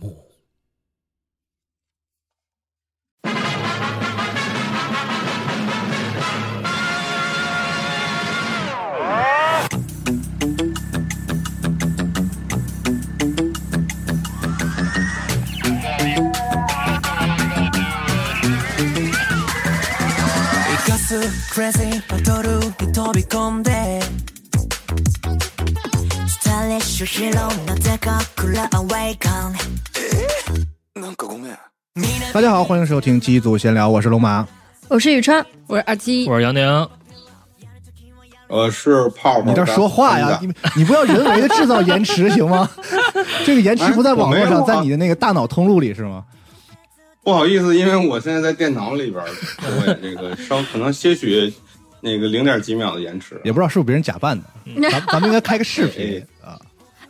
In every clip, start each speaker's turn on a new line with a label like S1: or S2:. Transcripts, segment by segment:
S1: 幕。
S2: 生かす crazy バトルに飛び込んでスタイリッシュヒーローなぜかクラアウェイカン
S3: なんかごめん。
S4: 大家好，欢迎收听机组闲聊，我是龙马。
S5: 我是宇川，我是二七，
S6: 我是杨宁，
S7: 呃，是泡泡。
S4: 你这说话呀，你你不要人为的制造延迟行 吗？这个延迟不在网络
S7: 哎我没
S4: 上，
S7: 有啊
S4: 在你的那个大脑通路里是
S5: 啊
S4: 吗？
S7: 不好意思，因为我现在在电脑里边儿，我也这个稍可能些许那个零点几秒的延迟。啊
S4: 也不知道是不是别人假 扮的，咱咱们应该开个视频啊。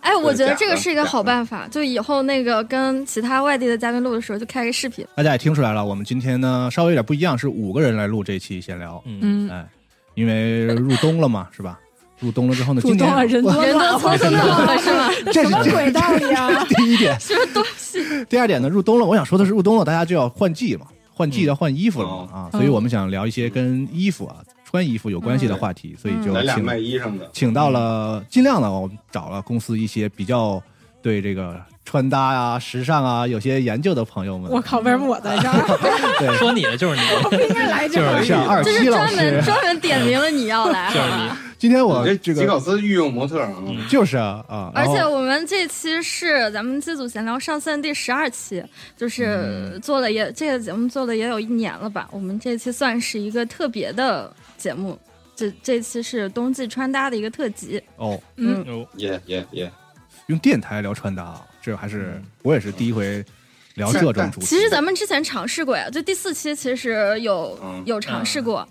S5: 哎，我觉得
S7: 假
S5: 这个
S7: 的
S5: 是一个
S7: 假
S5: 好
S7: 的
S5: 办法，就以后那个跟其他外地的嘉宾录的时候，就开个视频。
S4: 大家也听出来了，我们今天呢稍微有点不一样，是五个人来录这期闲聊。
S5: 嗯，
S4: 哎，因为入冬了嘛，是吧？入冬了之后 呢，今
S8: 冬
S4: 年啊
S8: 了啊人多
S4: 哇
S5: 人都匆匆到 了是吗？
S4: 这是这？
S8: 轨道呀
S4: 第一点，
S5: 什么东西？
S4: 第二点呢，入冬了，我想说的是入冬了，大家就要换季嘛，换季要换衣服了嘛、
S7: 嗯
S4: 啊，所以我们想聊一些跟衣服啊、穿衣服有关系
S5: 嗯
S4: 的话题，所以就
S7: 咱俩卖
S4: 请
S7: 衣裳的，
S4: 请到了，尽量呢，我们找了公司一些比较对这个穿搭啊、时尚啊有些研究的朋友们，
S8: 我靠，为什么我在 这儿？
S4: 对，
S6: 说你就是你，
S8: 不应该来这
S6: 就是
S8: 儿。
S4: 像二
S5: 就
S4: 七
S5: 是
S4: 啊老
S5: 专 门
S4: 师，
S5: 专门点名了你要来，
S6: 就是
S5: 好吧
S6: 你，
S4: 今天我
S7: 哎你
S4: 这
S7: 这吉
S4: 个
S7: 考斯御用模特儿啊，
S4: 就是啊，啊
S5: 而且
S4: 然后
S5: 我们这期是咱们机组闲聊上线第十二期，就是做了也、这个节目做了也有一年了吧。我们这期算是一个特别的节目，这这期是冬季穿搭的一个特辑。
S4: 哦，
S5: 嗯，
S7: 也也也，
S4: 用电台聊穿搭啊，这还
S7: 嗯
S4: 是我也是第一回聊这种主题，
S5: 其实咱们之前尝试过呀，就第四期其实有、
S7: 嗯
S5: 有尝试过，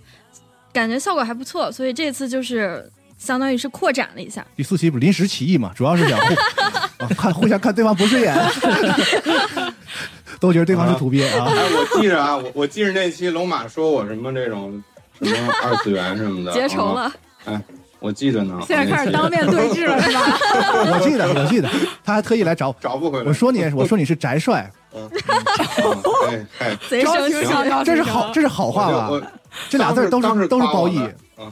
S5: 感觉效果还不错，所以这次就是相当于是扩展了一下。
S4: 第四期不是临时起意嘛，主要是想 互、啊、看 互相看对方不顺眼， 都觉得对方是土鳖 啊。
S7: 哎，我记着啊，我我记着那期龙马说我什么这种什么二次元什么
S4: 嗯
S7: 的，
S5: 结仇
S7: 啊，
S5: 了，
S7: 我记着呢。嗯
S8: 现在开始当面对质了，是吧？
S4: 我记得，我记得，他还特意来找我，
S7: 找不回来。
S4: 我说你，我说你是宅帅，
S7: 嗯，嗯嗯哎 哎，
S5: 贼生
S8: 情
S5: 气。
S8: 上要
S4: 这是好，这是好话
S7: 我
S4: 吧
S7: 就？我
S4: 这俩字儿都
S7: 当
S4: 是
S7: 时
S4: 都是褒义，。
S7: 嗯，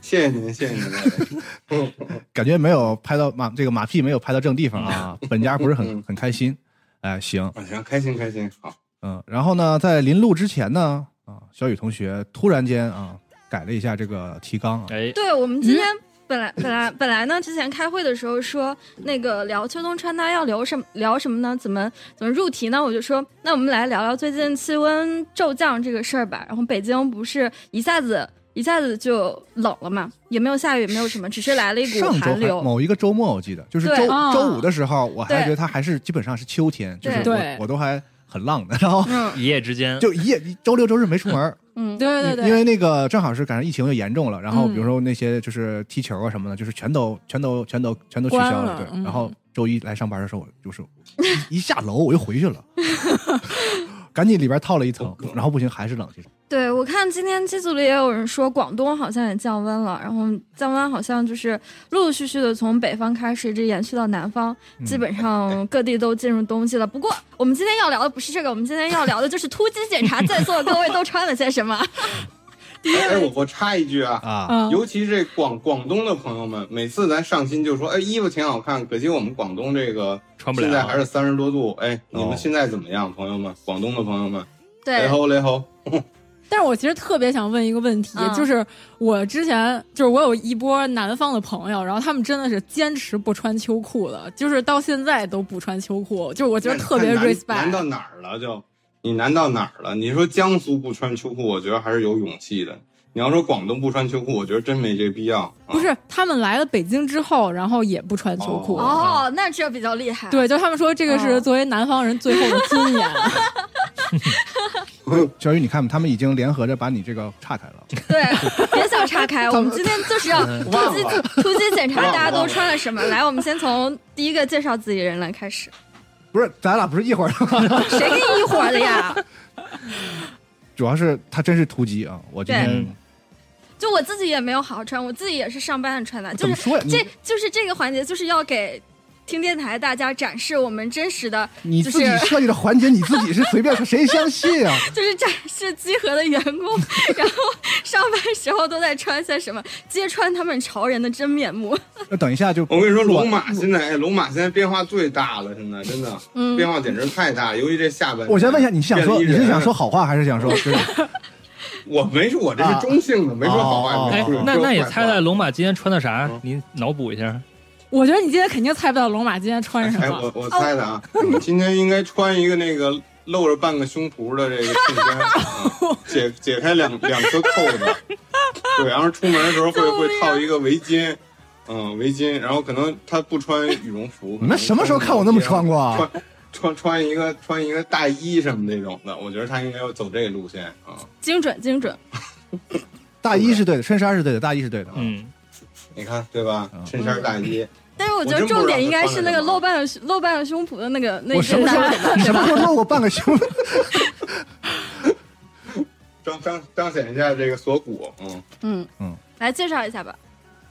S7: 谢谢您，谢谢您。
S4: 感觉没有拍到马这个马屁没有拍到正地方啊， 本家不是很
S7: 嗯
S4: 很开心。哎，行，
S7: 啊，行，开心开心，好。
S4: 嗯，然后呢，在临录之前呢，啊，小雨同学突然间啊改了一下这个提纲啊，
S6: 哎，
S5: 对我们今天本来、本来本来呢，之前开会的时候说那个聊秋冬穿搭要聊什么聊什么呢？怎么怎么入题呢？我就说那我们来聊聊最近气温骤降这个事儿吧。然后北京不是一下子一下子就冷了嘛，也没有下雨，也没有什么，只是来了一股
S4: 上周
S5: 哎寒
S4: 还
S5: 流。
S4: 某一个周末，我记得就是周
S5: 对嗯
S8: 啊
S4: 周五的时候，我还
S5: 对
S4: 觉得它还是基本上是秋天，就是
S8: 对
S4: 我我都还很浪的，然后
S5: 嗯
S6: 一夜之间
S4: 就一夜周六周日没出门，
S5: 嗯，
S8: 对对
S4: 因
S8: 对，
S4: 为那个正好是赶上疫情又严重了，然后
S8: 嗯
S4: 比如说那些就是踢球啊什么的，就是全都全都全都全都取消
S8: 关了
S4: 对，
S8: 嗯
S4: 然后周一来上班的时候，我就是一一下楼我就回 去了，赶紧里边套了一层，然后不行还是冷，其实
S5: 对，我看今天机组里也有人说广东好像也降温了，然后降温好像就是陆陆续续的从北方开始，一直延续到南方，基本上各地都进入冬季了。不过我们今天要聊的不是这个，我们今天要聊的就是突击检查在座的各位都穿了些什么。
S7: 哎，我我插一句啊，
S4: 啊，
S8: 啊，
S7: 尤其这广广东的朋友们，每次咱上新就说，哎，衣服挺好看，可惜我们广东这个
S6: 穿不了。
S7: 现
S4: 啊
S7: 在还是三十多度。哎，你
S6: 哦
S7: 们现在怎么样，朋友们？广东的朋友们，
S5: 对
S7: 雷，猴雷猴，
S8: 但是我其实特别想问一个问题，
S5: 嗯
S8: 就是我之前就是我有一波南方的朋友，然后他们真的是坚持不穿秋裤的，就是到现在都不穿秋裤，就是我觉得特别
S7: 那你看难
S8: respect
S7: 难。到哪儿了就？你难到哪儿了？你说江苏不穿秋裤，我觉得还是有勇气的。你要说广东不穿秋裤，我觉得真没这必要。啊
S8: 不，是他们来了北京之后，然后也不穿秋裤。
S5: 哦，那这比较厉害。，
S8: 对，就他们说这个是
S5: 哦
S8: 作为南方人最后的尊严。
S4: 小雨，你看他们已经联合着把你这个岔开
S7: 嗯
S4: 了，
S5: 对，别想岔开，我们今天就是要突击突击检查大家都穿了什么。来，我们先从第一个介绍自己人来开始。
S4: 不是咱俩不是一伙儿的吗？
S5: 谁跟你一伙儿的呀？
S4: 主要是他真是突击啊！我今天
S6: 对
S5: 就我自己也没有好好穿，我自己也是上班的穿的，就
S4: 怎么
S5: 是
S4: 说呀？
S5: 这就是这个环节，就是要给听电台大家展示我们真实的，
S4: 你你
S5: 就
S4: 自己
S5: 是
S4: 设计的环节，你自己是随便说，谁相信啊？
S5: 就是展示集合的员工，然后上班时候都在穿些什么，揭穿他们潮人的真面目。
S4: 那等一下就
S7: 我跟你说，龙马现在，哎，龙马现在变化最大了，现在真的、
S8: 嗯
S7: 变化简直太大。由于这下半年，
S4: 我先问一下，你想说你
S7: 变了
S4: 是
S7: 一人
S4: 想说好话还是想 说？就是
S7: 我没说，我这是中性的，没说好
S4: 啊哦，
S7: 话。
S6: 哎
S7: 没说，
S6: 那
S7: 说
S6: 那也
S7: 坏
S6: 猜
S7: 话
S6: 猜龙马今天穿的啥
S7: 嗯？
S6: 您脑补一下。
S8: 我觉得你今天肯定猜不到龙马今天穿什
S7: 哎，
S8: 么。
S7: 我我猜的啊，你今天应该穿一个那个露着半个胸脯的这个衬衫，啊解解开两两颗扣子，对，然后出门的时候会会套一个围巾，嗯，围巾，然后可能他不穿羽绒服
S4: 你们什么时候看我那么穿过啊？
S7: 穿穿穿一个穿一个大衣什么那种的，我觉得他应该要走这个路线啊。
S5: 精准，精准。
S4: 大衣是对的，衬衫是对的，大衣是对的。啊
S6: 嗯，
S7: 你看对吧
S4: 嗯？
S7: 衬衫大衣，
S5: 但是我觉
S7: 我
S5: 得
S7: 真不知道
S5: 重点应该是那个
S7: 他穿了什么
S5: 露半个露半个胸脯的那个那
S4: 我
S5: 一
S4: 什
S5: 身
S4: 么时候
S5: 男人吧，
S4: 什么时候露过半个胸？
S7: 彰彰彰显一下这个锁骨，嗯，
S5: 嗯
S4: 嗯，
S5: 来介绍一下吧，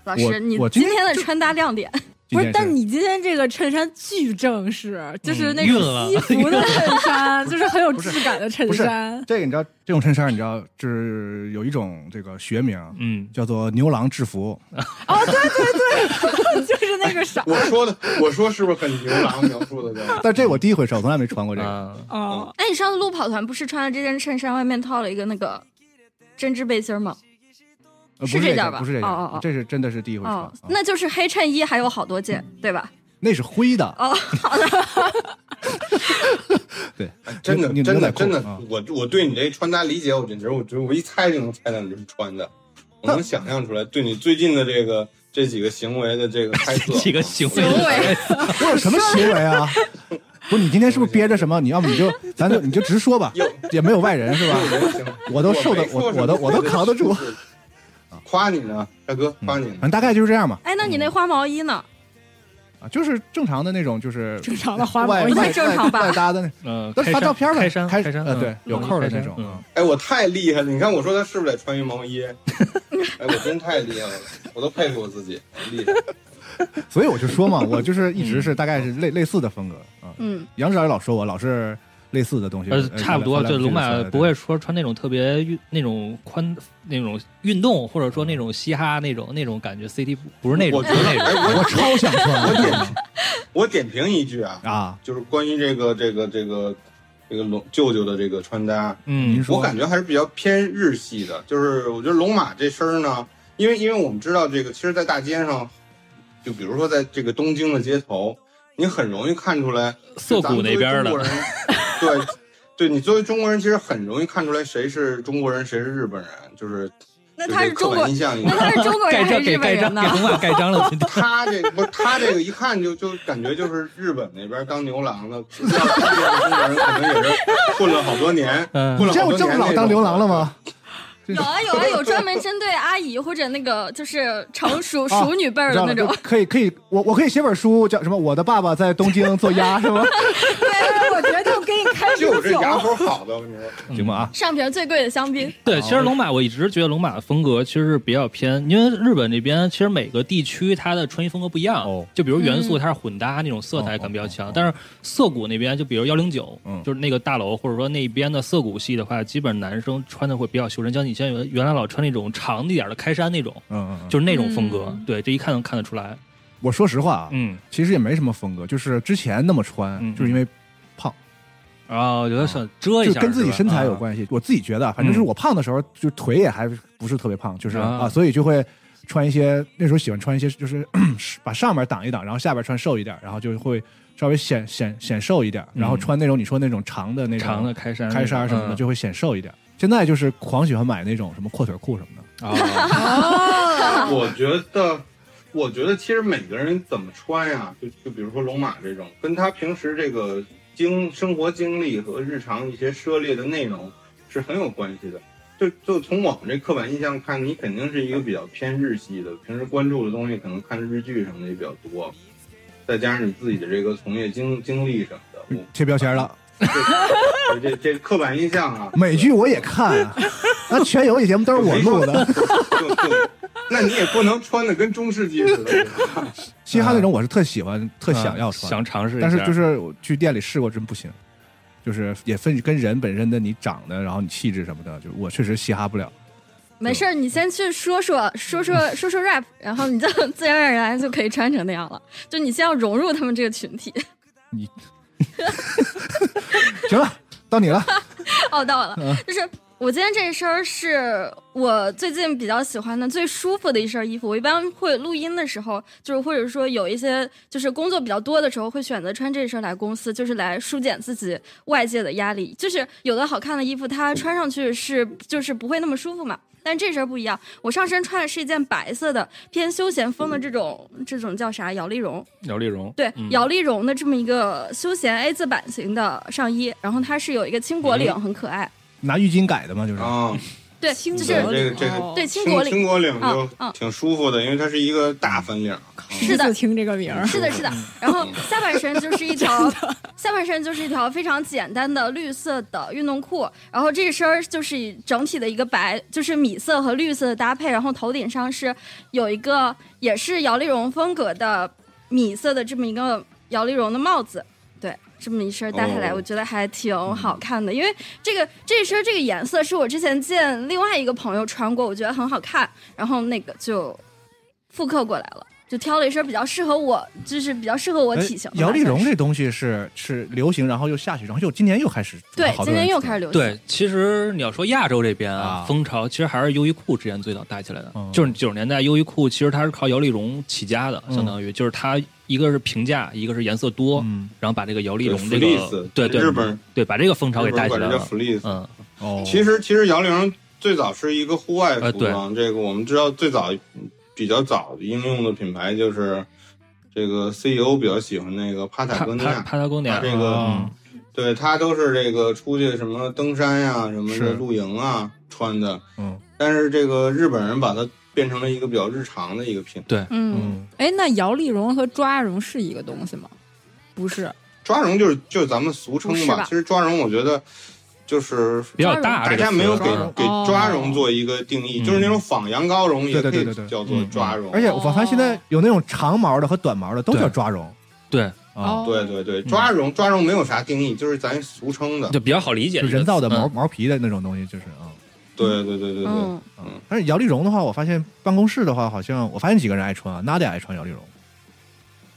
S5: 老
S4: 我
S5: 师，你
S4: 我今
S5: 今
S4: 天
S5: 天的穿搭亮点，
S8: 不是，但
S4: 你
S8: 你今天这个衬衫巨正式，就是
S6: 嗯
S8: 那
S6: 晕
S8: 种
S6: 了
S8: 西服的衬衫，就是很有质感的衬
S4: 不是
S8: 衫。
S4: 这个你知道，这种衬衫你知道，就是有一种这个学名
S6: 嗯，
S4: 叫做牛郎制服。
S8: 哦，对对 对，就是那个啥
S7: 我说的我说是不是很牛郎描述的就？
S4: 但这我第一回穿，我从来没穿过这个。
S6: 啊，
S8: 哦，
S5: 哎，你上次路跑团不是穿了这件衬衫，外面套了一个那个针织背心吗？
S4: 呃不
S5: 是这
S4: 这
S5: 件
S4: 个，
S5: 吧
S4: 不是这
S5: 哦哦
S4: 个
S5: 哦，
S4: 这是真的是第一回穿。
S5: 哦
S4: 啊，
S6: 嗯
S5: 那就是黑衬衣还有好多件，对吧？
S4: 那是灰的，
S5: 哦，
S7: 哎真的
S4: 你，你
S7: 真
S4: 牛仔
S7: 的，
S4: 裤
S7: 真的
S4: 啊，
S7: 我我对你这穿搭理解，我简直，我觉得我一猜就能猜到你是穿的，我能想象出来，对你最近的这个这几个行为的这个猜测，
S6: 几个行为，
S5: 为
S4: 我有什么行为 啊？不是你今天是不是憋着什么？你要不你就咱就你就直说吧
S7: 有，
S4: 也没有外人是吧？我都受得
S7: 没，
S4: 我
S7: 说什么
S4: 我都我都
S7: 觉
S4: 扛得住。嗯
S7: 是夸你呢，大哥，夸你
S4: 反
S7: 呢，
S4: 正大概就是这样吧，
S5: 哎，那你
S6: 嗯
S5: 那花毛衣呢？
S4: 啊，就是正常的那种，就是
S8: 正常的花
S4: 外
S8: 毛衣
S5: 不太
S4: 外
S5: 正常吧
S4: 外外搭的那，
S6: 嗯，
S4: 那
S6: 开
S4: 发
S6: 衫
S4: 照片呗，
S6: 开衫，
S4: 开
S6: 开衫，
S4: 呃，
S6: 嗯
S4: 对，有
S6: 嗯
S4: 扣的
S6: 开衫
S4: 那种，
S6: 嗯
S4: 嗯，
S7: 哎，我太厉害了，你看我说他是不是得穿一毛 衣？哎，我真太厉害了，我都佩服我自己，厉害。
S4: 所以我就说嘛， 我就是一直是大概是类类似的风格啊。
S5: 嗯，
S4: 杨指导也老说我老是类似的东西，
S6: 呃，差不多，
S4: 就
S6: 就龙马不会说穿那种特别运那种宽那种运动，或者说那种嘻哈那种那种感觉，CT 不不是那种，
S7: 我觉
S6: 不
S7: 得，
S6: 是那种
S7: 哎，我
S4: 我超想穿
S7: 我点评一句啊，
S4: 啊！
S7: 就是关于这个这个这个这个龙舅舅的这个穿搭，
S4: 您
S6: 嗯，
S4: 说，
S7: 我感觉还是比较偏日系的，就是我觉得龙马这身儿呢，因为因为我们知道这个，其实，在大街上，就比如说在这个东京的街头，你很容易看出来
S6: 涩谷那边
S7: 咱们作
S6: 的，
S7: 为中国人，对，对你作为中国人，其实很容易看出来谁是中国人，谁是日本人，就是
S5: 那
S7: 就
S5: 他
S7: 是
S5: 是中
S7: 刻
S5: 国
S7: 板印，象一
S5: 那
S7: 样。
S5: 他是中国人
S6: 盖
S5: 还
S6: 章
S5: 是
S6: 给
S5: 日本
S6: 盖
S5: 人
S6: 章给
S5: 呢？
S6: 龙马盖章了，今天
S7: 他这不，他这个一看就就感觉就是日本那边当牛郎的， 不知道中国人可能也是混了好多年，
S6: 嗯
S7: 混了
S4: 这
S7: 好
S4: 有
S7: 多
S4: 这么
S7: 年
S4: 老
S7: 那
S4: 当
S7: 种
S4: 牛郎了吗？
S5: 有啊有啊有专门针对阿姨或者那个就是成 熟
S4: 啊
S5: 熟女辈
S4: 我
S5: 儿
S4: 知道
S5: 的那
S4: 了就
S5: 种，
S4: 可以可以，我 我可以写本书，叫什么？我的爸爸在东京做鸭是吗？
S8: 对，我觉得就给你开
S7: 就是牙口好的，我跟你说，
S4: 行吧啊，
S5: 上瓶最贵的香槟，
S6: 对，其实龙马我一直觉得龙马的风格其实是比较偏，因为日本这边其实每个地区它的穿衣风格不一样，
S4: 哦
S6: 就比如元素它是混搭那种色彩感比较强，但是涩谷那边就比如幺零九
S4: 嗯，
S6: 就是那个大楼或者说那边的涩谷系的话，基本男生穿的会比较修身，像你像原原来老穿那种长一点的开衫那种，
S4: 嗯嗯嗯，
S6: 就是那种风格，
S8: 嗯
S6: 对，这一看能看得出来，
S4: 我说实话啊，
S6: 嗯，
S4: 其实也没什么风格，就是之前那么穿，
S6: 嗯
S4: 就是因为
S6: 然后有点想遮一
S4: 就
S6: 下，
S4: 跟自己
S6: 是吧啊嗯
S4: 身材有，关系。我自己觉得啊，反正就是我胖的时候，就腿也还不是特别胖，就是
S6: 啊
S4: 啊，所以就会穿一些那时候喜欢穿一些，就是 把上面挡一挡，然后下边穿瘦一点，然后就会稍微显显显瘦一点，
S6: 嗯
S4: 然后穿那种你说那种长的那
S6: 啊
S4: 种
S6: 长的开衫那种，
S4: 开衫什么的，
S6: 嗯
S4: 就会显瘦一点。现在就是狂喜欢买那种什么阔腿裤什么的。
S6: 啊，
S7: 我觉得，我觉得其实每个人怎么穿呀、就就比如说龙马这种，跟他平时这个经生活经历和日常一些涉猎的内容是很有关系的。就就从我们这刻板印象看，你肯定是一个比较偏日系的，平时关注的东西可能看日剧什么的也比较多，再加上你自己的这个从业经经历什么的，我
S4: 贴标签了，
S7: 这这这刻板印象啊，
S4: 美剧我也看啊，那全游戏节目都是我录的，
S7: 就就，那你也不能穿的跟中世纪似的。
S4: 嘻哈那种我是特喜欢、特想要穿，
S6: 啊想尝试一下，
S4: 但是就是我去店里试过，真不行，就是也分跟人本身的你长得，然后你气质什么的，就我确实嘻哈 不了。
S5: 没事儿，你先去说说说说说说 rap，然后你就 自然而然就可以穿成那样了。就你先要融入他们这个群体。
S4: 行了，到你了，
S5: 哦，到我了，就是我今天这一身儿是我最近比较喜欢的、最舒服的一身衣服。我一般会录音的时候，就是或者说有一些就是工作比较多的时候，会选择穿这身来公司，就是来疏减自己外界的压力。就是有的好看的衣服，它穿上去是就是不会那么舒服嘛。但这身不一样，我上身穿的是一件白色的偏休闲风的这种这种叫啥摇粒绒，
S6: 姚丽蓉，
S5: 对，
S6: 嗯
S5: 摇粒绒的这么一个休闲 A 字版型的上衣，然后它是有一个轻果领，很可爱。
S4: 拿浴巾改的嘛，就是。
S7: 啊，
S5: 对，
S8: 轻
S5: 就
S8: 薄
S5: 是
S7: 这个这个
S8: 哦
S5: 对轻
S7: 青
S5: 果领，
S7: 青果领
S5: 啊啊
S7: 就挺舒服的，因为它是一个大翻领。
S8: 第
S5: 是
S8: 一
S5: 的
S8: 次听这个名儿，
S5: 是的，是的。然后下半身就是一条， 下半身就是一条非常简单的绿色的运动裤，然后这身儿就是以整体的一个白，就是米色和绿色的搭配，然后头顶上是有一个也是摇粒绒风格的米色的这么一个摇粒绒的帽子，对。这么一身搭下来，
S7: 哦
S5: 我觉得还挺好看的，因为这个这身这个颜色是我之前见另外一个朋友穿过，我觉得很好看，然后那个就复刻过来了，就挑了一身比较适合我，就是比较适合我
S4: 哎
S5: 体型的吧。
S4: 摇粒绒
S5: 算是
S4: 这东西是是流行，然后又下去，然后又今年又开始，
S5: 对，今天又开
S4: 始。
S5: 始流行。
S6: 对，其实你要说亚洲这边啊，
S4: 啊
S6: 风潮其实还是优衣库之前最早带起来的，
S4: 嗯
S6: 就是九十年代优衣库其实它是靠摇粒绒起家的，相当于就是它一个是平价，一个是颜色多，
S4: 嗯，
S6: 然后把这个摇粒绒这
S7: 对
S6: 个
S7: fleece，
S6: 对对嗯
S7: 日本
S6: 对把这个风潮给
S7: 日
S6: 带
S7: 本
S6: 起
S7: 管
S6: 来
S7: 这叫
S6: 了，
S7: fleece。
S6: 嗯
S4: 哦，
S7: 其实其实摇铃儿最早是一个户外
S6: 呃
S7: 服
S6: 对
S7: 装，这个我们知道最早比较早应用的品牌就是这个 CEO 比较喜欢那个帕塔
S6: 帕
S7: 哥尼
S6: 帕
S7: 亚，
S6: 帕塔哥尼亚
S7: 它这个
S6: 嗯
S7: 对他都是这个出去什么登山呀、什么
S4: 是
S7: 的露营啊穿的，
S4: 嗯
S7: 但是这个日本人把它变成了一个比较日常的一个品牌。
S8: 嗯，
S4: 嗯，
S8: 哎，那摇粒绒和抓绒是一个东西吗？不是，
S7: 抓绒就是就是咱们俗称
S5: 不是
S7: 吧，
S5: 吧
S7: 其实抓绒我觉得就是
S6: 比较
S4: 啊
S6: 大，啊
S7: 大家没有给
S6: 这个词
S7: 给
S8: 哦
S7: 抓绒做一个定义，
S6: 嗯
S7: 就是那种仿羊羔绒也
S4: 对对
S7: 可以
S4: 对对对嗯
S7: 叫做抓绒。
S4: 而且我发现现
S5: 哦
S4: 在有那种长毛的和短毛的都叫
S6: 对
S4: 抓绒
S6: 对，
S4: 啊，
S8: 哦
S7: 对对对，抓绒抓绒没有啥定义，就是咱俗称的。
S6: 就比较好理解
S4: 就
S6: 这个词，
S4: 人造的毛
S6: 嗯
S4: 毛皮的那种东西，就是啊。
S7: 对对对对对，
S5: 嗯，
S4: 嗯，但是摇粒绒的话，我发现办公室的话，好像我发现几个人爱穿啊，Nadia 爱穿摇粒绒，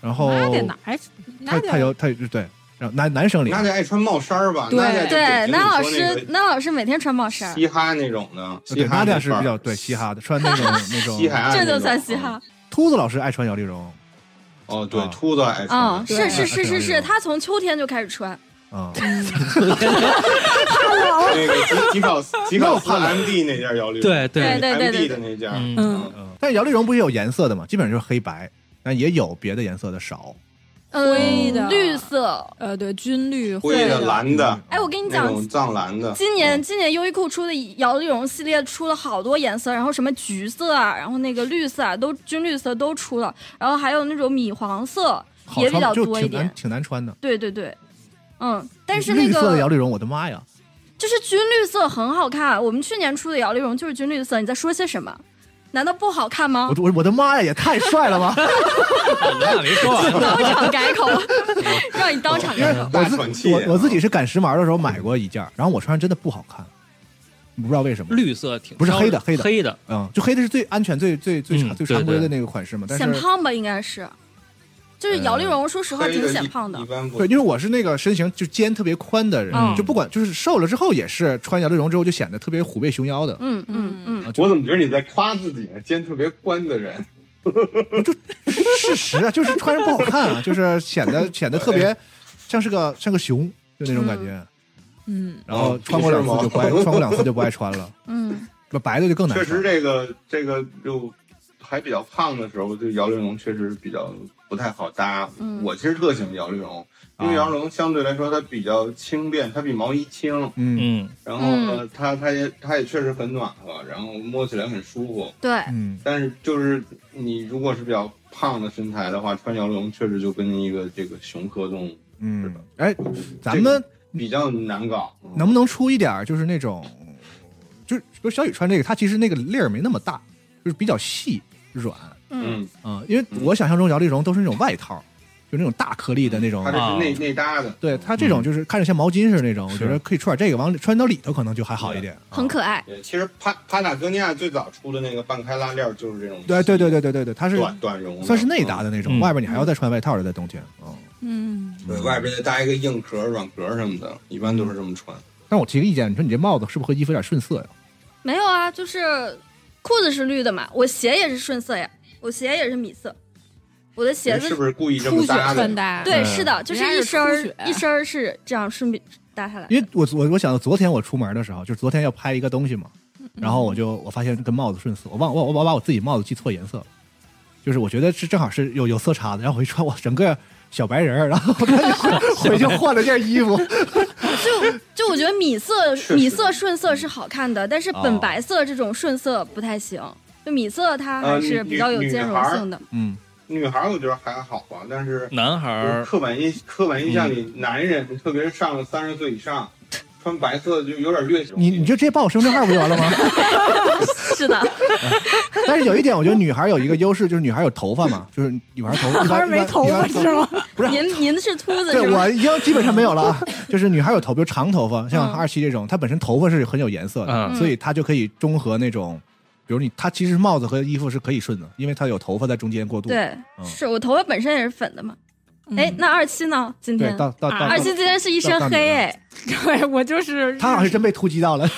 S4: 然后
S8: 那得拿，
S4: 他
S8: 那
S4: 他
S8: 得
S4: 有他对，然后男男生里
S7: 那得爱穿帽衫儿吧？
S8: 对
S7: 那得
S5: 对，
S7: 就你
S5: 那老
S7: 说
S5: 师，
S7: 个
S5: 那老师每天穿帽衫，
S7: 嘻哈那种的，嘻
S4: 对
S7: 哈
S4: Nadia
S7: 那
S4: 是
S7: 范儿
S4: 比较对嘻哈的，穿那种那种
S7: 西海岸那
S5: 这
S7: 种，
S5: 就算嘻哈
S7: 嗯。。
S4: 秃子老师爱穿摇粒绒
S7: 哦，对
S4: 啊，
S7: 秃子爱
S5: 嗯，是
S7: 穿。
S5: 是
S4: 对
S5: 是是是，他从秋天就开始穿，
S4: 啊，
S5: 嗯
S7: 那个吉吉考斯吉考斯 MD 那件摇粒，
S6: 对对
S5: 对对对
S7: MD
S5: 对
S7: 的那件，
S6: 嗯
S8: 嗯，
S4: 嗯，但是摇粒绒不也有颜色的嘛，基本上就是黑白，但也有别的颜色的少，
S8: 灰的
S5: 嗯，绿色。
S8: 呃，对，军绿、
S7: 灰的、蓝
S4: 嗯
S7: 的，
S5: 哎，我跟你
S7: 那
S5: 讲，
S7: 种藏蓝的。嗯
S5: 今年今年优衣库出的摇粒绒系列出了好多颜色，然后什么橘色啊，然后那个绿色啊，都军绿色都出了，然后还有那种米黄色
S4: 好
S5: 也比
S4: 穿
S5: 较
S4: 就
S5: 多一
S4: 挺难
S5: 点。
S4: 挺难穿的。
S5: 对对对，嗯，但是那
S4: 绿色的摇
S5: 个
S4: 粒绒，我的妈呀！
S5: 就是军绿色很好看，我们去年出的摇粒绒就是军绿色，你在说些什么？难道不好 看吗
S4: 我？我我的妈呀，也太帅了吧！
S6: 我俩没说啊 完呢。
S5: 当场改口，让你当场
S4: 因为
S5: 改口。
S4: 我
S7: 大喘
S4: 自
S7: 气啊
S4: 我我自己是赶时髦的时候买过一件儿，然后我穿上真的不好看，不知道为什么。
S6: 绿色挺
S4: 不是
S6: 挑
S4: 黑的黑的
S6: 黑的，
S4: 嗯，就黑的是最安全、最最最常
S6: 嗯
S4: 最常
S6: 对
S4: 规
S6: 对
S4: 的那个款式嘛。但
S5: 显
S4: 是
S5: 胖吧，应该是，就是摇粒绒，说实话
S7: 黑
S5: 挺
S7: 的
S5: 显
S7: 一
S5: 胖的
S7: 一。般不
S4: 对，因为我是那个身形就肩特别宽的人，
S5: 嗯
S4: 就不管就是瘦了之后也是穿摇粒绒之后就显得特别虎背熊腰 的。
S5: 嗯嗯嗯，
S7: 我怎么觉得你在夸自己呢？肩特别宽的人，
S4: 事实啊，就是穿上不好看啊，就是显得显得特别像是个像个熊，就那种感觉。
S8: 嗯，
S4: 然后穿过两次就不爱，
S7: 哦是吗
S4: 穿过两次就不爱穿了。
S5: 嗯，
S4: 不白的就更难
S7: 确
S4: 穿。
S7: 实这个这个就还比较胖的时候，对摇粒绒确实比较不太好搭。
S5: 嗯
S7: 我其实特喜欢摇粒绒，因为
S4: 啊
S7: 摇粒绒相对来说它比较轻便，它比毛衣轻，
S4: 嗯
S6: 嗯，
S7: 然后
S5: 嗯
S7: 呃它它也它也确实很暖和，然后摸起来很舒服。
S5: 对，
S4: 嗯，
S7: 但是就是你如果是比较胖的身材的话，穿摇绒确实就跟一个这个熊科动物是
S4: 嗯
S7: 的，
S4: 哎，咱们
S7: 比较难搞。
S4: 能不能出一点儿就是那种，就是比如小雨穿这个，它其实那个粒儿没那么大，就是比较细软
S5: 嗯
S7: 嗯，
S4: 啊、因为我想象中摇粒绒都是那种外套，就那种大颗粒的那种
S7: 它。这嗯是
S8: 啊
S7: 内内搭的，
S4: 对它这种就是看着像毛巾似的那种，我
S6: 是
S4: 觉得可以出点这个，往里穿到里头可能就还好一点。
S5: 很可爱。
S7: 对，其实帕帕塔哥尼亚最早出的那个半开拉链儿就是这种，
S4: 对对对对对对对，它是
S7: 短短绒的，
S4: 算是内搭的那种，
S6: 嗯
S4: 外边你还要再穿外套的，在冬天。嗯，
S8: 嗯，
S7: 嗯，对，外边再搭一个硬壳、软壳什么的，一般都是这么穿。
S4: 但我提个意见，你说你这帽子是不是和衣服有点顺色呀？
S5: 没有啊，就是裤子是绿的嘛，我鞋也是顺色呀，我鞋也是米色，我的鞋子
S7: 哎是不是故意这
S8: 初
S7: 么
S8: 雪
S7: 搭的？
S8: 穿搭，
S5: 对，
S4: 嗯
S5: 是的，就是
S8: 人家
S5: 一
S8: 是
S5: 身
S8: 初雪
S5: 儿一身儿是这样顺便搭下来的。
S4: 因为我我我想到昨天我出门的时候，就是昨天要拍一个东西嘛，
S8: 嗯
S4: 然后我就我发现跟帽子顺色，我忘我我我把我自己帽子记错颜色了，就是我觉得是正好是有有色差的，然后我一穿我整个小白人儿，然后赶紧 回回去换了件衣服，
S5: 就就我觉得米色
S7: 确实哦
S5: 米色顺色是好看的，但是本白色这种顺色不太行。就米色它还是比较有兼容性的，
S4: 嗯，
S7: 呃女孩儿我觉得还好吧，但是
S6: 男孩
S7: 就是
S6: 儿
S7: 刻板印刻板印象里，
S4: 嗯
S7: 男人特别是上了三十岁以上，穿白色就有点略显。
S4: 你你就直接报我身份证号不就完了吗？
S5: 是的，
S4: 但是有一点，我觉得女孩有一个优势，就是女孩有头发嘛，就是女孩 头一
S8: 还是
S4: 般
S8: 没头发是？
S4: 一般一般
S8: 吗？
S4: 不是，
S5: 您您是秃子
S4: 对
S5: 是吗？
S4: 我已经基本上没有了啊，就是女孩有头，比如长头发，像
S5: 嗯
S4: 二七这种，她本身头发是很有颜色的，
S6: 嗯
S4: 所以她就可以中和那种，比如你她其实帽子和衣服是可以顺的，因为她有头发在中间过渡。
S5: 对，
S4: 嗯
S5: 是我头发本身也是粉的嘛。哎，那二七呢？今
S4: 对，
S5: 天
S4: 到到到
S8: 啊
S5: 嗯二七今天是一身黑哎，
S8: 对我就 是
S4: 她好像是真被突击到了。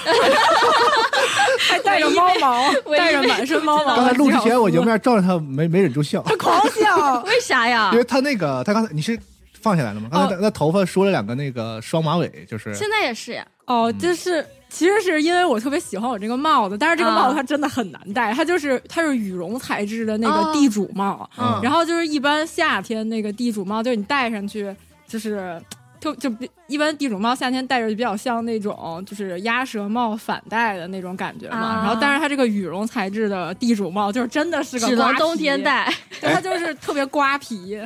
S8: 还带着猫毛，
S5: 我以为
S8: 带着满身猫毛。
S4: 刚才录之前，我迎面照着她，没没忍住笑，
S8: 他 狂 笑，
S5: 为啥呀
S4: 因？为她那个她刚才你是放下来了吗？刚才她她头发梳了两个那个双马尾，就是
S5: 现在也是呀，
S4: 嗯
S8: 哦，就是其实是因为我特别喜欢我这个帽子，但是这个帽子它真的很难戴，它就是它是羽绒材质的那
S5: 哦
S8: 个地主帽，
S5: 啊
S4: 嗯
S8: 然后就是一般夏天那个地主帽，就是你戴上去就是。就就比一般地主帽夏天戴着就比较像那种就是鸭舌帽反戴的那种感觉嘛，
S5: 啊
S8: 然后但是它这个羽绒材质的地主帽就是真的是个
S5: 只
S8: 瓜
S5: 能
S8: 皮
S5: 冬天，戴。
S8: 对它就是特别瓜皮，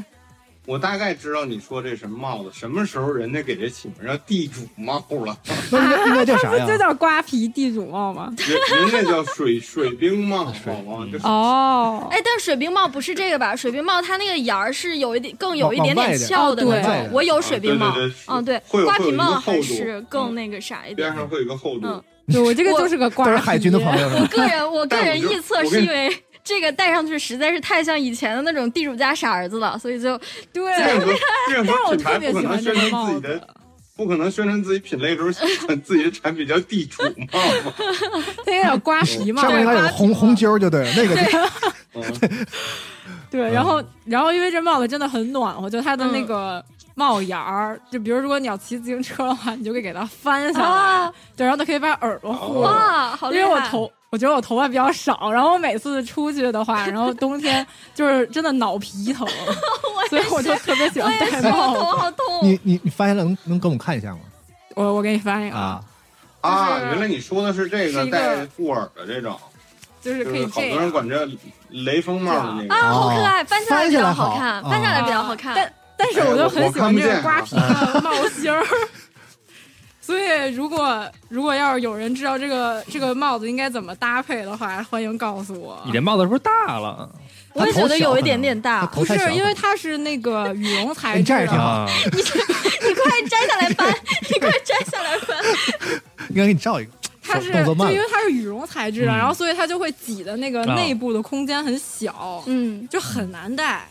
S7: 我大概知道你说这什么帽子，什么时候人家给这起名叫地主帽了，
S4: 那应该应该叫啥哎呀
S8: 不？就叫瓜皮地主帽吗？
S7: 人人家叫水水兵
S4: 啊
S7: 帽，好
S4: 嗯
S7: 吗？就是
S8: 哦，
S5: 哎，但水冰帽不是这个吧？水冰帽它那个檐儿是有一点更有一点
S4: 往往外
S5: 点
S4: 一点
S5: 翘的
S8: 哦
S5: 那
S8: 对
S5: 种。我有水冰帽
S7: 啊对对对，
S5: 嗯，对，
S7: 会有
S5: 瓜
S7: 会有
S5: 皮
S7: 一个
S5: 帽
S7: 厚
S5: 还
S7: 度
S5: 是更
S7: 嗯
S5: 那个啥一点
S7: 边。上会有一个厚度。
S5: 嗯
S8: 对我这个
S5: 我
S8: 就是个瓜
S4: 都
S8: 皮，
S4: 是海军的朋友是
S5: 我
S4: 吧？
S5: 个人，我个
S7: 但
S5: 人
S7: 我就
S5: 臆测
S7: 我
S5: 是
S7: 跟
S5: 因为这个戴上去实在是太像以前的那种地主家傻儿子了，所以就
S8: 对，
S7: 任何任
S8: 但是
S7: 何
S8: 我
S7: 品
S8: 特
S7: 牌
S8: 别
S7: 不可
S8: 喜欢
S7: 能
S8: 这
S7: 宣
S8: 个
S7: 传
S8: 帽
S7: 自己
S8: 子
S7: 的，，不可能宣传自己品类的时候，自己的产品叫地主帽 嘛。
S8: 它有点瓜皮嘛
S4: 上。面应该有红红揪儿就对了，那个就
S7: 嗯
S5: 嗯
S8: 对，然后然后因为这帽子真的很暖和，就它的那个帽檐儿，就比如如果你要骑自行车的话，你就可以给它翻下来
S5: 啊，
S8: 对，然后它可以把耳朵护
S7: 哦
S8: 了。
S5: 哇，好
S8: 因
S5: 厉害！
S8: 为我 头，我觉得我头发比较少，然后我每次出去的话，然后冬天就是真的脑 皮疼，所以我就特别喜
S5: 我
S8: 欢
S5: 也
S8: 戴
S5: 是，我头
S8: 帽子。
S5: 好痛。
S4: 你你你发现了能能给我们看一下吗？
S8: 我我给你翻一个，
S4: 啊，
S7: 啊，原来你说的是这
S8: 是
S7: 个
S8: 一个
S7: 带护耳的这种，
S8: 就
S7: 就
S8: 是可
S7: 是
S8: 以
S7: 好
S8: 这
S7: 多
S8: 样
S7: 人。管这雷锋帽的那个。
S5: 啊，好可爱！
S4: 哦
S5: 翻下来比较好
S4: 翻下来
S5: 看，
S4: 好
S5: 翻下来比较
S8: 啊
S5: 好看。
S8: 但但是我就很喜欢这
S7: 哎
S8: 个
S7: 我我
S8: 瓜
S7: 看
S8: 皮的帽型儿。 所以，如果如果要是有人知道这个这个帽子应该怎么搭配的话，欢迎告诉我。
S4: 嗯
S6: 你这帽子是不是大了
S5: 我也觉得有一点点大
S4: 他。
S8: 不
S4: 头
S8: 是
S4: 太小了，哎
S8: 因为它是那个羽绒材
S4: 你
S8: 质
S4: 这样也挺好
S6: 啊？
S8: 的，
S5: 你你快摘下来翻， 你快摘下来翻。
S4: 应该给你照一个。
S8: 它是
S4: 手动
S8: 就
S4: 作慢了嗯
S8: 因为它是羽绒材质的，
S6: 嗯
S8: 然后所以它就会挤的那个
S6: 啊
S8: 内部的空间很小，
S5: 嗯，
S8: 就很难戴。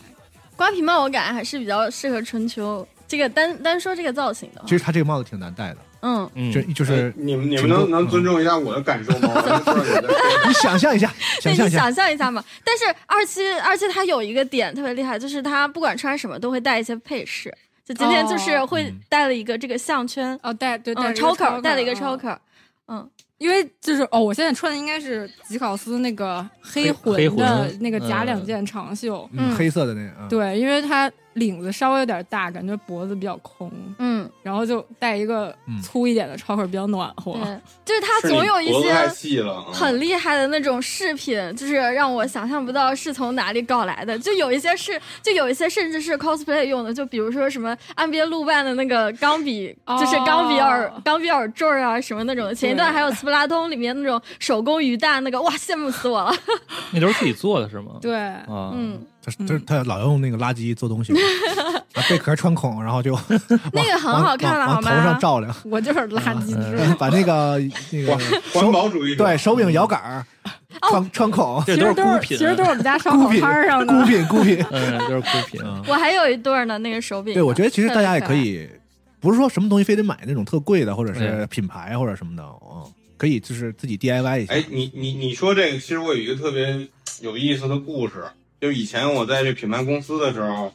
S5: 瓜皮帽我感觉还是比较适合春秋。这个单单说这个造型的话
S4: 其，实他这个帽子挺难戴的，
S5: 嗯，
S6: 嗯，
S4: 就就是
S7: 哎你们你
S4: 挺
S7: 们
S4: 多
S7: 能能尊重一下我的感受吗？我就知道你在 说
S4: 你想象一 下，
S5: 对
S4: 想象
S5: 你
S4: 一下，
S5: 想象一下嘛。但是二七二七它有一个点特别厉害，就是它不管穿什么都会带一些配饰。就今天就是
S8: 哦
S5: 会
S4: 嗯
S5: 带了一个这个项圈，
S8: 哦，戴对戴
S5: 嗯，
S8: 了一个
S5: 超口带了一个
S8: 嗯
S5: 超口，嗯，
S8: 因为就是哦，我现在穿的应该是吉考斯那个黑
S6: 黑
S8: 魂的
S6: 魂
S8: 那个假
S6: 嗯
S8: 两件长袖，
S5: 嗯
S4: 黑色的那个，嗯，
S8: 对，因为它领子稍微有点大，感觉脖子比较空，
S5: 嗯，
S8: 然后就戴一个
S4: 嗯
S8: 粗一点的超口比较暖和。
S5: 对，就是它
S7: 是
S5: 总
S7: 你
S5: 有一
S7: 脖子
S5: 些
S7: 太细了啊，
S5: 很厉害的那种饰品，就是让我想象不到是从哪里搞来的。就有一些是，就有一些甚至是 cosplay 用的，就比如说什么岸边露伴的那个钢笔，
S8: 哦
S5: 就是钢笔耳、钢笔耳坠儿啊什么那种的。前一段还有斯普拉通里面那种手工鱼蛋，那个哇，羡慕死我了。
S6: 那都是自己做的是吗？
S8: 对，
S6: 啊，
S5: 嗯，
S4: 他他他老用那个垃圾做东 西嘛，把贝壳穿孔，然后就
S5: 那个很好看了，
S4: 往
S5: 好
S4: 往头上
S5: 吗？
S4: 照 亮，
S8: 我就是垃
S6: 嗯
S8: 圾之
S4: 对
S8: 王。
S4: 把那个那
S7: 环
S4: 个
S7: 环保主义
S4: 嗯
S7: 者
S4: 对手柄摇杆 儿
S5: 哦
S4: 穿穿孔，
S6: 这
S8: 其
S6: 都
S8: 实
S6: 是
S8: 都
S6: 孤
S8: 是
S6: 品，
S8: 其实都是我们家烧
S4: 孤
S8: 烤
S4: 品
S8: 摊儿上
S4: 孤
S8: 的。
S4: 品孤 品。
S6: 嗯，都是孤品。
S4: 嗯
S5: 我还有一对儿呢，那个手柄。
S4: 对，我觉得其实大家也
S5: 特别可
S4: 可以，不是说什么东西非得买那种特贵的，或者是
S6: 对
S4: 品牌或者什么的，嗯，可以就是自己 DIY 一下。
S7: 哎，你你你说这个，其实我有一个特别有意思的故事，就以前我在这品牌公司的时候，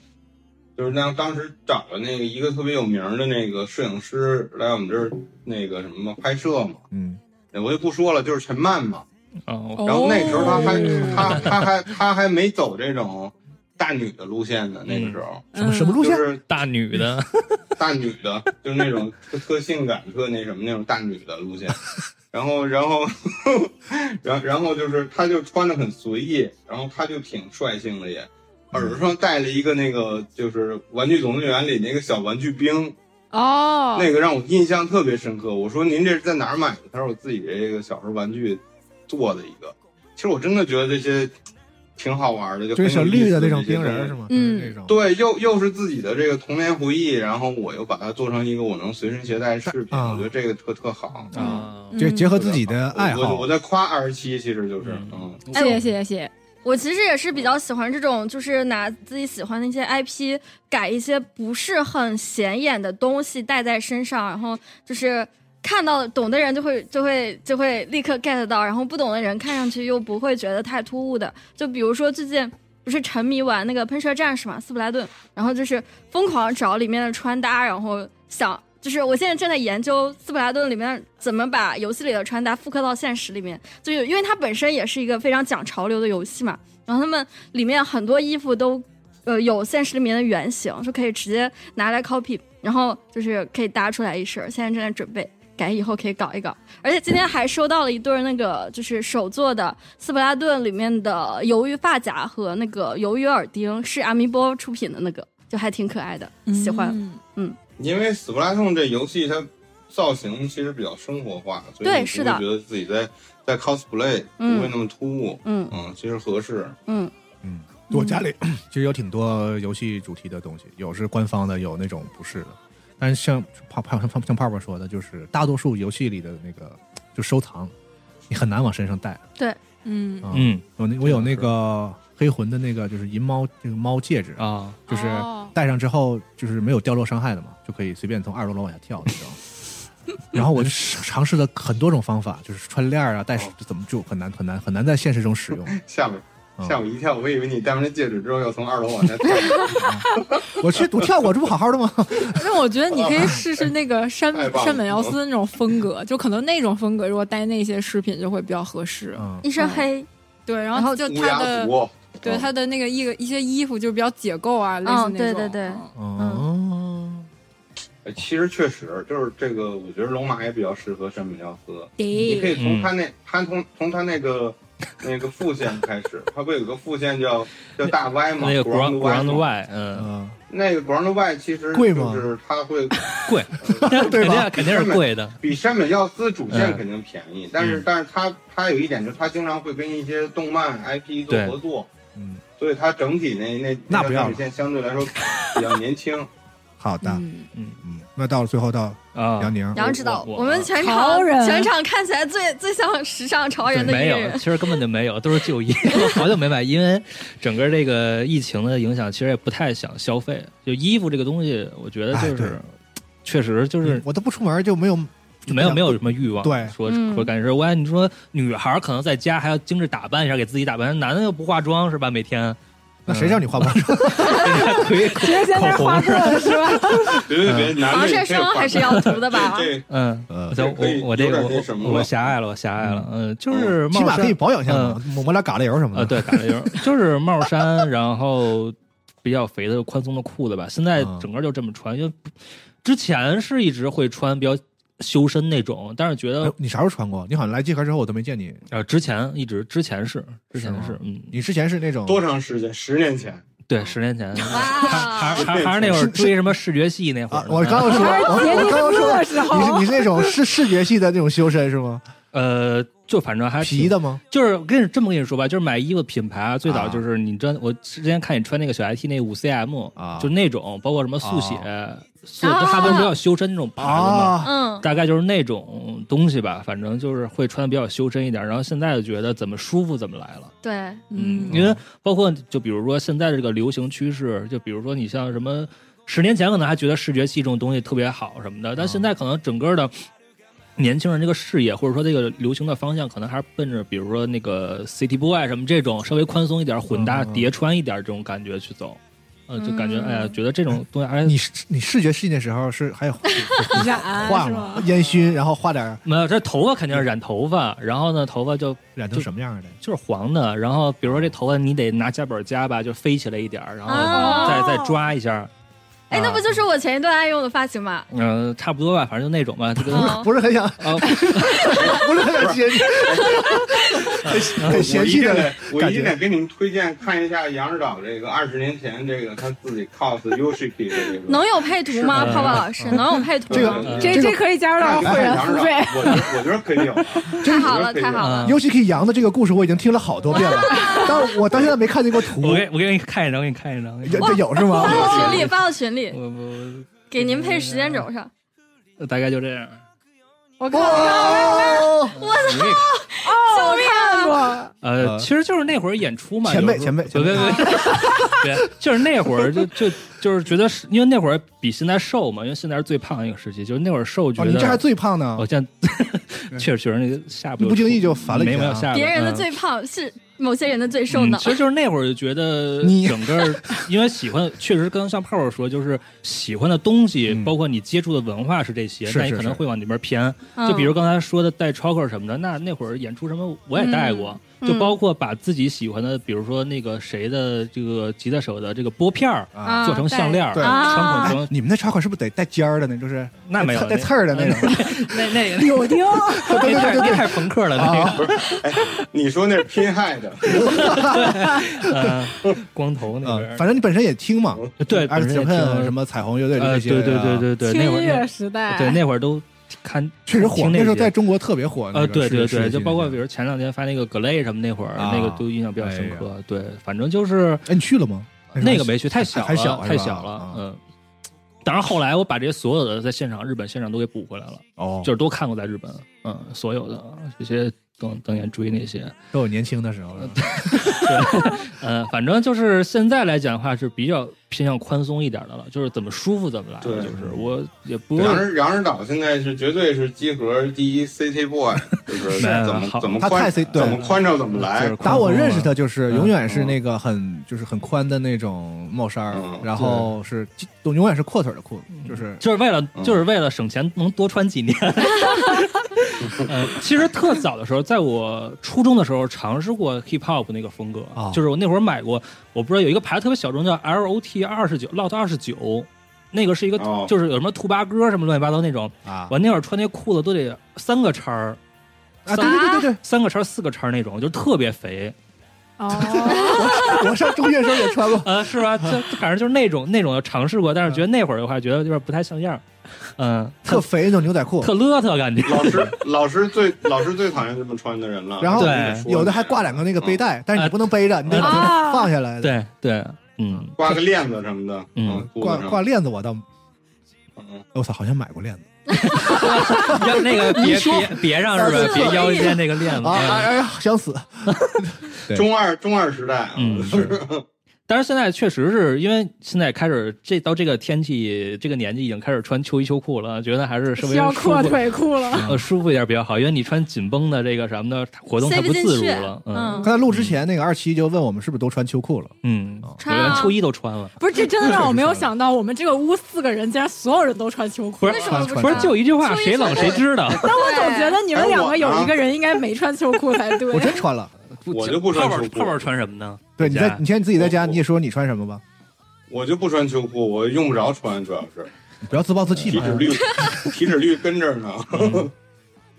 S7: 就是那当时找了那个一个特别有名的那个摄影师来我们这儿那个什么拍摄嘛，
S4: 嗯，
S7: 我就不说了，就是陈曼嘛。
S6: 哦，
S7: 然后那时候他还、
S8: 哦
S7: 他他还他还没走这种大女的路线呢，那个时候、
S4: 什么什么哦路
S7: 就
S4: 线？
S7: 是
S6: 大女的，
S7: 大女的，就是那种特特性感、特那什么那种大女的路线。然后，然后， 然后然后就是，他就穿的很随意，然后他就挺率性的也，耳朵上戴了一个那个就是《玩具总动员》里那个小玩具兵，
S8: 哦，
S7: 那个让我印象特别深刻。我说您这是在哪儿买的？他说我自己这个小时候玩具做的一个。其实我真的觉得这些挺好玩的，就
S4: 就
S7: 很
S4: 是小
S7: 有意
S4: 绿
S7: 思
S4: 的
S7: 的
S4: 那种
S7: 这些
S4: 冰人
S7: 东
S4: 儿
S7: 西
S4: 是吗？
S5: 嗯
S4: 就是那种。
S7: 对，又又是自己的这个童年回忆，然后我又把它做成一个我能随身携带的饰品，
S4: 啊
S7: 我觉得这个特特好。
S6: 啊，
S4: 结
S8: 嗯
S4: 结合自己的爱
S7: 我我
S4: 好
S7: 我，在夸二十七，其实就是，嗯，
S8: 谢谢谢谢谢谢。
S5: 我其实也是比较喜欢这种，就是拿自己喜欢的一些 IP 改一些不是很显眼的东西戴在身上，然后就是看到懂的人就会就会就会立刻 get 到，然后不懂的人看上去又不会觉得太突兀的。就比如说最近不是沉迷玩那个喷射战士嘛，斯普拉顿，然后就是疯狂找里面的穿搭，然后想。就是我现在正在研究《斯普拉顿》里面怎么把游戏里的穿搭复刻到现实里面，就是因为它本身也是一个非常讲潮流的游戏嘛，然后他们里面很多衣服都，呃，有现实里面的原型，是可以直接拿来 copy，然后就是可以搭出来一身儿。现在正在准备，赶紧以后可以搞一搞。而且今天还收到了一对儿那个就是手做的斯普拉顿里面的鱿鱼发夹和那个鱿鱼耳钉，是阿米波出品的那个，就还挺可爱的，喜欢。
S8: 嗯
S7: 因为《死不拉痛》这游戏它造型其实比较生活化，所以
S5: 对
S7: 你
S5: 是
S7: 不
S5: 的
S7: 会觉得自己在在 cosplay
S5: 嗯
S7: 不会那么突兀，
S5: 嗯
S7: 嗯，其实合适。
S5: 嗯
S4: 嗯，我家里其实有挺多游戏主题的东西，有是官方的，有那种不是的。但是像泡泡像泡像泡泡说的，就是大多数游戏里的那个就收藏，你很难往身上带。
S8: 嗯
S4: 啊、，
S6: 嗯
S4: 有那我有那个黑魂的那个就是银猫这个猫戒指，
S6: 啊，
S4: 就是
S8: 哦
S4: 戴上之后就是没有掉落伤害的嘛，就可以随便从二楼楼往下跳，你知道吗？ 然后我就试尝试了很多种方法，就是穿链儿啊，戴手怎么就很难很难很难在现实中使用。
S7: 吓我
S4: 嗯
S7: 吓我一跳，我以为你戴完这戒指之后要从二楼往下跳。
S4: 我去，我跳过，这不好好的吗？
S8: 那我觉得你可以试试那个山
S7: 太棒了
S8: 山本耀司那种风格，就可能那种风格如果戴那些饰品就会比较合适。
S4: 嗯，
S5: 一身黑，
S8: 对，然
S5: 然后
S8: 后就
S7: 乌
S8: 他
S7: 鸦啊
S8: 的
S7: 族，
S8: 对他的那个一个一些衣服就比较解构啊，类似那
S5: 嗯
S8: 种。
S5: 对对对
S8: 嗯
S4: 哦，
S7: 哎其实确实就是这个，我觉得龙马也比较适合山本耀司。你可
S8: 对，
S7: 以从他那，他从从他那个那个副线开 始，它不有个副线叫叫大 Y 嘛
S6: 那个
S7: ground
S6: ground ground
S7: Y，
S6: Y，嗯，
S4: 嗯，
S7: 那个 ground Y 其实
S4: 贵
S7: 就
S4: 吗
S7: 是它 会呃
S6: 贵，肯
S4: 对吧
S6: 定肯定是 贵的，
S7: 比山本耀司主线
S6: 嗯
S7: 肯定便宜，但是
S6: 嗯
S7: 但是它它有一点就是它经常会跟一些动漫 IP 做
S6: 对
S7: 合作，
S4: 嗯，
S7: 所以它整体那那
S4: 那
S7: 个
S4: 不要
S7: 主
S4: 了
S7: 线相对来说比较年轻。
S4: 好的，
S8: 嗯，
S4: 嗯，那到了最后到
S6: 啊
S4: 杨，宁，
S5: 杨指导，
S6: 我我
S5: 我们全场
S8: 潮人
S5: 全场看起来最最像时尚潮人的一
S6: 没
S5: 个
S6: 有，
S5: 人，
S6: 其实根本就没有，都是就业。我 好久没买，因为整个这个疫情的影响，其实也不太想消费。就衣服这个东西，我觉得
S4: 哎
S6: 就
S4: 对
S6: 是，确实就是
S4: 嗯我都不出门就没有
S6: 没有没有什么欲望。
S4: 对
S6: 说
S8: 嗯
S6: 说感觉，我你说女孩可能在家还要精致打扮一下，给自己打扮，男的又不化妆是吧？每天
S4: 那谁让你化不妆？
S6: 可以，
S8: 直接在那儿画盾是吧？
S7: 别别别，
S4: 嗯
S7: 男
S5: 防
S7: 的
S5: 晒
S7: 也可以
S5: 霜还
S7: 换
S5: 是要涂的吧？
S7: 这
S6: 嗯，
S4: 呃
S6: 我就
S7: 可以
S6: 我我这个
S7: 有点那什么
S6: 我
S7: 了
S6: 我狭隘了，我狭隘了，嗯，就 是
S4: 起
S6: 帽
S4: 码
S6: 衫
S4: 可以保养一下嘛，抹抹点嘎啦油什么
S6: 啊，
S4: 的。
S6: 对，打了油，就是帽衫，然后比较肥的宽松的裤子吧。现在
S4: 嗯
S6: 整个就这么穿，因为之前是一直会穿比较修身那种，但是觉
S4: 哎
S6: 得
S4: 你啥时候穿过？你好像来集合之后我都没见你。
S6: 呃之前一直之前是之前
S4: 是
S6: 是
S4: 吗
S6: 嗯，
S4: 你之前是那种
S7: 多长时间？十年前，
S6: 对，十年 前。 还
S7: 啊
S5: 哇，
S6: 还还是那会儿追什么视觉系那会
S4: 啊
S6: 儿？，
S4: 我刚要说，我
S8: 杰尼
S4: 我刚要
S8: 斯
S4: 说
S8: 的，时
S4: 你是
S8: 候
S4: 你，是那种视视觉系的那种修身是吗？
S6: 呃，就反正还挺
S4: 皮的吗？
S6: 就是我跟你这么跟你说吧，就是买衣服品牌啊，最早
S4: 啊
S6: 就是你知道，我之前看你穿那个小 IT 那五 CM，、
S4: 啊
S6: 就那种，包括什么速写、速，
S5: 啊
S6: 他们不是要修身那种牌子嘛，
S4: 啊，
S5: 嗯，
S6: 大概就是那种东西吧，反正就是会穿的比较修身一点。然后现在就觉得怎么舒服怎么来了，
S5: 对，
S8: 嗯，
S6: 因为包括就比如说现在的这个流行趋势，就比如说你像什么，十年前可能还觉得视觉系这种东西特别好什么
S8: 啊
S6: 的，但现在可能整个的。年轻人这个视野，或者说这个流行的方向，可能还是奔着比如说那个 City Boy 什么这种稍微宽松一点、混
S8: 啊
S6: 搭
S4: 嗯嗯
S6: 叠穿一点这种感觉去走，呃，就感觉
S5: 嗯
S6: 哎呀，觉得这种东西还
S8: 嗯
S4: 你视你视觉系那时候是还有
S8: 染
S4: 画
S8: 是
S4: 吗
S8: 吗？？
S4: 烟熏，然后画点
S6: 没有这头发肯定是染头发，然后呢头发就
S4: 染成什么样的？
S6: 就是黄的，然后比如说这头发你得拿夹板夹吧，就飞起来一点儿，然后
S8: 啊
S5: 哦
S6: 再、再抓一下。
S5: 哎，那不就是我前一段爱用的发型吗？
S6: 嗯、呃差不多吧，反正就那种 吧，就跟
S5: 嗯
S4: 不是很想，
S6: 啊，
S4: 不是很想接你，很
S7: 我
S4: 嫌
S7: 一
S4: 弃
S7: 定
S4: 的
S7: 得，我
S4: 感
S7: 一定得
S4: 觉。
S7: 给你们推荐看一下杨指导这个二十年前这个他自己 cos Yoshiki 的这个。
S5: 能有配图吗，
S6: 是
S5: 泡泡老师？能有配图吗？
S7: 这个
S6: 嗯
S8: 这这可以加入到
S7: 看
S8: 会员
S7: 杨指
S8: 付
S7: 导，我觉
S8: 费。
S7: 得我觉得可 以有啊。
S5: 太好了，
S7: 这个
S5: 太好了！
S6: 嗯
S4: 尤其 K 杨的这个故事，我已经听了好多遍了，但我到现在没看见过图
S6: 我。给我给你看一张，给你看一 张。
S4: 有这有是吗？
S5: 发到群里，发到群里，
S6: 我我
S5: 给您配时间轴上。
S6: 我大概就这样。
S8: 我看
S4: 哇！
S6: 你给
S8: 哦，我看过，
S6: 呃，
S4: 呃
S6: 其实就是那会儿演出嘛，
S4: 前辈
S6: 有时候
S4: 前辈
S6: 别别别， 别，就是那会儿就就就是觉得是因为那会儿比现在瘦嘛，因为现在是最胖的一个时期，就是那会儿瘦觉
S4: 哦，
S6: 得
S4: 你这还最胖呢
S6: 我，现在 确实确实那个下巴
S4: 不经意就烦了一下
S6: 没有没有
S4: 啊
S6: 下巴，
S5: 别人的
S6: 嗯
S5: 最胖是某些人的最瘦呢
S6: 嗯。其实就是那会儿就觉得
S4: 你
S6: 整个儿，因为喜欢，确实刚刚像泡泡说，就是喜欢的东西，
S4: 嗯
S6: 包括你接触的文化是这些，
S4: 是
S6: 但你
S4: 是
S6: 可能
S4: 是
S6: 会往里边偏。
S5: 嗯
S6: 就比如刚才说的带 choker 什么的，那那会儿演出什么我也带过，
S5: 嗯
S6: 就包括把自己喜欢的，比如说那个谁的这个吉他手的这个拨片儿。
S4: 啊！
S6: 做成项链儿，
S4: 对
S6: 穿
S5: 啊
S6: 孔
S4: 哎
S6: 装，
S4: 你们那插款是不是得带尖儿的呢？就是
S6: 那没有
S4: 带刺儿的那种。
S6: 那那那
S8: 柳丁，
S6: 那太那太朋克了，那个
S7: 你说那是拼 害的，
S6: 呃光头那边
S4: 嗯，
S6: 儿，
S4: 反正你本身也听嘛，啊
S6: 对，
S4: 二
S6: 本
S4: 十
S6: 身
S4: 九
S6: 也
S4: 喷
S6: 听
S4: 什么彩虹乐队
S6: 呃，
S4: 这
S6: 对
S4: 些啊，
S6: 对对对 对，
S8: 轻
S6: 那会儿
S8: 音乐
S6: 那
S8: 时代，
S6: 对那会儿都看
S4: 确实火
S6: 听。
S4: 那时候
S6: 些
S4: 在中国特别火。那
S6: 呃，
S4: 个
S6: 对对
S4: 是是
S6: 对，就包括
S4: 是
S6: 比如前两天发那个 Glay 什么那会儿，
S4: 啊
S6: 那个都印象比较深
S4: 哎
S6: 刻。对，反正就是
S4: 哎，你去了吗？
S6: 那个没去，太小
S4: 还小
S6: 了，太小了。
S4: 嗯，
S6: 嗯，当然后来我把这些所有的在现场日本现场都给补回来了，
S4: 哦，
S6: 就是都看过在日本，嗯，所有的这些当当年追那些，
S4: 都有年轻的时 候了。
S6: 呃，反正就是现在来讲的话是比较偏向宽松一点的了，就是怎么舒服怎么来，
S7: 对
S6: 就是
S4: 嗯
S6: 我也不
S7: 杨指杨指导现在是绝对是集合第一 City Boy，就是
S6: 没有
S7: 怎么
S6: 好
S7: 怎么
S4: 他太
S7: 宽
S4: C- 对
S7: 怎么宽着怎么来
S6: 就是。
S4: 打哎我认识他就是
S6: 嗯
S4: 永远是那个很就是很宽的那种帽衫儿
S7: 嗯，
S4: 然后是永永远是阔腿的裤子，就是
S6: 就是为了
S7: 嗯
S6: 就是为了省钱能多穿 几年。呃，其实特早的时候，在我初中的时候尝试过 hip hop 那个风格，
S4: 哦
S6: 就是我那会儿买过，我不知道有一个牌子特别小众叫 L O T 二十九，Lot 二十九。那个是一个，
S7: 哦
S6: 嗯就是有什么兔八哥什么乱七八糟那种。
S4: 啊
S6: 我那会儿穿那裤子都得三个叉儿，
S4: 啊，对对对对
S6: 三个叉儿四个叉儿那种，就特别肥，，
S8: 哦，
S4: 对，我上中学时候也穿过
S6: 呃，是吧？就就反正就是那种那种有尝试过，但是觉得那会儿的话，觉得有点不太像样儿，嗯，
S4: 特
S6: 特
S4: 肥那种牛仔裤，
S6: 特邋遢感觉，
S7: 老师， 老师最老师最讨厌这么穿的人了。
S4: 然后
S6: 对嗯呃
S4: 有的还挂两个那个背带，但是你不能背着，你得把它
S8: 啊
S4: 放下来的。
S6: 对对，嗯，
S7: 挂个链子什么的，
S6: 嗯
S7: 裤
S4: 挂
S7: 子上
S4: 挂链子我倒，
S7: 嗯
S4: 我操，好像买过链子
S6: 要那个别别别上是吧？别腰间那个链子
S4: 啊！哎
S6: 嗯
S4: 哎呀，想死！对
S7: 中二中二时代啊，
S6: 嗯
S7: 是
S6: 但是现在确实是因为现在开始这到这个天气这个年纪已经开始穿秋衣秋裤了，觉得还是稍微
S8: 需要
S6: 舒
S8: 阔
S6: 服
S8: 腿裤了。
S6: 呃舒服一点比较好，因为你穿紧绷的这个什么的活动太
S5: 塞
S6: 不
S5: 不进
S6: 自如
S5: 去
S6: 了，嗯
S5: 嗯
S4: 刚才录之前那个二七就问我们是不是都穿秋裤了，
S6: 嗯，我
S5: 穿
S6: 连
S5: 啊
S6: 秋衣都穿了。
S8: 不是，这真的让我没有想到，我们这个屋四个人竟然所有人都穿秋裤
S6: 不。
S5: 嗯为
S6: 是
S5: 什么不
S4: 穿
S5: 穿？啊
S6: 不是，就一句话，
S5: 秋衣
S6: 谁冷谁知道。
S7: 哎
S8: 但我总觉得你们两个有一个人应该没穿秋裤才对。
S4: 我真穿 了。
S7: 我就不穿
S6: 泡泡
S7: 秋裤
S6: 泡泡穿什么呢？
S4: 对，你在
S6: 家
S4: 你现在自己在家，
S7: 我
S4: 你也说你穿什么吧，
S7: 我就不穿秋裤，我用不着穿，主要是
S6: 嗯
S4: 你不要自暴自弃
S7: 体
S4: 嘛。
S7: 脂率 体脂率跟这儿呢。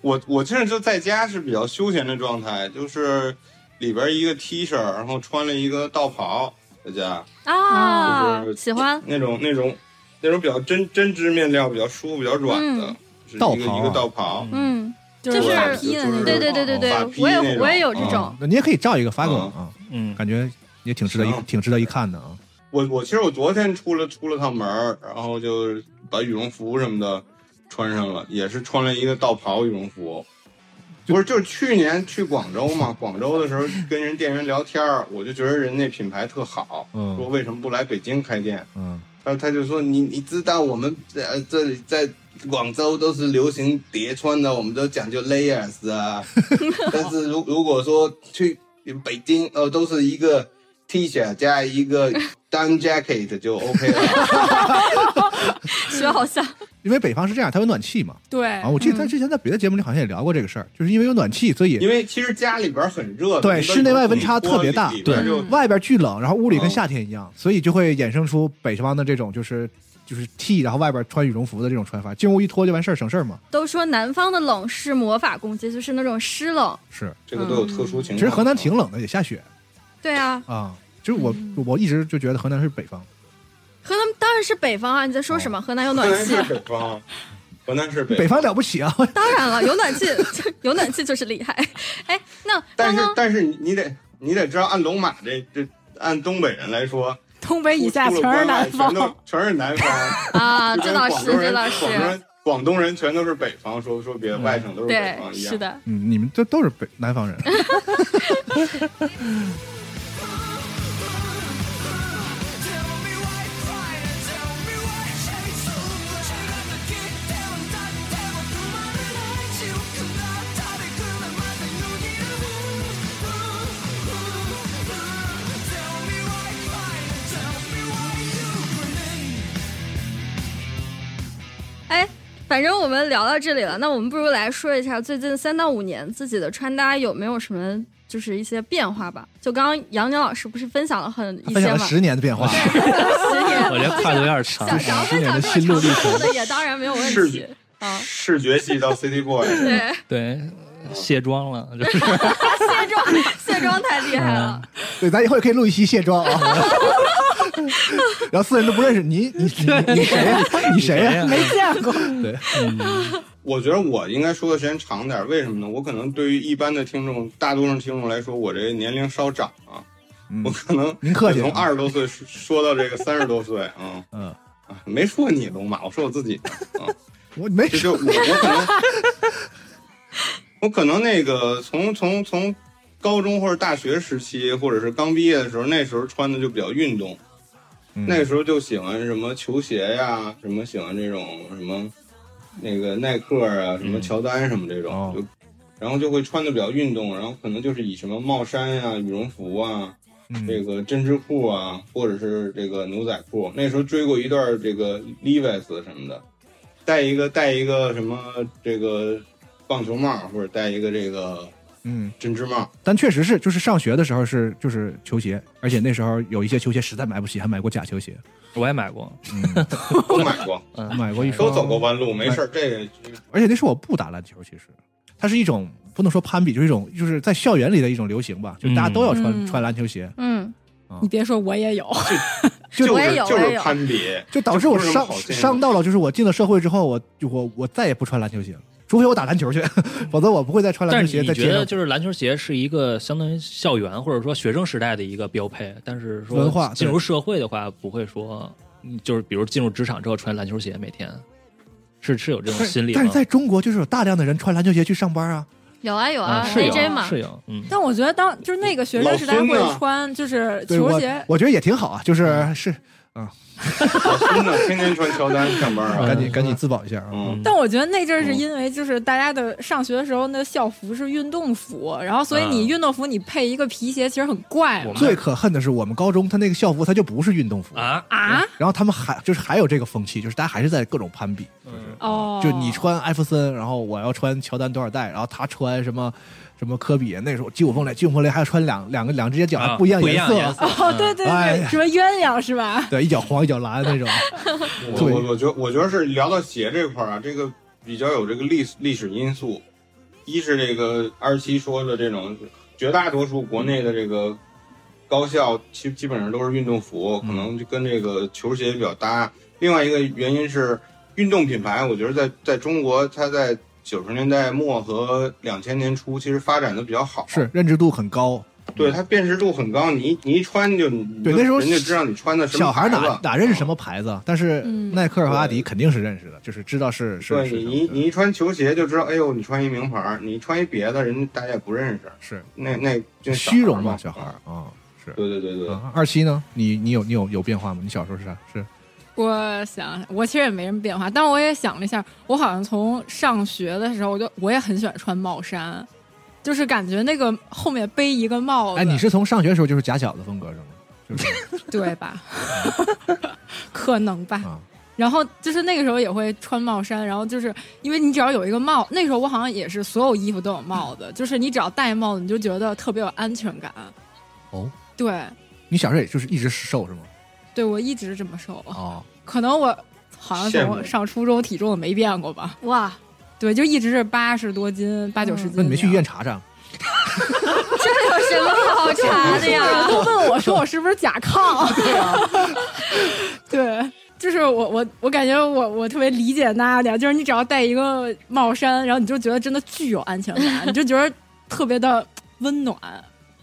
S7: 我我现在就在家是比较休闲的状态，就是里边一个 T 恤，然后穿了一个道袍在家，
S5: 啊
S7: 就是，
S5: 喜欢
S7: 那种那种那种比较针针织面料，比较舒服，比较软的
S5: 嗯，
S7: 是一
S4: 道
S7: 个
S4: 袍啊
S7: 一个道袍。
S5: 嗯，
S8: 就
S5: 就是
S8: 发披的那种
S5: 对对对对
S7: 发
S5: 对
S7: 披，
S5: 我也
S7: 那种
S5: 我也有这
S7: 嗯
S5: 种，
S4: 那哦你也可以照一个发给我们啊，
S6: 嗯，
S4: 感觉也挺值得一
S7: 行
S4: 挺值得一看的啊。
S7: 我我其实我昨天出了出了趟门儿，然后就把羽绒服什么的穿上了，也是穿了一个道袍羽绒服。不是，就是去年去广州嘛，广州的时候跟人店员聊天儿，我就觉得人那品牌特好，
S4: 嗯
S7: 说为什么不来北京开店？
S4: 嗯，
S7: 然后他就说你你知道我们在呃这里在广州都是流行叠穿的，我们都讲究 layers 啊。但是如如果说去北京呃都是一个 T 恤加一个 down jacket 就 OK 了。
S5: 学好像
S4: 因为北方是这样，它有暖气嘛。
S8: 对嗯
S4: 啊，，我记得咱之前在别的节目里好像也聊过这个事儿，就是因为有暖气，所以
S7: 因为其实家里边很热的，
S4: 对
S7: 你都
S4: 室内外温差特别大
S7: 里边
S6: 对
S7: 就
S4: 外边巨冷，然后屋里跟
S7: 嗯
S4: 夏天一样，所以就会衍生出北方的这种就是就是 T，然后外边穿羽绒服的这种穿法，进屋一脱就完事儿，省事儿嘛。
S5: 都说南方的冷是魔法攻击，就是那种湿冷。
S4: 是，
S7: 这个都有特殊情况。
S4: 其
S7: 啊
S4: 实河南挺冷的，也下雪
S5: 对啊，
S4: 啊。就是我我一直就觉得河南是北方，
S5: 河南当然是北方啊！你在说什么？河南有
S7: 河
S5: 暖
S7: 南
S5: 气
S7: 是，北方，啊河南是北
S4: 北方了不 起啊！
S5: 当然了，有暖气， 有暖气就是厉害。 哎，那刚
S7: 但是
S5: 刚
S7: 但是你你得你得知道，按龙马这这按东北人来说，
S8: 东北以下
S7: 出
S8: 全
S7: 了关外
S8: 是南
S7: 全都啊
S8: 方。
S7: 全是南方。
S5: 啊，
S7: 就
S5: 这
S7: 跟
S5: 倒
S7: 广
S5: 是，
S7: 东人
S5: 这倒是
S7: 广，东人广东人全都是北方，说说别的外省都是北
S5: 对，
S7: 方一样。
S5: 是的，
S4: 嗯，你们这都是北南方人，
S5: 哎。反正我们聊到这里了，那我们不如来说一下最近三到五年自己的穿搭有没有什么就是一些变化吧？就刚刚杨宁老师不是分享了很一
S4: 分享
S5: 些
S4: 了
S5: 嘛，
S4: 十年的变化，
S5: 十年
S6: 我觉得跨度有点长
S5: 想。想分享这么长度的也当然没有问
S7: 是
S5: 题啊。
S7: 视觉系 到 City Boy，
S5: 对，
S6: 对，卸妆了，就是
S5: 卸妆 卸妆太厉害了，
S4: 对，咱以后也可以录一期卸妆啊。 然后四人都不认识你，你你你谁呀？啊你谁呀？
S8: 没见过，
S4: 对，
S7: 我觉得我应该说的时间长点，为什么呢？我可能对于一般的听众，大多数听众来说，我这年龄稍长啊，
S4: 嗯
S7: 我可能
S4: 您客气
S7: 从二十多岁说说到这个三十多岁啊，
S4: 嗯，
S7: 啊没说你龙马，我说我自己的 啊，
S4: 我没
S7: 这
S4: 事
S7: 就我我可能我可能那个从从从高中或者大学时期，或者是刚毕业的时候，那时候穿的就比较运动。
S4: 嗯
S7: 那个时候就喜欢什么球鞋呀、什么喜欢这种什么那个耐克啊，什么乔丹什么这种，
S4: 嗯哦
S7: 就然后就会穿的比较运动，然后可能就是以什么帽衫呀、羽绒服啊、
S4: 嗯
S7: 这个针织裤啊，或者是这个牛仔裤。那时候追过一段这个 Levi's 什么的，戴一个戴一个什么这个棒球帽，或者戴一个这个
S4: 嗯。
S7: 针织帽。
S4: 但确实是，就是上学的时候是就是球鞋，而且那时候有一些球鞋实在买不起，还买过假球鞋，
S6: 我也买过，
S7: 都买 过，
S6: 嗯，
S4: 买过一双
S7: 都走过弯路，没事儿，这个
S4: 而且那是我不打篮球，其实它是一种不能说攀比，就是一种就是在校园里的一种流行吧，就是大家都要穿、
S8: 嗯
S4: 穿篮球鞋，
S5: 嗯，
S8: 你别说，我也有，
S7: 就
S5: 我也
S7: 是
S5: 有
S7: 就
S5: 我也
S7: 是
S5: 有
S7: 攀比，
S4: 就导致我
S7: 这不是什么
S4: 伤
S7: 好现象
S4: 伤到了，就是我进了社会之后，我就我我再也不穿篮球鞋了，除非我打篮球去，否则我不会再穿篮
S6: 但
S4: 球
S6: 是
S4: 鞋
S6: 你
S4: 在
S6: 觉
S4: 街
S6: 得
S4: 上。
S6: 就是篮球鞋是一个相当于校园或者说学生时代的一个标配，但是说
S4: 文化对
S6: 进入社会的话，不会说嗯就是比如进入职场之后穿篮球鞋每天，是是有这种
S4: 但
S6: 心
S4: 是
S6: 理吗？
S4: 但是在中国，就是有大量的人穿篮球鞋去上班啊，
S5: 有啊有啊
S6: 啊是有
S5: ，AJ 嘛，
S6: 是有嗯。
S8: 但我觉得当就是那个学生时代
S7: 老孙
S8: 会
S7: 呢
S8: 穿就是
S4: 对
S8: 球
S4: 我
S8: 鞋，
S4: 我觉得也挺好啊，
S8: 嗯
S4: 就是是
S7: 真的天天穿乔丹上班 啊
S4: 赶。紧赶紧自保一下啊。
S7: 嗯，
S8: 但我觉得那阵儿是因为就是大家的上学的时候那校服是运动服，然后所以你
S6: 嗯
S8: 运动服你配一个皮鞋其实很怪
S6: 我
S8: 嘛
S6: 们
S4: 最可恨的是，我们高中他那个校服，他就不是运动服，
S6: 啊，
S8: 啊
S4: 然后他们还就是还有这个风气，就是大家还是在各种攀比，
S8: 哦，
S4: 就你穿艾弗森，然后我要穿乔丹多少代，然后他穿什么什么科比，那时候基普风雷，基普风雷还要穿两两个两只眼脚
S6: 啊
S4: 还不一样
S6: 不一
S4: 颜
S6: 样
S4: 色，
S6: 颜色
S8: 哦，对对
S4: 哎
S8: 对，
S4: 呀
S8: 什么鸳鸯是吧？
S4: 对，一脚黄一脚蓝 那种，
S7: 我
S4: 对
S7: 我我觉得我觉得是聊到鞋这块儿啊，这个比较有这个历史历史因素，一是这个二七说的这种绝大多数国内的这个高校基基本上都是运动服，可
S4: 嗯
S7: 能就跟这个球鞋比较搭。另外一个原因是运动品牌，我觉得在在中国它在九十年代末和两千年初其实发展的比较好，
S4: 是认知度很高。
S7: 对它辨识度很高，你一你一穿就你
S4: 对
S7: 就
S4: 那时候
S7: 人家知道你穿的什么
S4: 小孩
S7: 牌
S4: 哪
S7: 子啊
S4: 哪认识什么牌子？但是
S8: 嗯
S4: 耐克和阿迪肯定是认识的，就是知道是是
S7: 对
S4: 是
S7: 你，
S4: 什
S7: 你
S4: 么
S7: 你一穿球鞋就知道，哎呦，你穿一名牌儿，你穿一别的，人家大家也不认识。
S4: 是
S7: 那那就小孩
S4: 虚荣
S7: 嘛，嗯
S4: 嘛，小孩儿。啊，是。
S7: 对对对对，
S4: 啊二七呢？你你有你有有变化吗？你小时候是啥？是
S8: 我想想，我其实也没什么变化，但我也想了一下，我好像从上学的时候，我就我也很喜欢穿帽衫，就是感觉那个后面背一个帽子，
S4: 哎，你是从上学的时候就是假小子风格是吗？就是
S8: 对吧？ 可能吧。
S4: 嗯啊，
S8: 然后就是那个时候也会穿帽衫，然后就是因为你只要有一个帽，那时候我好像也是所有衣服都有帽子，就是你只要戴帽子，你就觉得特别有安全感。
S4: 哦，
S8: 对，
S4: 你小时候也就是一直瘦是吗？
S8: 对我一直这么瘦，
S4: 哦，
S8: 可能我好像
S7: 羡
S8: 从
S7: 慕
S8: 我上初中体重没变过吧。
S5: 哇，
S8: 对，就一直是八十多斤，八九十斤。
S4: 嗯那你没去医院？查查？
S5: 这有 什么好 查的呀？
S8: 都问我说我是不是甲亢？ 对，就是我我我感觉我我特别理解娜姐，就是你只要戴一个帽衫，然后你就觉得真的具有安全感，你就觉得特别的温暖。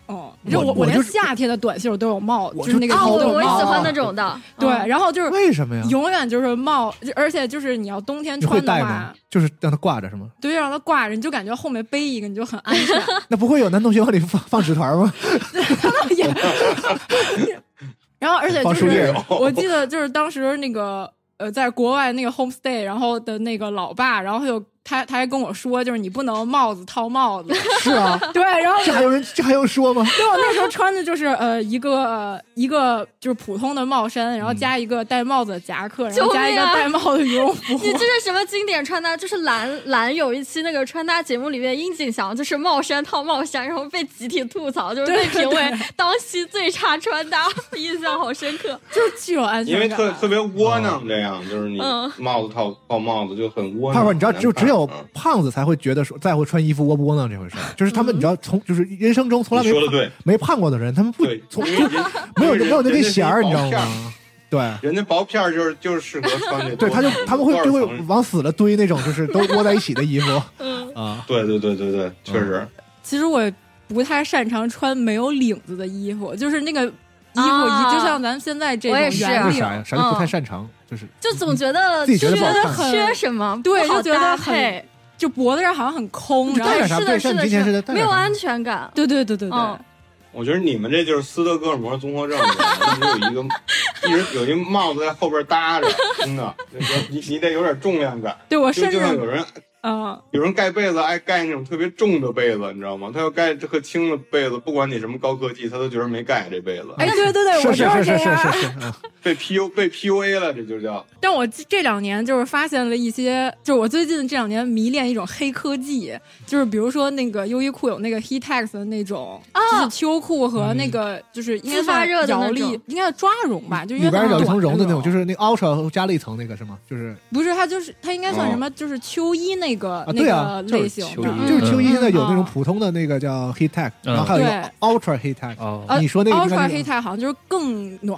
S8: 哦，你知道
S4: 我
S8: 我
S4: 我
S8: 连
S4: 就
S8: 夏天的短袖都有帽子，
S4: 我
S8: 就是那个
S5: 啊，
S8: 头
S5: 我
S8: 都有
S5: 我也
S8: 帽
S5: 喜
S8: 子。
S5: 欢那种的，
S8: 对，
S5: 嗯
S8: 然后就是
S4: 为什么呀？
S8: 永远就是帽，就而且就是你要冬天
S4: 你会
S8: 穿的
S4: 戴
S8: 话
S4: 吗，？就是让它挂着是吗？
S8: 对，让它挂着，你就感觉后面背一个，你就很安全。
S4: 那不会有男同学往里放放纸团吗？
S8: 也，然后而且就
S4: 放哦树叶
S8: 是
S4: 儿
S8: 我记得就是当时那个呃，在国外那个 homestay，然后的那个老爸，然后他就他他还跟我说，就是你不能帽子套 帽子，
S4: 是啊，
S8: 对，然后
S4: 这还有人这还用说吗？
S8: 对我那时候穿的就是呃一个一个就是普通的帽衫，
S4: 嗯
S8: 然后加一个戴帽子的夹克，然后
S5: 救
S8: 加一个
S5: 命啊
S8: 戴帽子羽绒服，
S5: 你这是什么经典穿搭？就是蓝蓝有一期那个穿搭节目里面，殷景祥就是帽衫套帽衫，然后被集体吐槽，就是被评为当期最差穿搭，印象好深刻。
S8: 就是具有安全
S7: 因
S8: 感，啊
S7: 为特特别
S4: 啊
S7: 窝囊，这样就是你
S5: 嗯
S7: 帽子套套帽子就很窝囊。
S4: 泡泡，你知道，
S7: 很难
S4: 就只有
S7: 看嗯
S4: 胖子才会觉得说在乎穿衣服窝不窝囊这回事儿。就是他们，你知道，从就是人生中从来
S7: 你
S4: 没
S7: 说的
S4: 胖
S7: 对
S4: 没胖过的人，他们不
S7: 对，
S4: 从
S7: 因
S4: 就
S7: 为人
S4: 没有
S7: 因为
S4: 没有那
S7: 人
S4: 根
S7: 家是
S4: 弦儿，你知道
S7: 薄片儿
S4: 吗？对。
S7: 人家薄片儿就是就是适合穿这多层，
S4: 对，他就他们会
S7: 多少
S4: 就会
S7: 层
S4: 往死了堆那种，就是都窝在一起的衣服
S5: 嗯，
S4: 啊。
S7: 对对对对对，确实。
S8: 其实我不太擅长穿没有领子的衣服，就是那个衣服，
S5: 啊
S8: 就像咱们现在这种
S5: 我也是
S8: 圆
S5: 啊
S4: 为
S8: 领
S4: 啥，呀？啥叫不太擅长？就是
S5: 就总觉得
S4: 自己觉得不好看
S5: 缺缺什么，
S8: 对
S5: 不好
S8: 就觉得
S5: 搭
S8: 很
S5: 配，
S8: 就脖子上好像很空，
S4: 你
S8: 然后
S4: 戴点啥？
S5: 嗯是
S4: 不对，像
S5: 的，是
S4: 你
S5: 的，
S4: 今天
S5: 是
S4: 是在
S5: 的
S4: 戴，
S5: 没
S4: 点
S5: 有
S4: 啥
S5: 安全感。
S8: 对对对对对，
S5: 嗯
S7: 我觉得你们这就是斯德哥尔摩综合症，你们有一个 一直有一帽子在后边搭着，真的， 你你得有点重量感。
S8: 对我
S7: 就
S8: 甚
S7: 就
S8: 至
S7: 像有人
S8: 嗯，
S7: 有人盖被子爱盖那种特别重的被子，你知道吗？他要盖这个轻的被子，不管你什么高科技，他都觉得没盖这被子，
S8: 哎，对对对，
S4: 是
S8: 我就是
S4: 是
S8: 这
S4: 是
S8: 样。
S4: 是是，嗯
S7: 被 PU 被 PUA 了，这就叫
S8: 但我这这两年就是发现了一些，就是我最近这两年迷恋一种黑科技，就是比如说那个优衣库有那个 Heatex 的那种，
S5: 啊
S8: 就是秋裤和
S4: 嗯
S8: 那个就是应该
S5: 哦自发
S8: 算
S5: 热的那
S8: 摇粒
S5: 种，
S8: 应该叫抓绒吧，就因
S4: 里
S8: 为它
S4: 边
S8: 很
S4: 有一层
S8: 短
S4: 绒的那种，
S8: 种
S4: 就是那 Ultra 加了一层那个是吗？就是
S8: 不是，它就是它应该算什么？就是秋衣那那个、
S4: 哦啊
S8: 那
S4: 对啊
S8: 个
S6: 就是
S8: 类型
S6: 球
S8: 的
S6: 衣，
S4: 就是
S6: 嗯
S4: Q 一现在有那种
S8: 嗯
S4: 普通的那个叫 heat tech，
S6: 嗯
S4: 然后还有一个
S8: 对
S4: ultra heat tech，
S5: 啊
S6: 哦，
S8: 呃
S4: 你说那个
S8: Ultra
S4: 就
S8: 黑
S4: 是
S8: 钛好像就是更暖，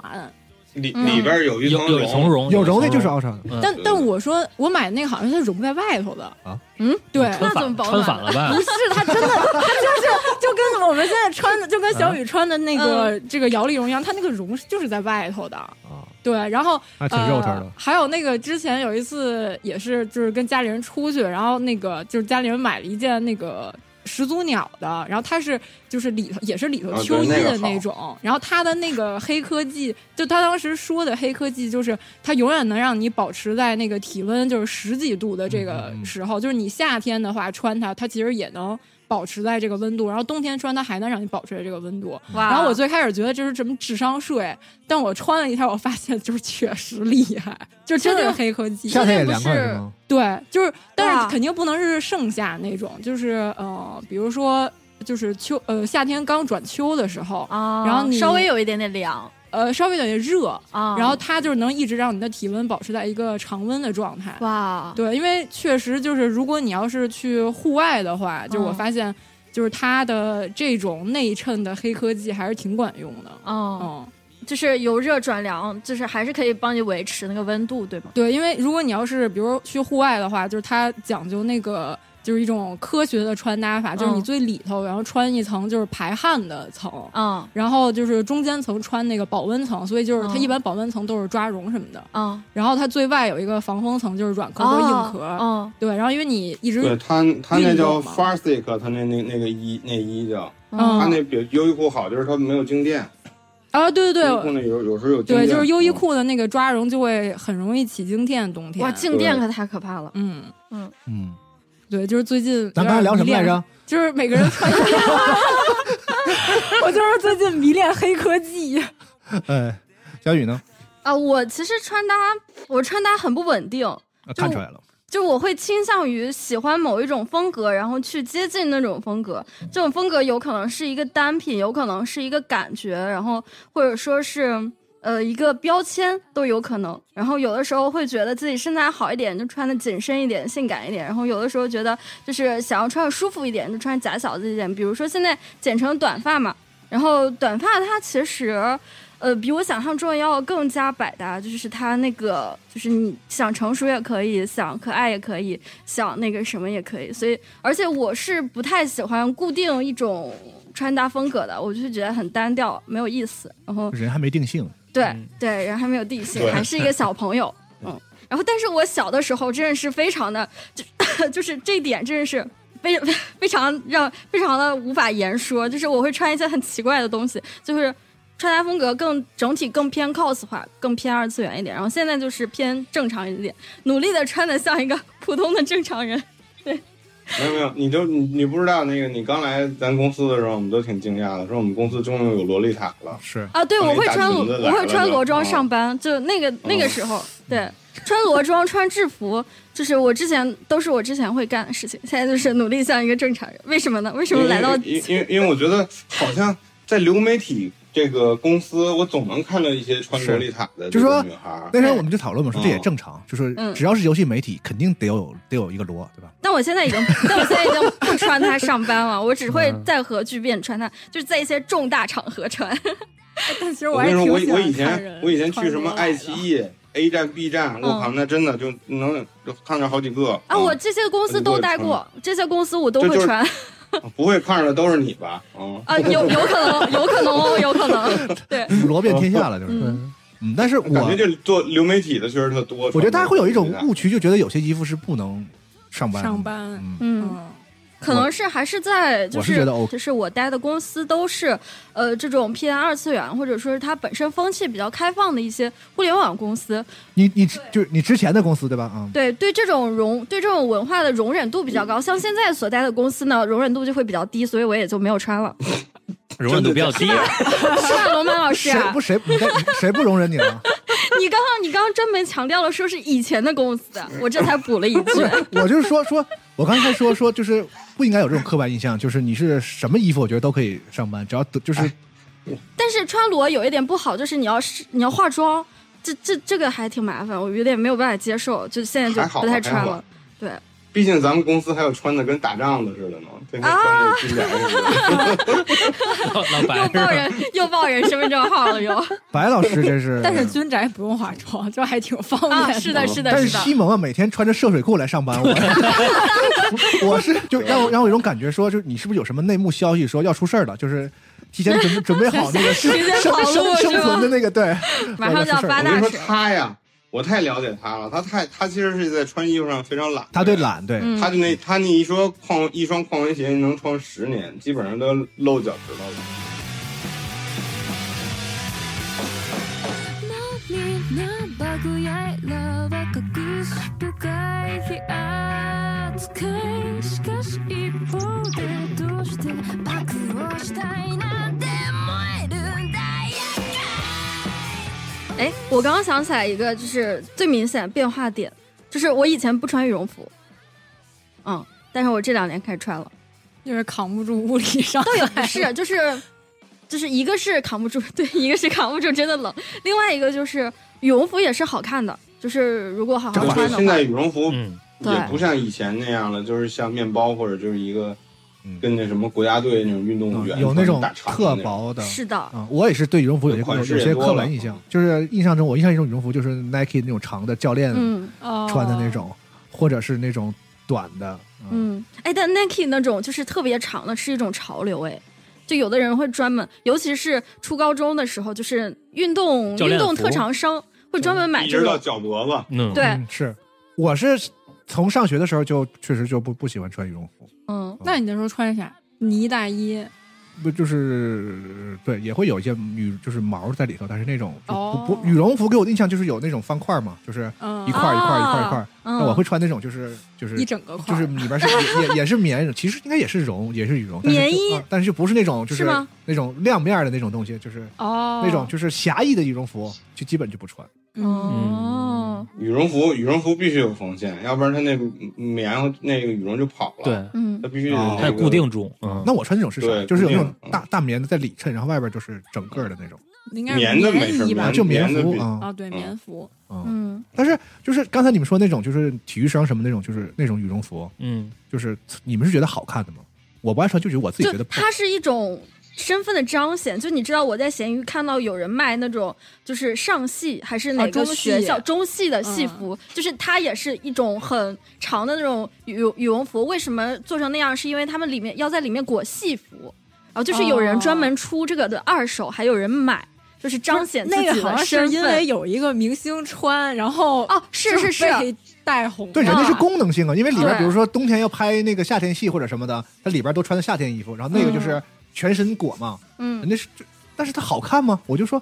S7: 里
S8: 嗯
S7: 里边有一层
S6: 有有从容，
S4: 有绒
S6: 的
S4: 那就是 ultra 的，
S8: 但但我说我买那个好像是融在外头的
S4: 啊，
S8: 嗯，对，
S5: 那
S6: 穿
S5: 怎么
S6: 反
S5: 保
S6: 穿
S5: 暖
S6: 反
S5: 呢
S6: 了吧
S8: 不？是，它真的，它就是就跟我们现在穿的，就跟小雨穿的那个、这个摇粒绒一样，它那个绒就是在外头的。对，然后
S4: 还挺肉疼
S8: 呃
S4: 的，。
S8: 还有那个之前有一次也是，就是跟家里人出去，然后那个就是家里人买了一件那个始祖鸟的，然后它是就是里头也是里头
S7: 啊对
S8: 秋衣
S7: 那个
S8: 的
S7: 好
S8: 那种，然后它的那个黑科技，就他当时说的黑科技，就是它永远能让你保持在那个体温就是十几度的这个
S4: 嗯嗯嗯
S8: 时候，就是你夏天的话穿它，它其实也能。保持在这个温度，然后冬天穿它还能让你保持在这个温度。
S5: 哇！
S8: 然后我最开始觉得这是什么智商税，但我穿了一下，我发现就是确实厉害，就真的是黑科技。
S4: 夏天也
S5: 不
S4: 凉快
S5: 是
S4: 是吗？
S8: 对，就是，但
S5: 哇
S8: 是肯定不能是盛夏那种，就是呃，比如说就是秋呃夏天刚转秋的时候，
S5: 啊，
S8: 然后你
S5: 稍微有一点点凉
S8: 呃稍微有点热，
S5: 啊，
S8: 然后它就是能一直让你的体温保持在一个常温的状态。
S5: 哇，
S8: 对，因为确实就是，如果你要是去户外的话，就是我
S5: 嗯
S8: 发现，就是它的这种内衬的黑科技还是挺管用的。
S5: 哦，
S8: 嗯，
S5: 就是由热转凉，就是还是可以帮你维持那个温度，对吗？
S8: 对，因为如果你要是比如去户外的话，就是它讲究那个就是一种科学的穿搭法，就是你
S5: 嗯
S8: 最里头，然后穿一层就是排汗的层。
S4: 哦
S5: 嗯
S8: 然后就是中间层穿那个保温层，所以就是它
S4: 哦
S5: 嗯
S8: 一般保温层都是抓绒什么的，
S5: 嗯，
S8: 然后它最外有一个防风层，就是软壳和硬壳。
S5: 哦
S8: 对，然后因为你一直
S7: 对他他那叫
S8: 运动嘛
S7: farsic，他那那那个衣那衣叫，
S8: 嗯
S7: 他那比优衣库好就是他没有静电，
S8: 啊，对对
S7: 优衣库
S8: 对，
S7: 那嗯有有时候有静
S8: 对，
S7: 电，
S8: 就是优衣库的那个抓绒就会很容易起静电，冬
S5: 嗯
S8: 天。
S5: 哇，静电可太可怕了。
S8: 嗯，
S4: 嗯，
S8: 对，就是最近
S4: 咱刚才聊什么来
S8: 有点迷恋
S4: 着？
S8: 就是每个人穿一样。我就是最近迷恋黑科技，
S4: 哎，小雨呢？
S5: 啊，我其实穿搭，我穿搭很不稳定，
S4: 啊看出来了，
S5: 就我会倾向于喜欢某一种风格，然后去接近那种风格。这种风格有可能是一个单品，有可能是一个感觉，然后或者说是呃一个标签都有可能。然后有的时候会觉得自己身材好一点，就穿的紧身一点、性感一点；然后有的时候觉得就是想要穿的舒服一点，就穿假小子一点。比如说现在剪成短发嘛，然后短发它其实。呃，比我想象中要更加百搭，就是它那个，就是你想成熟也可以，想可爱也可以，想那个什么也可以。所以，而且我是不太喜欢固定一种穿搭风格的，我就觉得很单调，没有意思。然后，
S4: 人还没定性，
S5: 对、
S6: 嗯
S5: 对，人还没有定性
S7: 对，
S5: 还是一个小朋友，嗯。然后，但是我小的时候真的是非常的，就 就是这一点真的是非 非非常让非常的无法言说，就是我会穿一些很奇怪的东西，就是。穿搭风格更整体更偏 cos 化，更偏二次元一点，然后现在就是偏正常一点，努力的穿的像一个普通的正常人。
S7: 没有没有，你就你你不知道那个，你刚来咱公司的时候，我们都挺惊讶的，说我们公司终于有洛丽塔了。
S4: 是
S5: 啊，对，我会
S7: 大
S5: 穿
S7: 裙子
S5: 我
S7: 来
S5: 会
S7: 了
S5: 穿
S7: 就
S5: 裸装
S7: 哦
S5: 上班，就那个那个时候，对，穿裸装穿制服，就是我之前都是我之前会干的事情，现在就是努力像一个正常人。为什么呢？为什么来到
S7: 因为因为因为我觉得好像在流媒体这个公司，我总能看到一些穿洛丽塔的
S4: 就
S7: 这
S4: 是说
S7: 种女孩儿。
S4: 那时候我们就讨论嘛，说
S7: 嗯
S4: 这也正常，就是
S5: 嗯
S4: 只要是游戏媒体，肯定得有得有一个罗， 对吧？
S5: 但我现在已经，但我现在已经不穿它上班了，我只会在和聚变穿它，就是在一些重大场合穿。啊
S8: 但其实
S7: 我
S8: 还
S7: 跟你说，我
S8: 挺喜
S7: 我
S8: 欢
S7: 以
S8: 看
S7: 前
S8: 人
S7: 我以前去
S8: 穿
S7: 什么
S8: 那个
S7: 爱
S8: 的
S7: 奇艺、A 站、B 站露旁，那真的就能就看着好几个
S5: 啊，我这些公司都待过，这些公司我都
S7: 这
S5: 会
S7: 就是
S5: 穿。
S7: 嗯不会看着的都是你吧？嗯，
S5: 啊，有有可能，有可能哦，有可能，对，
S4: 罗遍天下了，就是。
S5: 嗯
S4: 嗯，但是
S7: 感
S4: 我
S7: 觉这做流媒体的确实特多。
S4: 我觉得大家会有一种
S7: 穿
S4: 误区，就觉得有些衣服是不能上班的
S8: 上班，
S4: 嗯，
S5: 嗯。
S8: 嗯，
S5: 可能是还是在就
S4: 我是觉得 OK
S5: 就是我待的公司都是呃这种偏二次元或者说是它本身风气比较开放的一些互联网公司，
S4: 你你就是你之前的公司对吧？啊，
S5: 对对这种容对这种文化的容忍度比较高。像现在所待的公司呢，容忍度就会比较低，所以我也就没有穿了。
S6: 容忍度比较低，啊
S5: 是吧，龙马老师
S4: 谁
S5: 啊
S4: 不？谁你该谁不容忍你啊了？
S5: 你刚刚你刚刚专门强调了说是以前的公司，我这才补了一 句。
S4: 我就是说说，我刚才说说就是不应该有这种刻板印象，就是你是什么衣服，我觉得都可以上班，只要就是
S5: 但是穿裸有一点不好，就是你要是你要化妆，这这这个还挺麻烦，我有点没有办法接受，就现在
S7: 还
S5: 就
S7: 好
S5: 不
S7: 吧
S5: 太
S7: 还
S5: 穿
S7: 好
S5: 了。对，
S7: B 毕竟咱们公司还有穿的跟打仗的似的呢，
S5: 啊
S7: 天天穿那军装似的。
S6: 老 老白
S5: 又
S6: 是吧
S5: 报人又报人身份证号了又
S4: 白老师真是，
S8: 但是军宅不用化妆，就还挺方便
S5: 啊！是的，是的，
S4: 但是
S5: 的。
S4: 西蒙啊，每天穿着涉水裤来上班，我我 是就让我让我有一种感觉说，就是你是不是有什么内幕消息说要出事儿了，就是提前准备准备好那个生
S5: 提前
S4: 生
S5: 跑路
S4: 生
S5: 是
S4: 生
S5: 吗
S4: 存的那个对，
S5: 马上就要发
S7: 我跟
S5: 大
S7: 你说
S5: 水，
S7: 他呀，我太了解他了，他太他其实是在穿衣服上非常懒。
S4: 他对，懒对，
S5: 嗯
S7: 他就那他那一双匡一双匡威鞋能穿十年，基本上都露脚趾头了。
S9: しかし一方でどうしてパクをしたいなんて燃えるんだよ
S5: 哎，我刚刚想起来一个，就是最明显的变化点，就是我以前不穿羽绒服，嗯，但是我这两年开始穿了。
S8: 就是扛不住物理上
S5: 倒也不是，就是就是一个是扛不住， 对，一个是扛不住，真的冷。另外一个就是羽绒服也是好看的，就是如果好好
S4: 长
S7: 就是
S5: 穿的
S7: 现在
S5: 话，
S7: 羽绒服
S6: 嗯，
S7: 也
S5: 对
S7: 不像以前那样了，就是像面包或者就是一个
S4: 嗯
S7: 跟那什么国家队那种运动员
S4: 有那种
S7: 大长
S4: 特
S7: 的那种
S4: 薄的。
S5: 是的，
S4: 啊、我也是对羽绒服有些
S7: 款式
S4: 有
S7: 也
S4: 些
S7: 多
S4: 刻
S7: 了
S4: 板印象，就是印象中我印象中羽绒服就是 Nike 那种长的教练
S5: 嗯
S8: 哦
S4: 穿的那。种，或者是那种短的，嗯，
S5: 嗯。哎，但 Nike 那种就是特别长的，是一种潮流哎。就有的人会专门，尤其是初高中的时候，就是运动
S6: 教
S5: 运
S6: 练
S5: 动
S6: 服
S5: 特长生会专门买
S7: 一
S5: 这
S7: 直到
S5: 种，
S7: 脚脖子。
S6: 嗯，
S5: 对，
S4: 嗯是，我是从上学的时候就确实就不不喜欢穿羽绒服，
S5: 嗯，
S8: 那你那时候穿啥？呢大衣
S4: 不就是对，也会有一些羽就是毛在里头，但是那种就不、
S8: 哦
S4: 不羽绒服给我的印象就是有那种方块嘛，就是
S8: 嗯
S4: 一块儿一块儿一块儿一块儿。
S5: 嗯
S4: 那我会穿那种就是就是
S8: 一整个块
S4: 就
S8: 儿
S4: 是里边是也也也是棉，其实应该也是绒，也是羽绒，但是
S5: 棉
S4: 就
S5: 衣
S4: 啊但是就不是那种就是
S5: 吗
S4: 那种亮面的那种东西，就是
S8: 哦
S4: 那种就是狭义的羽绒服，就基本就不穿。
S5: 嗯
S6: 嗯
S5: 哦，
S7: 羽绒服，羽绒服必须有缝线，要不然它那棉和那个羽绒就跑了。，
S6: 对，
S5: 嗯
S7: 它必须得
S4: 哦
S6: 它也
S7: 那个
S6: 固定住，嗯，
S4: 那我穿那种是啥？
S7: 对
S4: 就是有那种
S7: 固定
S4: 大大棉的在里衬，然后外边就是整个的那种，
S8: 应该是
S7: 棉的没事，
S8: 衣吧
S4: 啊？就
S7: 棉
S4: 棉
S7: 的
S4: 服
S7: 比
S4: 啊。
S8: 哦，对，棉服。
S4: 嗯，
S5: 嗯，
S4: 但是就是刚才你们说那种就是体育生什么那种就是那种羽绒服，
S6: 嗯，
S4: 就是你们是觉得好看的吗？我不爱穿，就觉得我自己
S5: 就
S4: 觉得不好
S5: 它是一种身份的彰显。就你知道我在闲鱼看到有人卖那种就是上戏还是哪
S8: 啊
S5: 个
S8: 中戏嗯
S5: 学校、中戏的戏服，就是它也是一种很长的那种羽羽绒服。为什么做成那样？是因为他们里面要在里面裹戏服，然后就是有人专门出这个的二手，还有人买，就是彰显自
S8: 那
S5: 己
S8: 个
S5: 的
S8: 好像
S5: 身
S8: 是
S5: 份。
S8: 因为有一个明星穿，然后
S5: 哦，是是是，
S8: 就被带红了。
S4: 对，人家是功能性啊，因为里边
S5: 对
S4: 比如说冬天要拍那个夏天戏或者什么的，它里边都穿的夏天衣服，然后那个就是全身裹嘛，
S5: 嗯
S4: 人，家是，就但是它好看吗？我就说，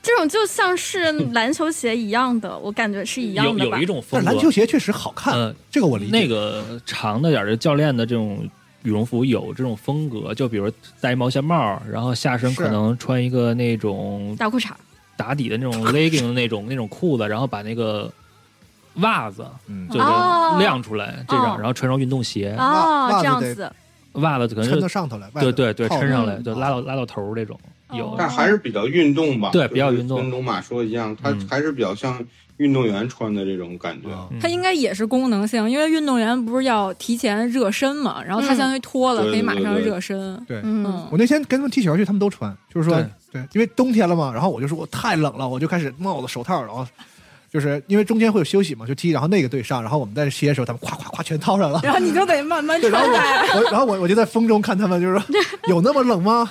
S5: 这种就像是篮球鞋一样的，我感觉是一样
S6: 有
S5: 的吧
S6: 有一。种
S4: 但
S6: 风格
S4: 篮，球鞋确实好看，
S6: 嗯，
S4: 这个我理解。
S6: 那个长的点儿的教练的这种羽绒服有这种风格，就比如戴一毛线帽，然后下身
S4: 是
S6: 可能穿一个那种
S5: 大裤衩，
S6: 打底的那 种 legging 的那种那种裤子，然后把那个袜子
S4: 嗯
S6: 就
S5: 对
S6: 给
S5: 哦
S6: 晾出来，这
S5: 哦
S6: 样，然后穿双运动
S4: 哎
S6: 鞋，
S5: 哦
S4: 袜，袜
S5: 这样
S4: 子得
S5: 子，
S6: 袜子可能
S4: 抻到
S6: 是
S4: 上头来，外头
S6: 对嗯对对
S4: 套
S6: 抻上来，
S4: 嗯
S6: 就拉到拉到头儿这种有
S8: 哦
S7: 但还是比较运动吧，
S6: 对
S7: 就是
S6: 比较运动
S7: 跟龙马说一样，它
S6: 嗯
S7: 还是比较像运动员穿的这种感觉。
S4: 啊
S6: 嗯
S8: 它应该也是功能性，因为运动员不是要提前热身嘛，然后它
S5: 嗯
S8: 相当于脱了，
S7: 对
S8: 可以马
S7: 对对
S8: 上
S7: 对
S8: 热身。
S4: 对。
S5: 嗯
S8: 嗯，
S4: 我那天跟他们踢球去，他们都穿，就是说
S6: 对，
S4: 对，因为冬天了嘛，然后我就说我太冷了，我就开始帽子、手套，然后就是因为中间会有休息嘛，就踢，然后那个队上，然后我们在歇的时候，他们咵咵咵全套上了，
S8: 然后你就得慢慢
S4: 对，然后
S8: 穿戴。
S4: 我，我然后我我就在风中看他们，就是说有那么冷吗？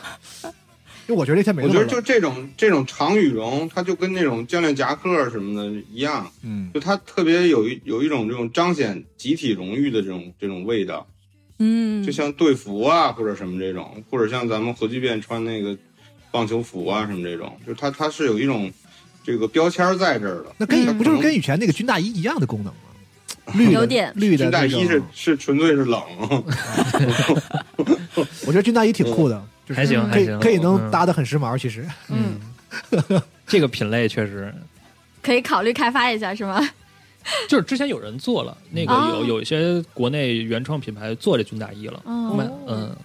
S4: 因为我觉得那天没
S7: 我
S4: 那
S7: 觉
S4: 么
S7: 得
S4: 冷。
S7: 就这种这种长羽绒，它就跟那种教练夹克什么的一样，
S4: 嗯，
S7: 就它特别有一有一种这种彰显集体荣誉的这种这种味道，
S8: 嗯，
S7: 就像队服啊或者什么这种，或者像咱们核聚变穿那个棒球服啊什么这种，就它它是有一种这个标签在这儿的。
S4: 那跟以
S7: 嗯
S4: 不就是跟以前那个军大衣一样的功能吗？绿的
S5: 有点
S4: 绿的
S7: 军大
S4: 那
S7: 衣是
S4: 种，
S7: 是纯粹是冷，
S4: 我觉得军大衣挺酷的，就是
S6: 还行
S4: 可
S6: 还
S4: 以
S6: 行，
S4: 可以能
S6: 嗯
S4: 搭的很时髦。其实
S5: 嗯，
S6: 这个品类确实
S5: 可以考虑开发一下，是吗？
S6: 就是之前有人做了，那个
S5: 哦
S6: 有有一些国内原创品牌做这军大衣了，
S5: 哦
S6: 卖嗯，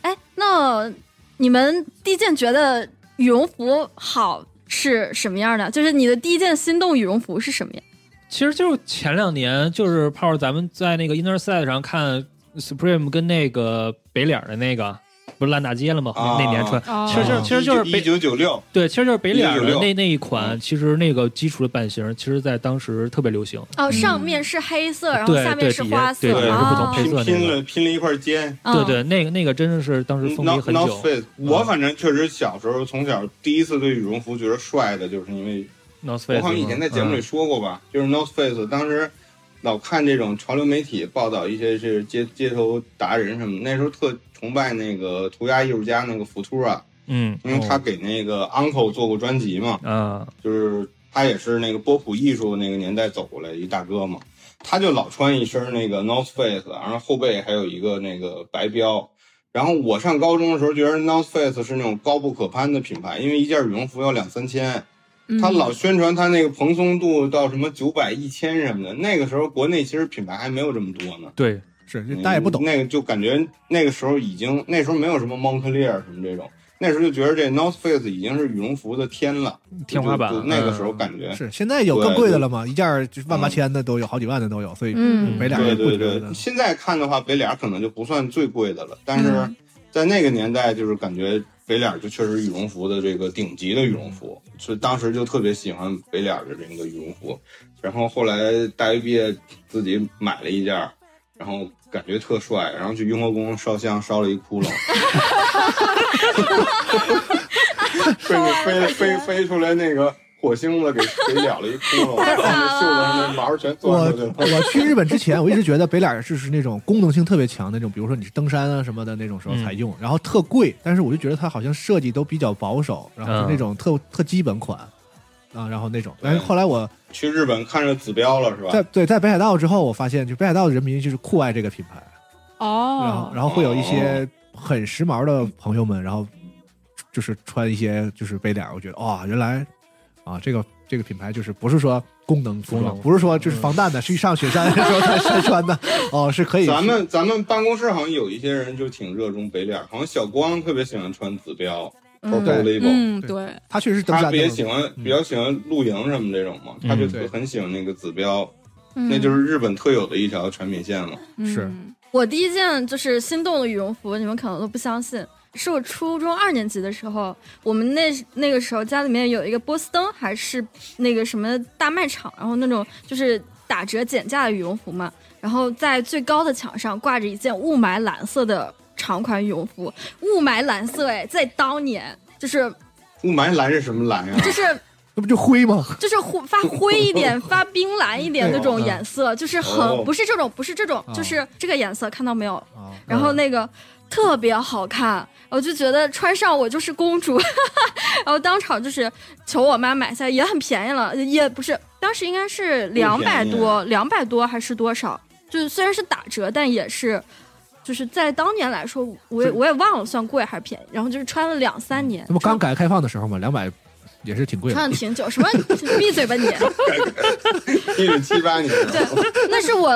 S5: 哎，那你们第一件觉得羽绒服好是什么样的？就是你的第一件心动羽绒服是什么呀？
S6: 其实就是前两年，就是泡儿咱们在那个 Inner Side 上看 Supreme 跟那个北脸儿的那个，不是烂大街了吗？
S7: 啊
S6: 那年穿，
S8: 哦
S6: 其实就是其实就是
S7: 一
S6: 北
S7: 九九六，
S6: 对，其实就是北脸儿的
S7: 1996
S6: 那那一
S7: 嗯
S6: 款，其实那个基础的版型，其实在当时特别流行。
S5: 哦，上面是黑色，然后
S6: 对
S5: 下面
S6: 嗯对
S5: 是
S6: 底
S5: 花
S6: 下
S5: 色，
S6: 对
S7: 对
S6: 是不同
S5: 哦
S6: 配色那个
S7: 拼拼了拼了一块肩。
S5: 嗯
S7: 嗯
S6: 对，对，那个那个真的是当时风靡
S7: North
S6: 很
S7: North
S6: 久。嗯
S7: Face，我反正确实小时候从小第一次对羽绒服觉得帅的，就是因为
S6: North
S7: 我
S6: Face，
S7: 好像以前在节
S6: 嗯
S7: 目里说过吧，就是 North Face，当时老看这种潮流媒体报道一些是街街头达人什么，那时候特崇拜那个涂鸦艺术家那个福图啊，
S6: 嗯，
S7: 因为他
S6: 哦
S7: 给那个 Uncle 做过专辑嘛，
S6: 啊，
S7: 就是他也是那个波普艺术那个年代走过来一大哥嘛，他就老穿一身那个 North Face，然后后背还有一个那个白标。然后我上高中的时候觉得 North Face 是那种高不可攀的品牌，因为一件羽绒服要两三千，他老宣传他那个蓬松度到什么九百、一千什么的。那个时候国内其实品牌还没有这么多呢，
S6: 对，
S4: 是大家也不懂，
S7: 嗯那个就感觉那个时候已经那时候没有什么 Moncler 什么这种，那时候就觉得这 North Face 已经是羽绒服的天了，
S6: 天花板嗯
S7: 就就那个时候感觉
S4: 是现在有更贵的了嘛，一件儿就是万八千的都有，好几万的都有，所以
S5: 嗯
S4: 北脸
S7: 对
S4: 也不
S7: 对
S4: 值得
S7: 对，
S4: 的。
S7: 现在看的话，北脸儿可能就不算最贵的了，但
S4: 嗯
S7: 是在那个年代，就是感觉北脸儿就确实羽绒服的这个顶级的羽绒服，所以当时就特别喜欢北脸儿的这个羽绒服。然后后来大学毕业自己买了一件儿，然后感觉特帅，然后去雍和宫烧香烧了一 窟窿，飞飞飞飞出来那个。火星子给给燎了一窟窿，
S5: 太
S7: 然后
S5: 惨
S7: 那袖子上
S5: 了
S7: 那毛儿全
S4: 我
S7: 钻出去了。
S4: 我去日本之前，我一直觉得北脸就是那种功能性特别强的那种，比如说你是登山啊什么的那种时候才用，然后特贵，但是我就觉得它好像设计都比较保守，然后就那种特、特基本款啊，然后那种。但是后来我
S7: 去日本看着指标了是吧？
S4: 在对在北海道之后，我发现就北海道的人民就是酷爱这个品牌，然后
S8: 哦，
S4: 然后会有一些很时髦的朋友们，然后就是穿一些就是北脸，我觉得哇、原来啊这个这个品牌就是不是说功能服
S6: 功
S4: 装
S6: 能
S4: 不是说就是防弹的，是去上雪山的 时候才才穿的，哦是可以。
S7: 咱们咱们办公室好像有一些人就挺热衷北脸，好像小光特别喜欢穿紫标
S5: 嗯
S7: p o r t o
S4: 对
S7: l a b e
S8: 嗯，对，
S4: 他确实是登
S7: 他
S4: 山
S7: 不
S4: 的
S7: 也
S4: 嘛
S7: 喜欢
S4: 嗯
S7: 比较喜欢露营什么这种嘛，
S6: 嗯
S7: 他就
S4: 对
S7: 很喜欢那个紫标，
S8: 嗯
S7: 那就是日本特有的一条产品线嘛。
S4: 是
S8: 嗯
S5: 我第一件就是心动的羽绒服，你们可能都不相信，是我初中二年级的时候，我们那那个时候家里面有一个波司登还是那个什么大卖场，然后那种就是打折减价的羽绒服嘛，然后在最高的墙上挂着一件雾霾蓝色的长款羽绒服，雾霾蓝色哎，在当年就是
S7: 雾霾蓝是什么啊 蓝呀？
S5: 就是
S4: 那不就灰吗？
S5: 就是灰发灰一点、发冰蓝一点那种颜色，就是
S7: 哦
S5: 很不是这种，不是这种，就是这个颜色，看到没有？
S4: 啊，
S5: 然
S7: 嗯
S5: 后那个特别好看，我就觉得穿上我就是公主， 然后当场就是求我妈买下来，也很便宜了，也不是当时应该是两
S7: 不
S5: 百
S7: 便宜啊
S5: 多，两百多还是多少？就是虽然是打折，但也是。就是在当年来说，我也我也忘了算贵还是便宜，然后就是穿了两三
S7: 嗯
S5: 年，
S4: 那不刚改革开放的时候嘛，两百也是挺贵的
S5: 穿。的挺久。什么？闭嘴吧 你！
S7: 一九七八年，
S5: 那是我，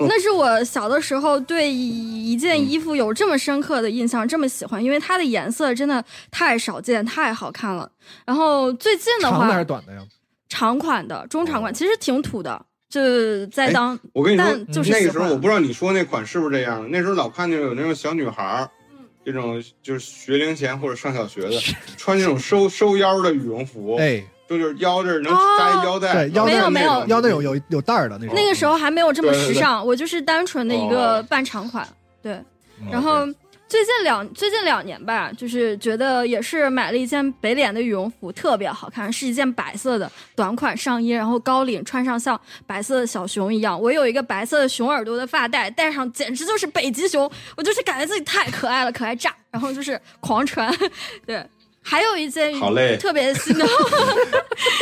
S5: 那是我小的时候对一一
S7: 嗯
S5: 件衣服有这么深刻的印象，这么喜欢，因为它的颜色真的太少见，太好看了。然后最近的
S4: 长的还
S5: 话
S4: 是，短的呀？
S5: 长款的、中长
S7: 哦
S5: 款其实挺土的，就
S7: 哎
S5: 在当
S7: 我跟你说
S5: 但，就是
S7: 那
S5: 喜
S7: 个时候
S5: 欢
S7: 我不知道你说那款是不是这样的。那时候老看见有那种小女孩儿，
S5: 嗯
S7: 这种就是学龄前或者上小学的，穿这种收收腰的羽绒服，
S4: 哎，
S7: 就是腰这儿能扎一腰带，
S4: 对，腰带
S5: 哦没有没有
S4: 腰带有有有带儿的那种。
S5: 那个时候还没有这么
S7: 对对
S5: 时
S7: 对
S5: 尚，我就是单纯的一个
S7: 哦
S5: 半长款，对。
S7: 嗯
S5: 然后最近两最近两年吧，就是觉得也是买了一件北脸的羽绒服，特别好看，是一件白色的短款上衣，然后高领，穿上像白色的小熊一样。我有一个白色的熊耳朵的发带，戴上简直就是北极熊，我就是感觉自己太可爱了，可爱炸，然后就是狂穿， 对。还有一件
S7: 好嘞
S5: 特别新 的，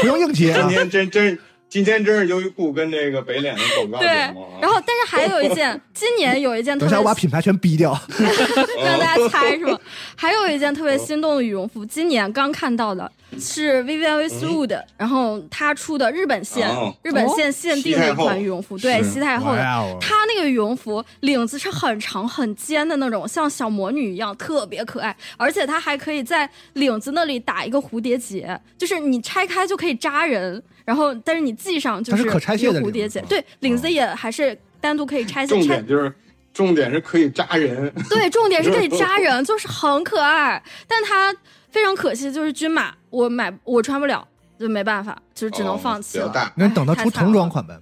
S4: 不用硬贴
S7: 今
S4: 啊，
S7: 天真真，今天真是优衣库跟这个北脸的广告
S5: 对，
S7: 节
S5: 然
S7: 目啊。
S5: 后但是还有一件，今年有一件特
S4: 等一
S5: 别
S4: 下我把品牌全逼
S5: 哎
S4: 掉。
S7: 哦
S5: 让大家猜是吗？还有一件特别心动的羽绒服，今年刚看到的，是 Vivian Westwood，、然后她出的日本线，
S7: 嗯哦
S5: 日本线限定的一款羽绒服，对，
S7: 是
S5: 西太后的。
S4: 哇哦
S5: 她那个羽绒服领子是很长很尖的那种，像小魔女一样，特别可爱。而且它还可以在领子那里打一个蝴蝶结，就是你拆开就可以扎人，然后但是你系上就
S4: 它是可拆卸的
S5: 一个蝴蝶结
S4: 领。子哦
S5: 对，领子也还是单独可以拆卸，
S7: 重
S5: 拆
S7: 点就是重点是可以扎人，
S5: 对，重点是可以扎人，就是很可爱。但它非常可惜，就是均码，我买我穿不了，就没办法，就只能放弃
S7: 哦
S5: 了。哎
S7: 比较大。
S4: 那你等它
S5: 太
S4: 出
S5: 惨
S4: 童装
S5: 了
S4: 款呗。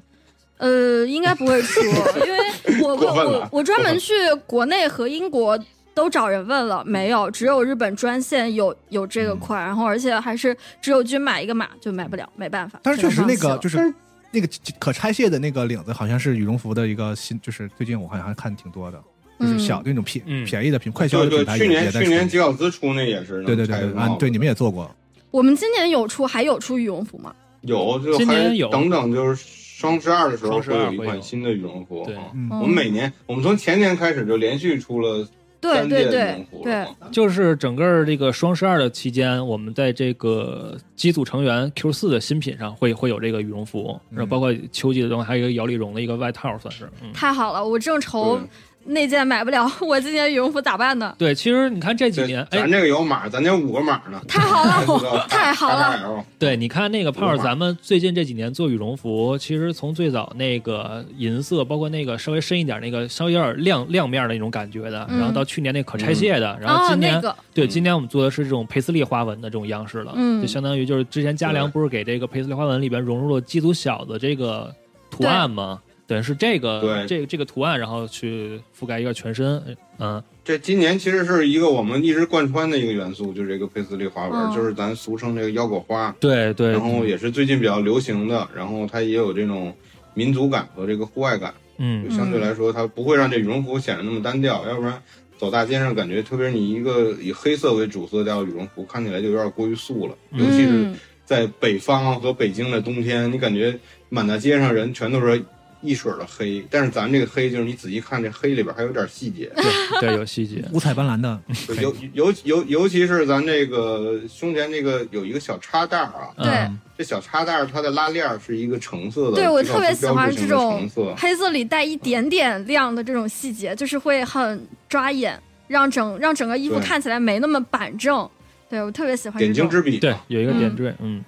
S5: 呃，应该不会 出，因为我我
S7: 过分了
S5: 我我专门去国内和英国。都找人问了，没有，只有日本专线有有这个
S7: 嗯
S5: 款，然后而且还是只有均买一个码就买不了，没办法。
S4: 但是确实那个就是是那个可拆卸的那个领子，好像是羽绒服的一个新，就是最近我好像还看挺多的，就是小那种便
S1: 嗯
S4: 便宜的品快销
S7: 对
S4: 的品
S7: 对，
S4: 牌
S7: 去
S4: 也也
S7: 年
S4: 在
S7: 去年吉
S4: 出。
S7: 奥兹出那也是能
S4: 对对对
S7: 拆
S4: 对
S7: 的
S4: 啊
S7: 帽，子
S4: 对你们也做过，
S5: 我们今年有出，还有出羽绒服吗？
S7: 有就
S6: 今
S7: 还
S6: 年有
S7: 等等就是双十二的时候
S6: 双十
S7: 会
S6: 二
S7: 一
S6: 会
S7: 款
S6: 有
S7: 新的羽绒服。
S6: 对
S7: 啊
S4: 嗯
S5: 嗯
S7: 我们每年我们从前年开始就连续出了
S5: 对
S7: 三
S5: 对
S7: 件羽
S5: 对
S7: 绒服
S5: 对
S7: 了，啊。
S6: 就是整个儿这个双十二的期间，我们在这个机组成员 Q 四的新品上会会有这个羽绒服，然后包括秋季的东西，还有一个摇粒绒的一个外套，算是。嗯，
S5: 太好了，我正愁
S7: 对
S5: 那件买不了， 我今年羽绒服咋办呢？
S6: 对，其实你看这几
S7: 这
S6: 年，哎
S7: 咱，这个有码，咱这五个码呢。
S5: 太好 了，太好了，
S7: 了！
S6: 对，你看那个胖儿，
S7: 我买
S6: 咱们最近这几年做羽绒服，其实从最早那个银色，包括那个稍微深一点那个稍微有点亮亮面儿的那种感觉的，
S5: 嗯
S6: 然后到去年那可拆卸的，然后
S5: 哦，
S6: 今年、
S5: 那个，
S6: 对，
S7: 嗯
S6: 今年我们做的是这种佩斯利花纹的这种样式了，
S5: 嗯
S6: 就相当于就是之前嘉良不是给这个佩斯利花纹里边融入了机组小的这个图案吗？对，是这个
S7: 对
S6: 这个这个图案，然后去覆盖一个全身，嗯，
S7: 这今年其实是一个我们一直贯穿的一个元素，就是这个佩斯利花纹，
S5: 嗯
S7: 就是咱俗称这个腰果花，
S6: 对对，嗯
S7: 然后也是最近比较流行的，然后它也有这种民族感和这个户外感，就
S6: 嗯，
S7: 相对来说它不会让这羽绒服显得那么单调，要不然走大街上感觉，特别是你一个以黑色为主色调的羽绒服，看起来就有点过于素了，尤其是
S5: 嗯，
S7: 在北方和北京的冬天，你感觉满大街上人全都是一水儿的黑，但是咱这个黑就是你仔细看这黑里边还有点细节，
S6: 对对，有细节，
S4: 五彩斑斓的，
S7: 就尤尤尤尤其是咱这个胸前这个有一个小插袋儿啊，
S5: 对
S6: 嗯
S7: 这小插袋儿它的拉链儿是一个橙色的，
S5: 对我
S7: 比较
S5: 特别喜欢
S7: 标志
S5: 这
S7: 性的
S5: 种
S7: 橙色。
S5: 黑色里带一点点亮的这种细节，就是会很抓眼，让整让整个衣服
S7: 对
S5: 看起来没那么板正。对我特别喜欢这
S7: 点睛
S5: 种，
S7: 之笔，
S6: 对，有一个点
S5: 嗯
S6: 缀，嗯。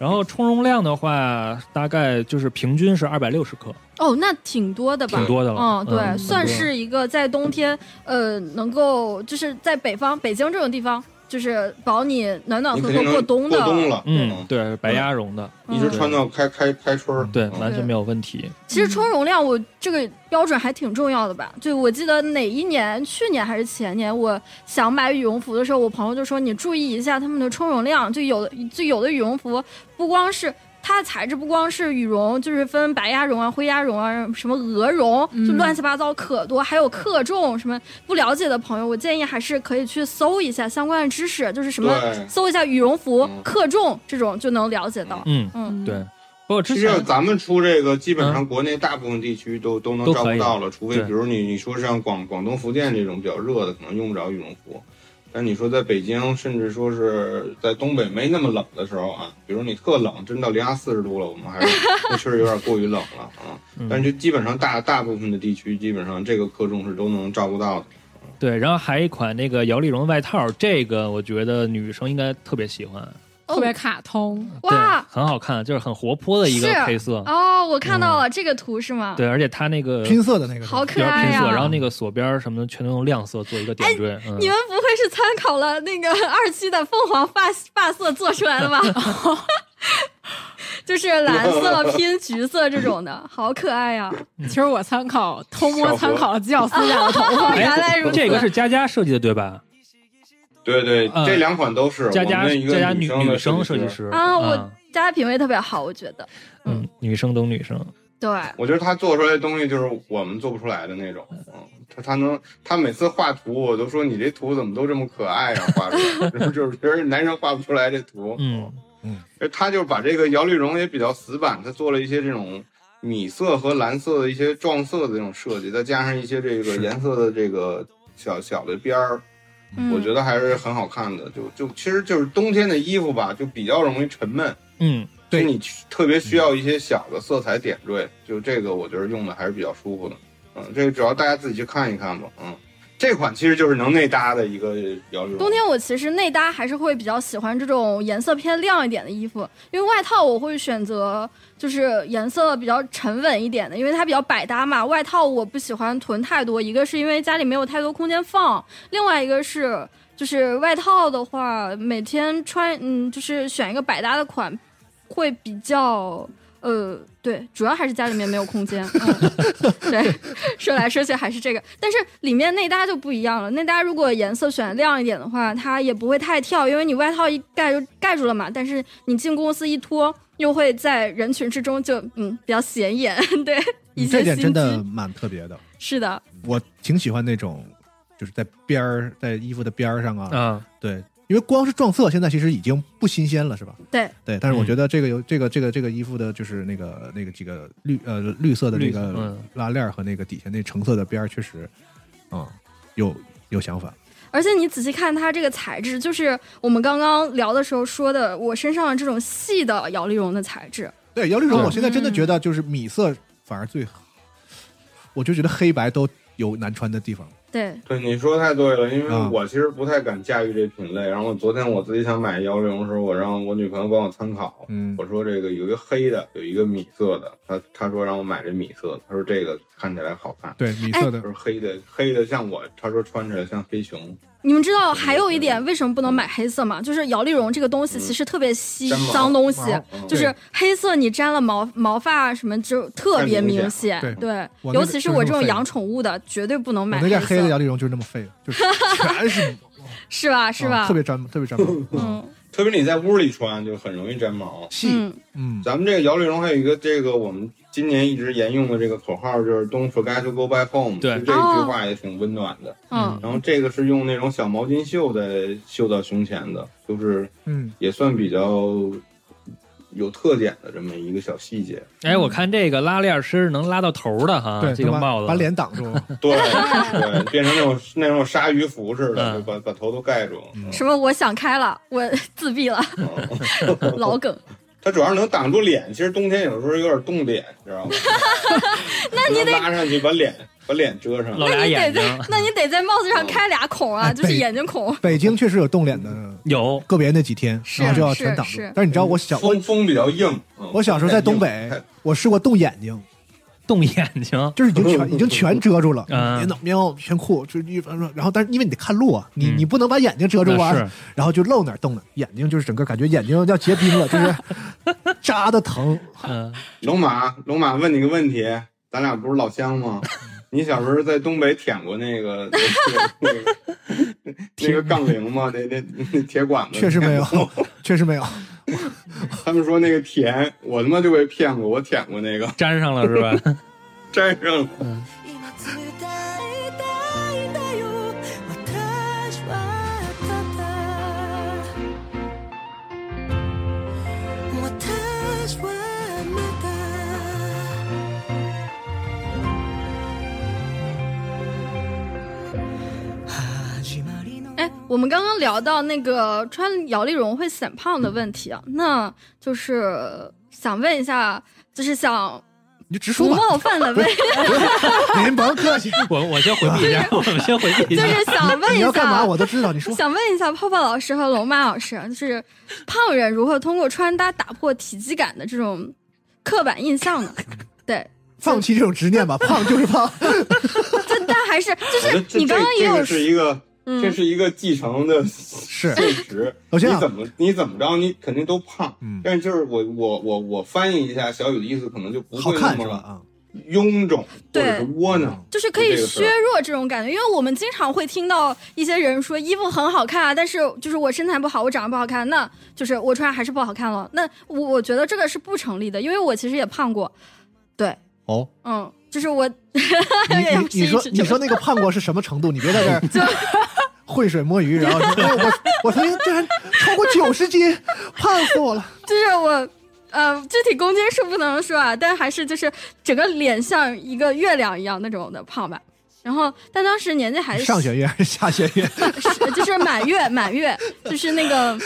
S6: 然后充绒量的话，大概就是平均是二百六十克，
S5: 哦，那挺多的吧？
S6: 挺多的了。
S5: 嗯，对，
S6: 嗯
S5: 算
S6: 挺多的
S5: 是一个在冬天，呃，能够就是在北方、北京这种地方，就是保你暖暖
S7: 你
S5: 和
S7: 肯
S5: 和
S7: 定能
S5: 过
S7: 冬
S5: 冬的。
S7: 了，
S6: 嗯，，对，白鸭绒的，
S5: 嗯
S7: 一直穿到开开开春儿，
S6: 对，
S7: 嗯
S6: 完全没有问题。
S5: 其实充绒量我这个标准还挺重要的吧？就我记得哪一年，去年还是前年，我想买羽绒服的时候，我朋友就说你注意一下它们的充绒量。就有的就有的羽绒服不光是它的材质，不光是羽绒，就是分白鸭绒啊、灰鸭绒啊、什么鹅绒，
S8: 嗯
S5: 就乱七八糟可多，还有克重什么。不了解的朋友，我建议还是可以去搜一下相关的知识，就是什么
S7: 对
S5: 搜一下羽绒服
S7: 嗯
S5: 克重这种就能了解到。
S6: 嗯，
S5: 嗯，
S6: 对。包括之
S7: 其
S6: 前嗯
S7: 实咱们出这个，基本上国内大部分地区都都能
S6: 都
S7: 照
S6: 可以
S7: 顾到了，除非
S6: 对
S7: 比如你你说像广广东、福建这种比较热的，可能用不着羽绒服。但你说在北京，甚至说是在东北没那么冷的时候啊，比如你特冷，真到零下四十度了，我们还 是那确实有点过于冷了啊。
S6: 嗯
S7: 但是就基本上大大部分的地区，基本上这个克重是都能照顾到的。
S6: 对，然后还有一款那个摇粒绒外套，这个我觉得女生应该特别喜欢，
S8: 特别卡通，
S5: 哇
S6: 对，很好看，就是很活泼的一个
S5: 是
S6: 配色，
S5: 哦，我看
S6: 嗯
S5: 到了、这个图是吗？
S6: 对，而且它那个
S4: 拼色的那个嗯是吧。
S5: 好
S6: 比
S5: 可
S6: 较
S5: 爱
S6: 拼
S5: 呀、哎
S6: 色，然后那个锁边儿什么的全都用亮色做一个点缀，嗯
S5: 你们不会是参考了那个 二期的凤凰发发色做出来的吧？ 就是蓝色拼橘色这种 的，好可爱啊呀、
S8: 其实我参考偷摸参考了吉
S5: 哦
S8: 奥斯染的头发，
S6: 哎
S5: 原来如此
S6: 这个是佳佳设计的对吧？
S7: 对对，
S6: 嗯
S7: 这两款都是
S6: 佳佳
S7: 我们一
S6: 佳
S7: 个
S6: 佳女
S7: 生的
S6: 生
S7: 设
S6: 设计
S7: 师。
S6: 师
S5: 啊！我
S6: 嗯
S5: 大家品味特别好，我觉得
S6: 嗯，女生懂女
S7: 哦
S6: 生，
S5: 对。
S7: 我觉得他做出来的东西就是我们做不出来的那种，嗯，他他能，他每次画图我都说你这图怎么都这么可爱呀、画出来就是 就是别人男生画不出来这图，
S6: 嗯，
S7: 而他就是把这个摇粒绒也比较死板，他做了一些这种米色和蓝色的一些撞色的这种设计，再加上一些这个
S6: 是
S7: 颜色的这个小小的边儿，
S5: 嗯
S7: 我觉得还是很好看的。就就其实就是冬天的衣服吧，就比较容易沉闷，
S6: 嗯，
S4: 对
S7: 就你特别需要一些小的色彩点缀，就这个我觉得用的还是比较舒服的。嗯，这个主要大家自己去看一看吧。嗯，这款其实就是能内搭的一个摇绒。
S5: 冬天我其实内搭还是会比较喜欢这种颜色偏亮一点的衣服，因为外套我会选择就是颜色比较沉稳一点的，因为它比较百搭嘛。外套我不喜欢囤太多，一个是因为家里没有太多空间放，另外一个是就是外套的话，每天穿嗯就是选一个百搭的款会比较。呃，对，主要还是家里面没有空间。嗯，对，说来说去还是这个，但是里面内搭就不一样了。内搭如果颜色选亮一点的话，它也不会太跳，因为你外套一盖就盖住了嘛。但是你进公司一脱，又会在人群之中就嗯比较显眼。 对，一些
S4: 这点
S5: 心
S4: 真的
S5: 机
S4: 蛮特别的。
S5: 是的，
S4: 我挺喜欢那种，就是在边儿在衣服的边儿上啊，
S6: 啊，
S4: 对，因为光是撞色现在其实已经不新鲜了，是吧？
S5: 对
S4: 对，
S6: 嗯
S4: 但是我觉得这个有、这个这个这个衣服的就是那个那个几个绿呃绿色的那
S6: 绿色
S4: 个
S6: 嗯
S4: 拉链儿和那个底下那橙色的边儿，确实，嗯，有有想法。
S5: 而且你仔细看它这个材质，就是我们刚刚聊的时候说的，我身上的这种细的摇粒绒的材质。
S4: 对摇粒绒，
S6: 对
S4: 我现在真的觉
S5: 嗯
S4: 得就是米色反而最好，我就觉得黑白都有难穿的地方。
S5: 对，
S7: 对，你说太对了，因为
S4: 啊
S7: 我其实不太敢驾驭这品类。然后我昨天我自己想买摇铃的时候，我让我女朋友帮我参考，
S4: 嗯
S7: 我说这个有一个黑的，有一个米色的，她她说让我买这米色的，她说这个看起来好看。
S4: 对，米
S5: 哎
S4: 色的
S7: 她，说黑的黑的像我，她说穿起来像黑熊，
S5: 你们知道还有一点为什么不能买黑色吗？就是摇粒绒这个东西其实特别吸
S7: 嗯粘毛
S5: 脏东西。
S4: 毛
S7: 嗯
S5: 就是
S4: 对
S5: 黑色，你沾了毛毛发什么就特别明显，
S4: 太明显
S5: 对，
S4: 我那个
S5: 尤其是我这种养宠物的，绝对不能买
S4: 我那件
S5: 黑
S4: 黑
S5: 色，
S4: 的摇粒绒就是那么废，就是全是
S5: 是吧？ 是吧？
S4: 啊特别粘，特别粘毛。嗯，
S5: 嗯
S7: 特别你在屋里穿就很容易粘毛。
S4: 细，
S5: 嗯，
S4: 嗯，
S7: 咱们这个摇铃绒还有一个这个我们今年一直沿用的这个口号就是 “Don't forget to go back home”，
S6: 对
S7: 就这句话也挺温暖的。
S5: 嗯，
S7: 然后这个是用那种小毛巾袖的绣到胸前的，就是
S4: 嗯，
S7: 也算比较有特点的这么一个小细节。
S6: 哎，我看这个拉链是能拉到头的哈，
S4: 对，
S6: 啊这个
S4: 能把
S6: 帽
S4: 把
S6: 子，
S4: 脸挡住，
S7: 对对，变成那种那种鲨鱼服似的，
S6: 嗯
S7: 就把把头都盖住。嗯
S5: 什么？我想开了，我自闭了， 老 梗。
S7: 它主要是能挡住脸，其实冬天有时候有点冻脸，知道吗？ 那你得拉上去把脸把脸遮上
S6: 露。
S5: 那
S6: 俩
S5: 你得
S6: 眼睛
S5: 在，那你得在帽子上开俩孔啊，
S4: 哎
S5: 就是
S4: 对
S5: 眼睛孔。
S4: 北京确实有冻脸的
S6: 有
S4: 个别那几天，
S5: 是
S4: 然后就要全挡
S5: 是
S4: 住
S5: 是。
S4: 但是你知道我小我
S7: 风风比较硬，嗯
S4: 我小时候在东北，我试过冻眼睛，
S6: 动眼睛，
S4: 就是已经全已经全遮住了，
S6: 嗯
S4: 棉袄棉袄全裤，就是一然后但是因为你得看路啊，你
S6: 嗯
S4: 你不能把眼睛遮住
S6: 那
S4: 啊
S6: 是，
S4: 然后就露哪儿冻哪儿，眼睛就是整个感觉眼睛要结冰了，就是扎的疼。
S6: 嗯，
S7: 龙马，龙马问你个问题，咱俩不是老 乡吗？你小时候在东北舔过那个那个那个杠铃吗？那那那铁管子？
S4: 确实没有，确实没有。
S7: 他们说那个舔，我他妈就被骗过，我舔过那个，
S6: 粘上了是吧？
S7: 粘上了。
S9: 今伝えたいんだよ私はただ私はあなた
S2: 始まりの
S5: 哎，我们刚刚聊到那个穿摇粒绒会显胖的问题啊，那就是想问一下，就是想
S4: 你就直
S5: 不
S4: 说吧，
S5: 冒犯的问，
S4: 您甭客气。
S6: 我我先回避一下，我们先回避一
S5: 就
S6: 下，
S5: 是想问 一
S4: 你
S5: 下，
S4: 要干嘛我都知道，你说。
S5: 想问一下泡泡老师和龙马老师，就是胖人如何通过穿搭打破体积感的这种刻板印象 呢？对，
S4: 放弃这种执念吧，胖就是胖。
S5: 但但还 是就
S7: 我觉得
S5: 是
S7: 这
S5: 你刚刚也
S7: 这
S5: 有
S7: 个是一个，
S5: 嗯
S7: 这是一个继承的
S4: 是
S7: 事实。
S4: 首先啊
S7: 你怎么你怎么着，你肯定都胖。
S4: 嗯
S7: 但是就是我我我我翻译一下小雨的意思，可能就不
S4: 好
S7: 会那
S4: 看是吧？
S7: 么
S4: 啊，嗯
S7: 臃肿或
S5: 对
S7: 者是窝囊。
S5: 就是可以削弱这种感觉，因为我们经常会听到一些人说衣服很好看啊，但是就是我身材不好，我长得不好看，那就是我穿还是不好看了。那我我觉得这个是不成立的，因为我其实也胖过，对，
S4: 哦，
S5: 嗯，就是我
S4: 你你你说
S5: 是
S4: 你说那个胖过是什么程度？你别在这儿 浑水摸鱼，然后说、哎、我我曾经竟然超过九十斤，胖死我了。
S5: 就是我，呃，具体公斤数不能说啊，但还是就是整个脸像一个月亮一样那种的胖吧。然后但当时年纪还小
S4: 上弦月还是下弦月？
S5: 是就是满月，满月就是那个，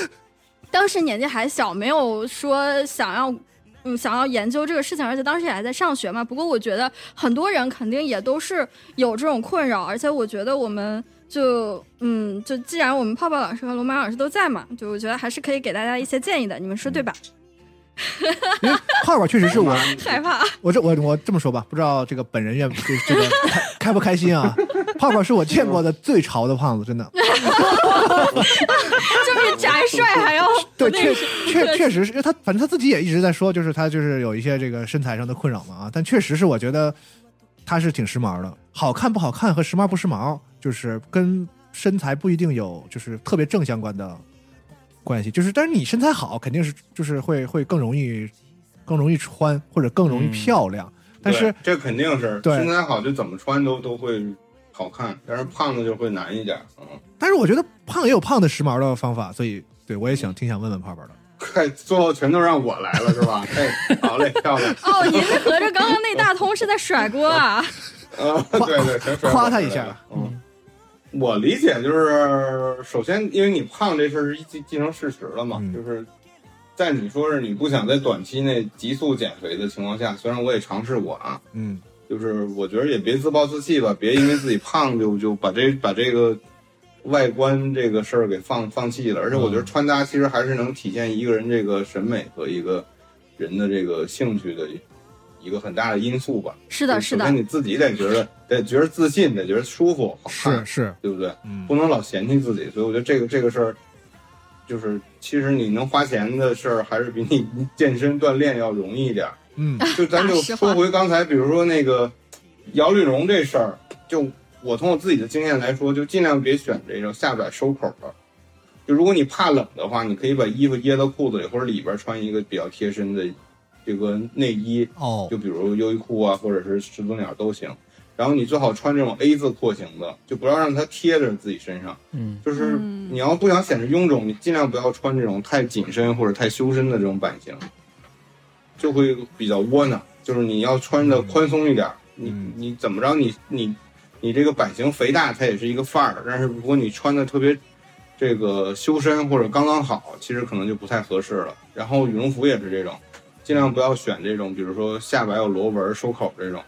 S5: 当时年纪还小，没有说想要。嗯，想要研究这个事情，而且当时也还在上学嘛。不过我觉得很多人肯定也都是有这种困扰，而且我觉得我们就嗯，就既然我们泡泡老师和龙马老师都在嘛，就我觉得还是可以给大家一些建议的，你们说对吧？
S4: 因为泡泡确实是我，
S5: 害怕，
S4: 我这我我这么说吧，不知道这个本人愿这这个开开不开心啊？泡泡是我见过的最潮的胖子， 真的。
S5: 就是宅帅还要
S4: 对，确确确实是，因为他反正他自己也一直在说，就是他就是有一些这个身材上的困扰嘛啊，但确实是我觉得他是挺时髦的，好看不好看和时髦不时髦，就是跟身材不一定有就是特别正相关的关系，就是但是你身材好肯定是就是会会更容易更容易穿或者更容易
S6: 嗯
S4: 漂亮，但是
S7: 对这肯定是
S4: 对
S7: 身材好就怎么穿都都会好看，但是胖的就会难一点。嗯，
S4: 但是我觉得胖也有胖的时髦的方法，所以对我也想挺想问问泡泡的。
S7: 快，最后全都让我来了是吧？哎，好嘞，漂亮。
S5: 哦，您合着刚刚那大通是在甩锅 啊？
S7: 啊，对对，全甩
S4: 夸
S7: 我
S4: 他一
S7: 了
S4: 下。
S7: 嗯，我理解就是，首先因为你胖这事儿既既成事实了嘛，
S4: 嗯
S7: 就是在你说是你不想在短期内急速减肥的情况下，虽然我也尝试过啊，
S4: 嗯，
S7: 就是我觉得也别自暴自弃吧，别因为自己胖就就把这把这个外观这个事儿给放放弃了。而且我
S4: 嗯
S7: 觉得穿搭其实还是能体现一个人这个审美和一个人的这个兴趣的一个很大的因素吧。
S5: 是的，是
S7: 首
S5: 的
S7: 先，你自己得觉得得觉得自信，得觉得舒服，好看
S4: 是，是，
S7: 对不对？
S4: 嗯
S7: 不能老嫌弃自己。所以我觉得这个这个事儿，就是其实你能花钱的事儿，还是比你 健身锻炼要容易一点儿。
S4: 嗯
S7: 就咱就
S5: 大实话
S7: 说回刚才，比如说那个摇粒绒这事儿，就我从我自己的经验来说，就尽量别选这种下摆收口的。就如果你怕冷的话，你可以把衣服掖到裤子里，或者里边穿一个比较贴身的这个内衣，
S4: 哦
S7: 就比如优衣库啊，或者是始祖鸟都行。然后你最好穿这种 A 字廓形的，就不要让它贴着自己身上。
S6: 嗯，
S7: 就是
S8: 嗯
S7: 你要不想显示臃肿，你尽量不要穿这种太紧身或者太修身的这种版型，就会比较窝囊。就是你要穿的宽松一点，
S4: 嗯
S7: 你你怎么着你你你这个版型肥大它也是一个范儿，但是如果你穿的特别这个修身或者刚刚好，其实可能就不太合适了。然后羽绒服也是这种，尽量不要选这种，比如说下摆有螺纹收口这种，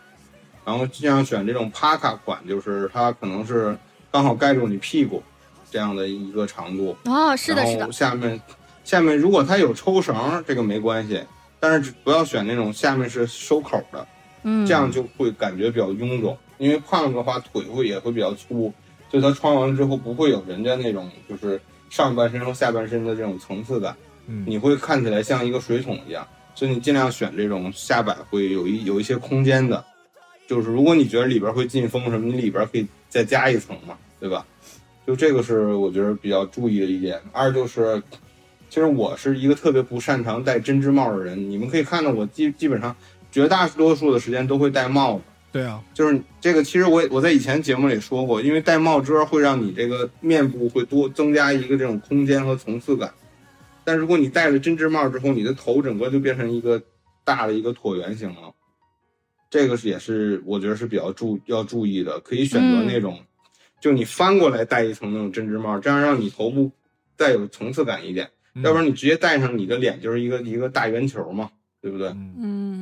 S7: 然后尽量选这种帕卡款，就是它可能是刚好盖住你屁股这样的一个长度。
S5: 哦，是的，是
S7: 然
S5: 的
S7: 后，下面下面如果它有抽绳，这个没关系，但是只不要选那种下面是收口的，
S5: 嗯，
S7: 这样就会感觉比较臃肿。因为胖的话腿会也会比较粗，所以它穿完了之后不会有人家那种就是上半身和下半身的这种层次感。
S4: 嗯，
S7: 你会看起来像一个水桶一样，所以你尽量选这种下摆会有一有一些空间的，就是如果你觉得里边会进风什么，你里边可以再加一层嘛，对吧？就这个是我觉得比较注意的一点。二就是，其实我是一个特别不擅长戴针织帽的人，你们可以看到我基基本上绝大多数的时间都会戴帽子。
S4: 对啊，
S7: 就是这个，其实我也我在以前节目里说过，因为戴帽遮会让你这个面部会多增加一个这种空间和层次感。但如果你戴了针织帽之后，你的头整个就变成一个大的一个椭圆形了。这个是也是我觉得是比较注要注意的，可以选择那种，就你翻过来戴一层那种针织帽，这样让你头部再有层次感一点。
S4: 嗯
S7: 要不然你直接戴上，你的脸就是一个一个大圆球嘛，对不对？
S4: 嗯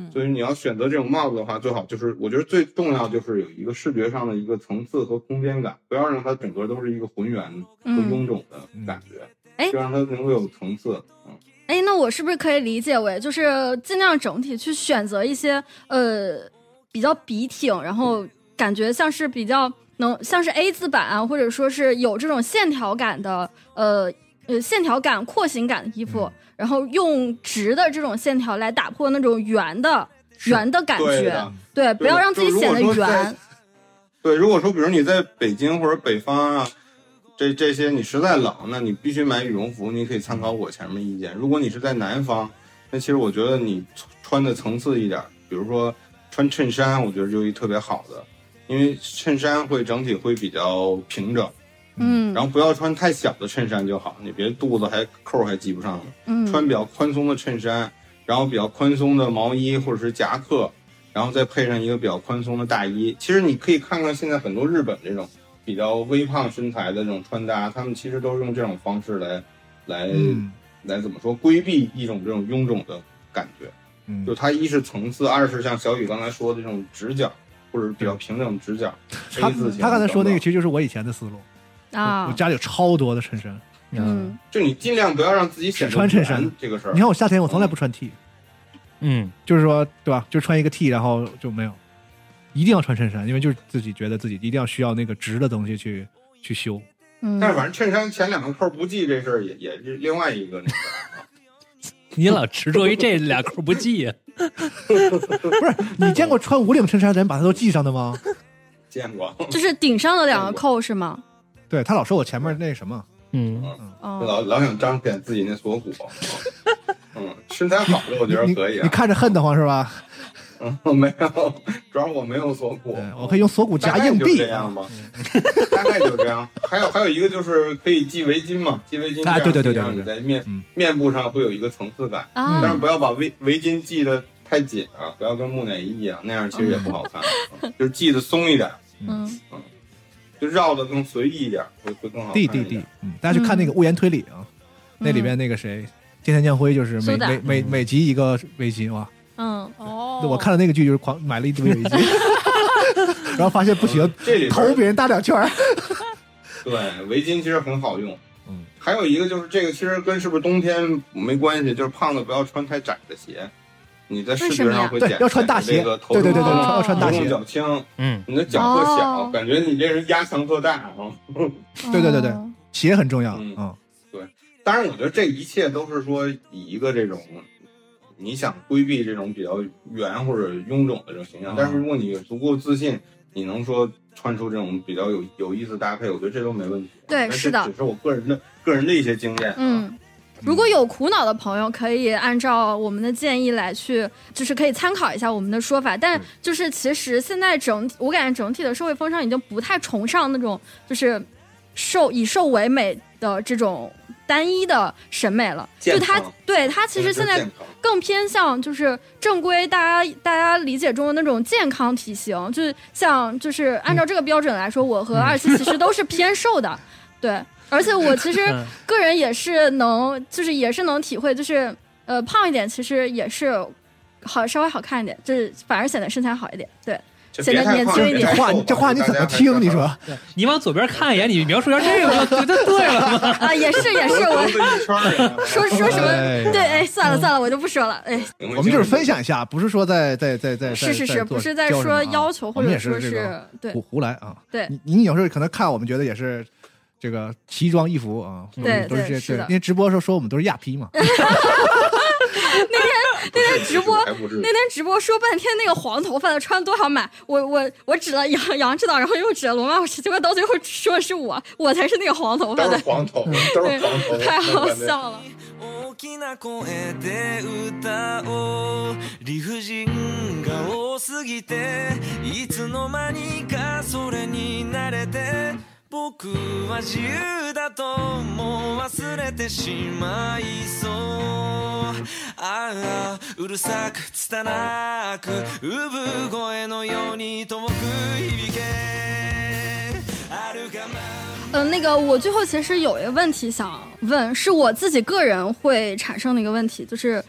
S8: 嗯，
S7: 所以你要选择这种帽子的话，最好就是我觉得最重要就是有一个视觉上的一个层次和空间感，不要让它整个都是一个浑圆和臃肿的感觉，
S5: 哎
S7: 就让它能够有层次。嗯，
S5: 哎，那我是不是可以理解为，就是尽量整体去选择一些呃比较笔挺，然后感觉像是比较能像是 A 字版啊，或者说是有这种线条感的呃呃线条感、廓形感的衣
S7: 嗯
S5: 服，然后用直的这种线条来打破那种圆的圆的感
S7: 对
S5: 觉
S7: 的，，
S5: 对，不要让自己显得
S7: 就是如果说在
S5: 圆。
S7: 对，如果说比如你在北京或者北方啊，这这些你实在冷，那你必须买羽绒服，你可以参考我前面意见。如果你是在南方，那其实我觉得你穿的层次一点，比如说穿衬衫，我觉得就一特别好的，因为衬衫会整体会比较平整。
S5: 嗯
S7: 然后不要穿太小的衬衫就好，你别肚子还扣儿还系不上呢。
S5: 嗯，
S7: 穿比较宽松的衬衫，然后比较宽松的毛衣或者是夹克，然后再配上一个比较宽松的大衣。其实你可以看看现在很多日本这种比较微胖身材的这种穿搭，他们其实都是用这种方式来来、
S4: 嗯
S7: 来怎么说规避一种这种臃肿的感觉。
S4: 嗯
S7: 就，它一是层次，二是像小雨刚才说的这种直角或者比较平整的直角。
S4: 他
S7: A 字形
S4: 他刚才说那
S7: 等
S4: 个
S7: 等
S4: 其实就是我以前的思路，我
S5: 啊
S4: 我，家里有超多的衬衫，
S6: 嗯
S8: 嗯，
S7: 就你尽量不要让自己显得
S4: 只穿衬衫
S7: 难这个事儿
S4: 你。看我夏天我从来不穿 T，
S6: 嗯，
S4: 就是说对吧，就穿一个 T，然后就没有，一定要穿衬衫，因为就是自己觉得自己一定要需要那个直的东西去去修，
S8: 嗯
S7: 但是反正衬衫前两个扣不系这事儿也也是另外一个那个。
S6: 你老执着于这俩扣不系，
S4: 不是你见过穿无领衬衫的人把它都系上的吗？
S7: 见过，
S4: 哦
S5: 就是顶上的两个扣是吗？
S4: 对他老说我前面那什么，
S6: 嗯
S5: 哦，
S7: 老老想彰显自己那锁骨。嗯，身材好的我 觉得可以
S4: 你
S7: 啊。
S4: 看着恨得慌是吧？
S7: 嗯，没有，主要我没有锁骨
S4: 对，，我可以用锁骨夹硬
S7: 大概就
S4: 币啊
S7: 这，样吧，大概就这样。还有还有一个就是可以系围巾嘛，系围巾
S4: 啊对对对对
S7: 这样你
S4: 对
S7: 在面
S4: 嗯
S7: 面部上会有一个层次感，
S5: 啊
S7: 但是不要把围围巾系的太紧啊，不要跟木乃伊一样，那样其实也不好看，嗯就是系的松一点，
S5: 嗯，
S7: 就绕的更随意一点，会会更好看
S4: 地
S7: 一
S4: 地
S7: 点。
S4: 地，嗯，大家去看那个《物言推理》啊，那里边那个谁，菅田将晖就是每
S5: 嗯苏打
S4: 每每
S7: 嗯
S4: 每集一个围巾哇，
S5: 嗯，
S8: 哦，
S4: 我看了那个剧就是狂买了一堆 围巾，然后发现不行，
S7: 嗯这 里边
S4: 头别人大两圈儿，
S7: 对，围巾其实很好用。
S4: 嗯，
S7: 还有一个就是这个，其实跟是不是冬天没关系，就是胖子不要穿太窄的鞋，你在视觉上会
S4: 对
S7: 减，
S4: 要穿大
S7: 减
S4: 鞋，
S7: 这个
S4: 对
S7: 头啊
S4: 对对对，
S5: 哦
S4: 穿要穿大
S7: 头重
S4: 鞋，
S7: 脚轻，
S6: 嗯，
S7: 你的脚特小，
S5: 哦
S7: 感觉你这人压强特大啊。
S4: 对对对对
S5: 哦
S4: 鞋很重要
S7: 嗯
S4: 啊，
S7: 当然，我觉得这一切都是说以一个这种你想规避这种比较圆或者臃肿的这种形象，
S4: 啊
S7: 但是如果你足够自信，你能说穿出这种比较有有意思的搭配，我觉得这都没问题。
S5: 对
S7: 那这
S5: 是的
S7: 只是我个人的个人的一些经验。，啊
S5: 嗯，如果有苦恼的朋友，可以按照我们的建议来去，就是可以参考一下我们的说法。但就是其实现在整，我感觉整体的社会风尚已经不太崇尚那种就是瘦以瘦为美的这种单一的审美了。
S7: 健
S5: 就
S7: 康
S5: 它对它其实现在
S7: 健康
S5: 更偏向就是正规大家大家理解中的那种健康体型，就是像就是按
S7: 嗯
S5: 照这个标准来说，我和二七其实都是偏瘦的，对，而且我其实
S6: 嗯
S5: 个人也是能，就是也是能体会，就是呃胖一点其实也是好稍微好看一点，就是反而显得身材好一点， 对，
S7: 就
S5: 显得
S7: 别太
S5: 年
S7: 胖
S5: 轻
S7: 了
S5: 一
S7: 别
S5: 点
S7: 太
S4: 话
S7: 瘦吧
S4: 这话你怎么听？你说，
S6: 你往左边看一眼，你描述一下这个，就就对了嘛。
S5: 啊也是也
S7: 大
S5: 是
S7: 家 还
S5: 我
S7: 是。一圈儿人啊
S5: 说说什么？
S4: 哎
S5: 对，哎，算了算了，我就不说了。哎，
S4: 我们就是分享一下，不是说在在在哎在
S5: 是是是，不是在说
S4: 啊
S5: 要求或者说是对
S4: 胡胡来啊？
S5: 对
S4: 你你有时候可能看我们觉得也是这个奇装异服啊，
S5: 对
S6: 嗯
S4: 我们都
S5: 对
S4: 是这
S5: 是
S4: 对
S5: 的，
S4: 因为直播的时候说我们都是亚 批嘛，
S7: 那天
S5: 直播
S7: 那
S5: 那天直播说半天那个黄头发的穿多少码，我我我指了杨杨指导，然后又指了罗曼老师，结果到最后说的是我，我才是那个黄头发
S7: 都
S5: 的
S7: 是，黄头，
S4: 嗯
S7: 都是黄头，
S5: 对， 太好笑了。
S2: 大きな声で歌おう理不尽が多すぎていつの間にかそれに慣れて僕は自由だともう忘れてしまいそうああうるさく拙く産声のように遠く響けあるがまま
S5: 嗯，那个我最后其实有一个问题想问，是我自己个人会产生的一个问题，就是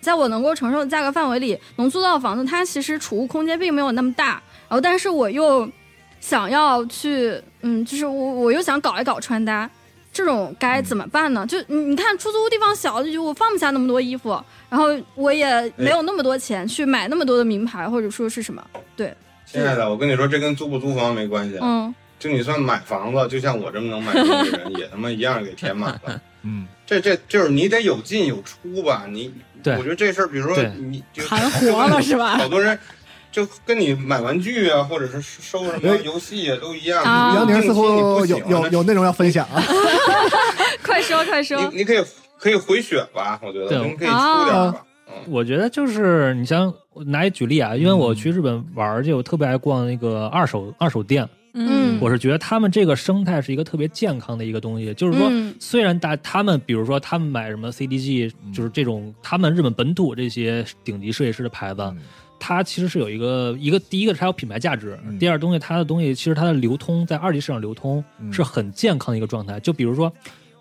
S5: 在我能够承受的价格范围里，能租到的房子它其实储物空间并没有那么大，然后但是我又想要去，嗯，就是我我又想搞一搞穿搭，这种该怎么办呢？就你你看出租屋地方小，就我放不下那么多衣服，然后我也没有那么多钱去买那么多的名牌或者说是什么，
S7: 亲爱的，我跟你说，这跟租不租房没关系。
S5: 嗯
S7: 就你算买房子，就像我这么能买房的 人，也他妈一样给填满了。
S4: 嗯，
S7: 这这就是你得有进有出吧？ 你
S6: 对
S7: 我觉得这事儿，比如说
S6: 对
S7: 你就
S8: 盘活了是吧
S7: 好多人就跟你买玩具啊，或者是收什么游戏啊，都一样。
S5: 啊
S4: 哎杨宁似乎
S7: 定
S4: 有
S7: 期你不喜欢
S4: 有有内容要分享啊，
S5: 快 说快
S7: 那
S5: 说，哦
S7: 你你可以可以回血吧？我觉得
S6: 对
S7: 你可以出点儿吧。嗯，
S6: 我觉得就是你像我拿一举例啊，因为我去日本玩儿去，我特别爱逛那个二手二手店，
S5: 嗯
S6: 我是觉得他们这个生态是一个特别健康的一个东西，就是说，
S5: 嗯
S6: 虽然大他们比如说他们买什么 CDG，就是这种他们日本本土这些顶级设计师的牌子，啊它其实是有一个一个第一个是它有品牌价值，第二东西它的东西其实它的流通在二级市场流通
S4: 嗯
S6: 是很健康的一个状态。就比如说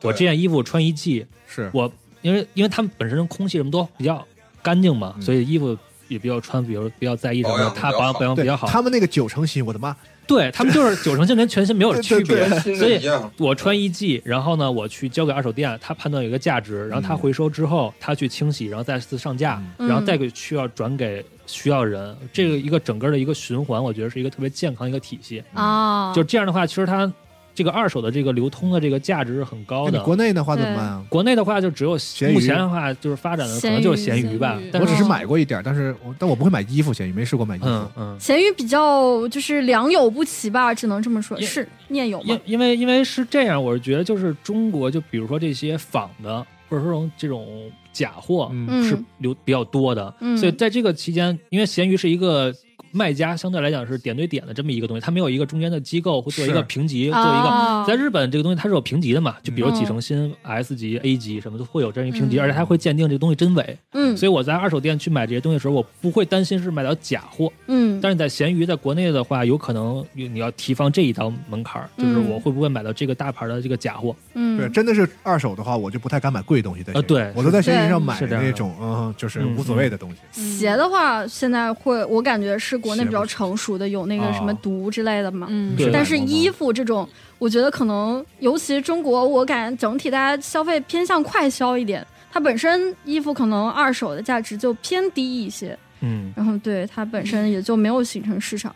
S6: 我这件衣服穿一季，
S10: 是
S6: 我因为因为他们本身空气什么都比较干净嘛，所以衣服也比较穿，比如比较在意什么
S7: 保
S6: 的，
S7: 养得
S6: 它
S7: 比
S6: 保
S7: 较
S6: 养
S7: 好
S6: 保养比
S4: 对
S6: 较好。
S4: 他们那个九成新，我的妈，
S6: 对他们就是九成新跟全新没有区别，
S7: 新
S6: 所
S7: 的
S6: 以
S7: 一样，
S6: 我穿一季，然后呢，我去交给二手店，他判断有一个价值，然后他回收之后，他去清洗，然后再次上架，
S5: 嗯
S6: 然后再给需要转给需要人，这个一个整个的一个循环，我觉得是一个特别健康一个体系。
S5: 啊，
S6: 就这样的话，其实它这个二手的这个流通的这个价值是很高
S4: 那你
S6: 的。
S4: 国内的话怎么办啊？
S6: 国内的话，就只有
S4: 鱼
S6: 目前的话，就是发展的可能就是
S5: 咸鱼
S6: 咸鱼吧
S5: 咸鱼。
S6: 但
S4: 我
S6: 是
S4: 只是买过一点儿，但是我但我不会买衣服，咸鱼没试过买衣服。
S6: 嗯嗯，
S5: 咸鱼比较就是良莠不齐吧，只能这么说，
S6: 也
S5: 是念友嘛
S6: 因，因为因为是这样，我是觉得就是中国，就比如说这些仿的，或者说这种假货，
S4: 嗯
S5: 嗯
S6: 是流比较多的，
S5: 嗯
S6: 所以在这个期间，因为闲鱼是一个卖家相对来讲是点对点的这么一个东西，它没有一个中间的机构会做一个
S4: 是
S6: 评级，做一个。
S5: 啊
S6: 在日本这个东西它是有评级的嘛，就比如
S5: 嗯
S6: 几成新、S 级、A 级什么都会有这样一个评级，
S5: 嗯
S6: 而且它会鉴定这个东西真伪。
S5: 嗯
S6: 所以我在二手店去买这些东西的时候，我不会担心是买到假货。
S5: 嗯
S6: 但是在闲鱼在国内的话，有可能有你要提防这一道门槛儿，就是
S5: 嗯
S6: 我会不会买到这个大牌的这个假货？
S4: 对，
S5: 嗯，
S4: 真的是二手的话，我就不太敢买贵东西在
S6: 啊对
S4: 闲鱼我都在闲鱼上买
S6: 是这样的嗯
S4: 那种，嗯，就是无所谓的东西。
S5: 鞋的话，现在会我感觉是国内比较成熟的，有那个什么
S4: 啊
S5: 毒之类的嘛。
S8: 嗯
S6: 对
S5: 但是衣服这种，我觉得可能，尤其中国，我感觉整体大家消费偏向快消一点，它本身衣服可能二手的价值就偏低一些，
S6: 嗯，
S5: 然后对它本身也就没有形成市场。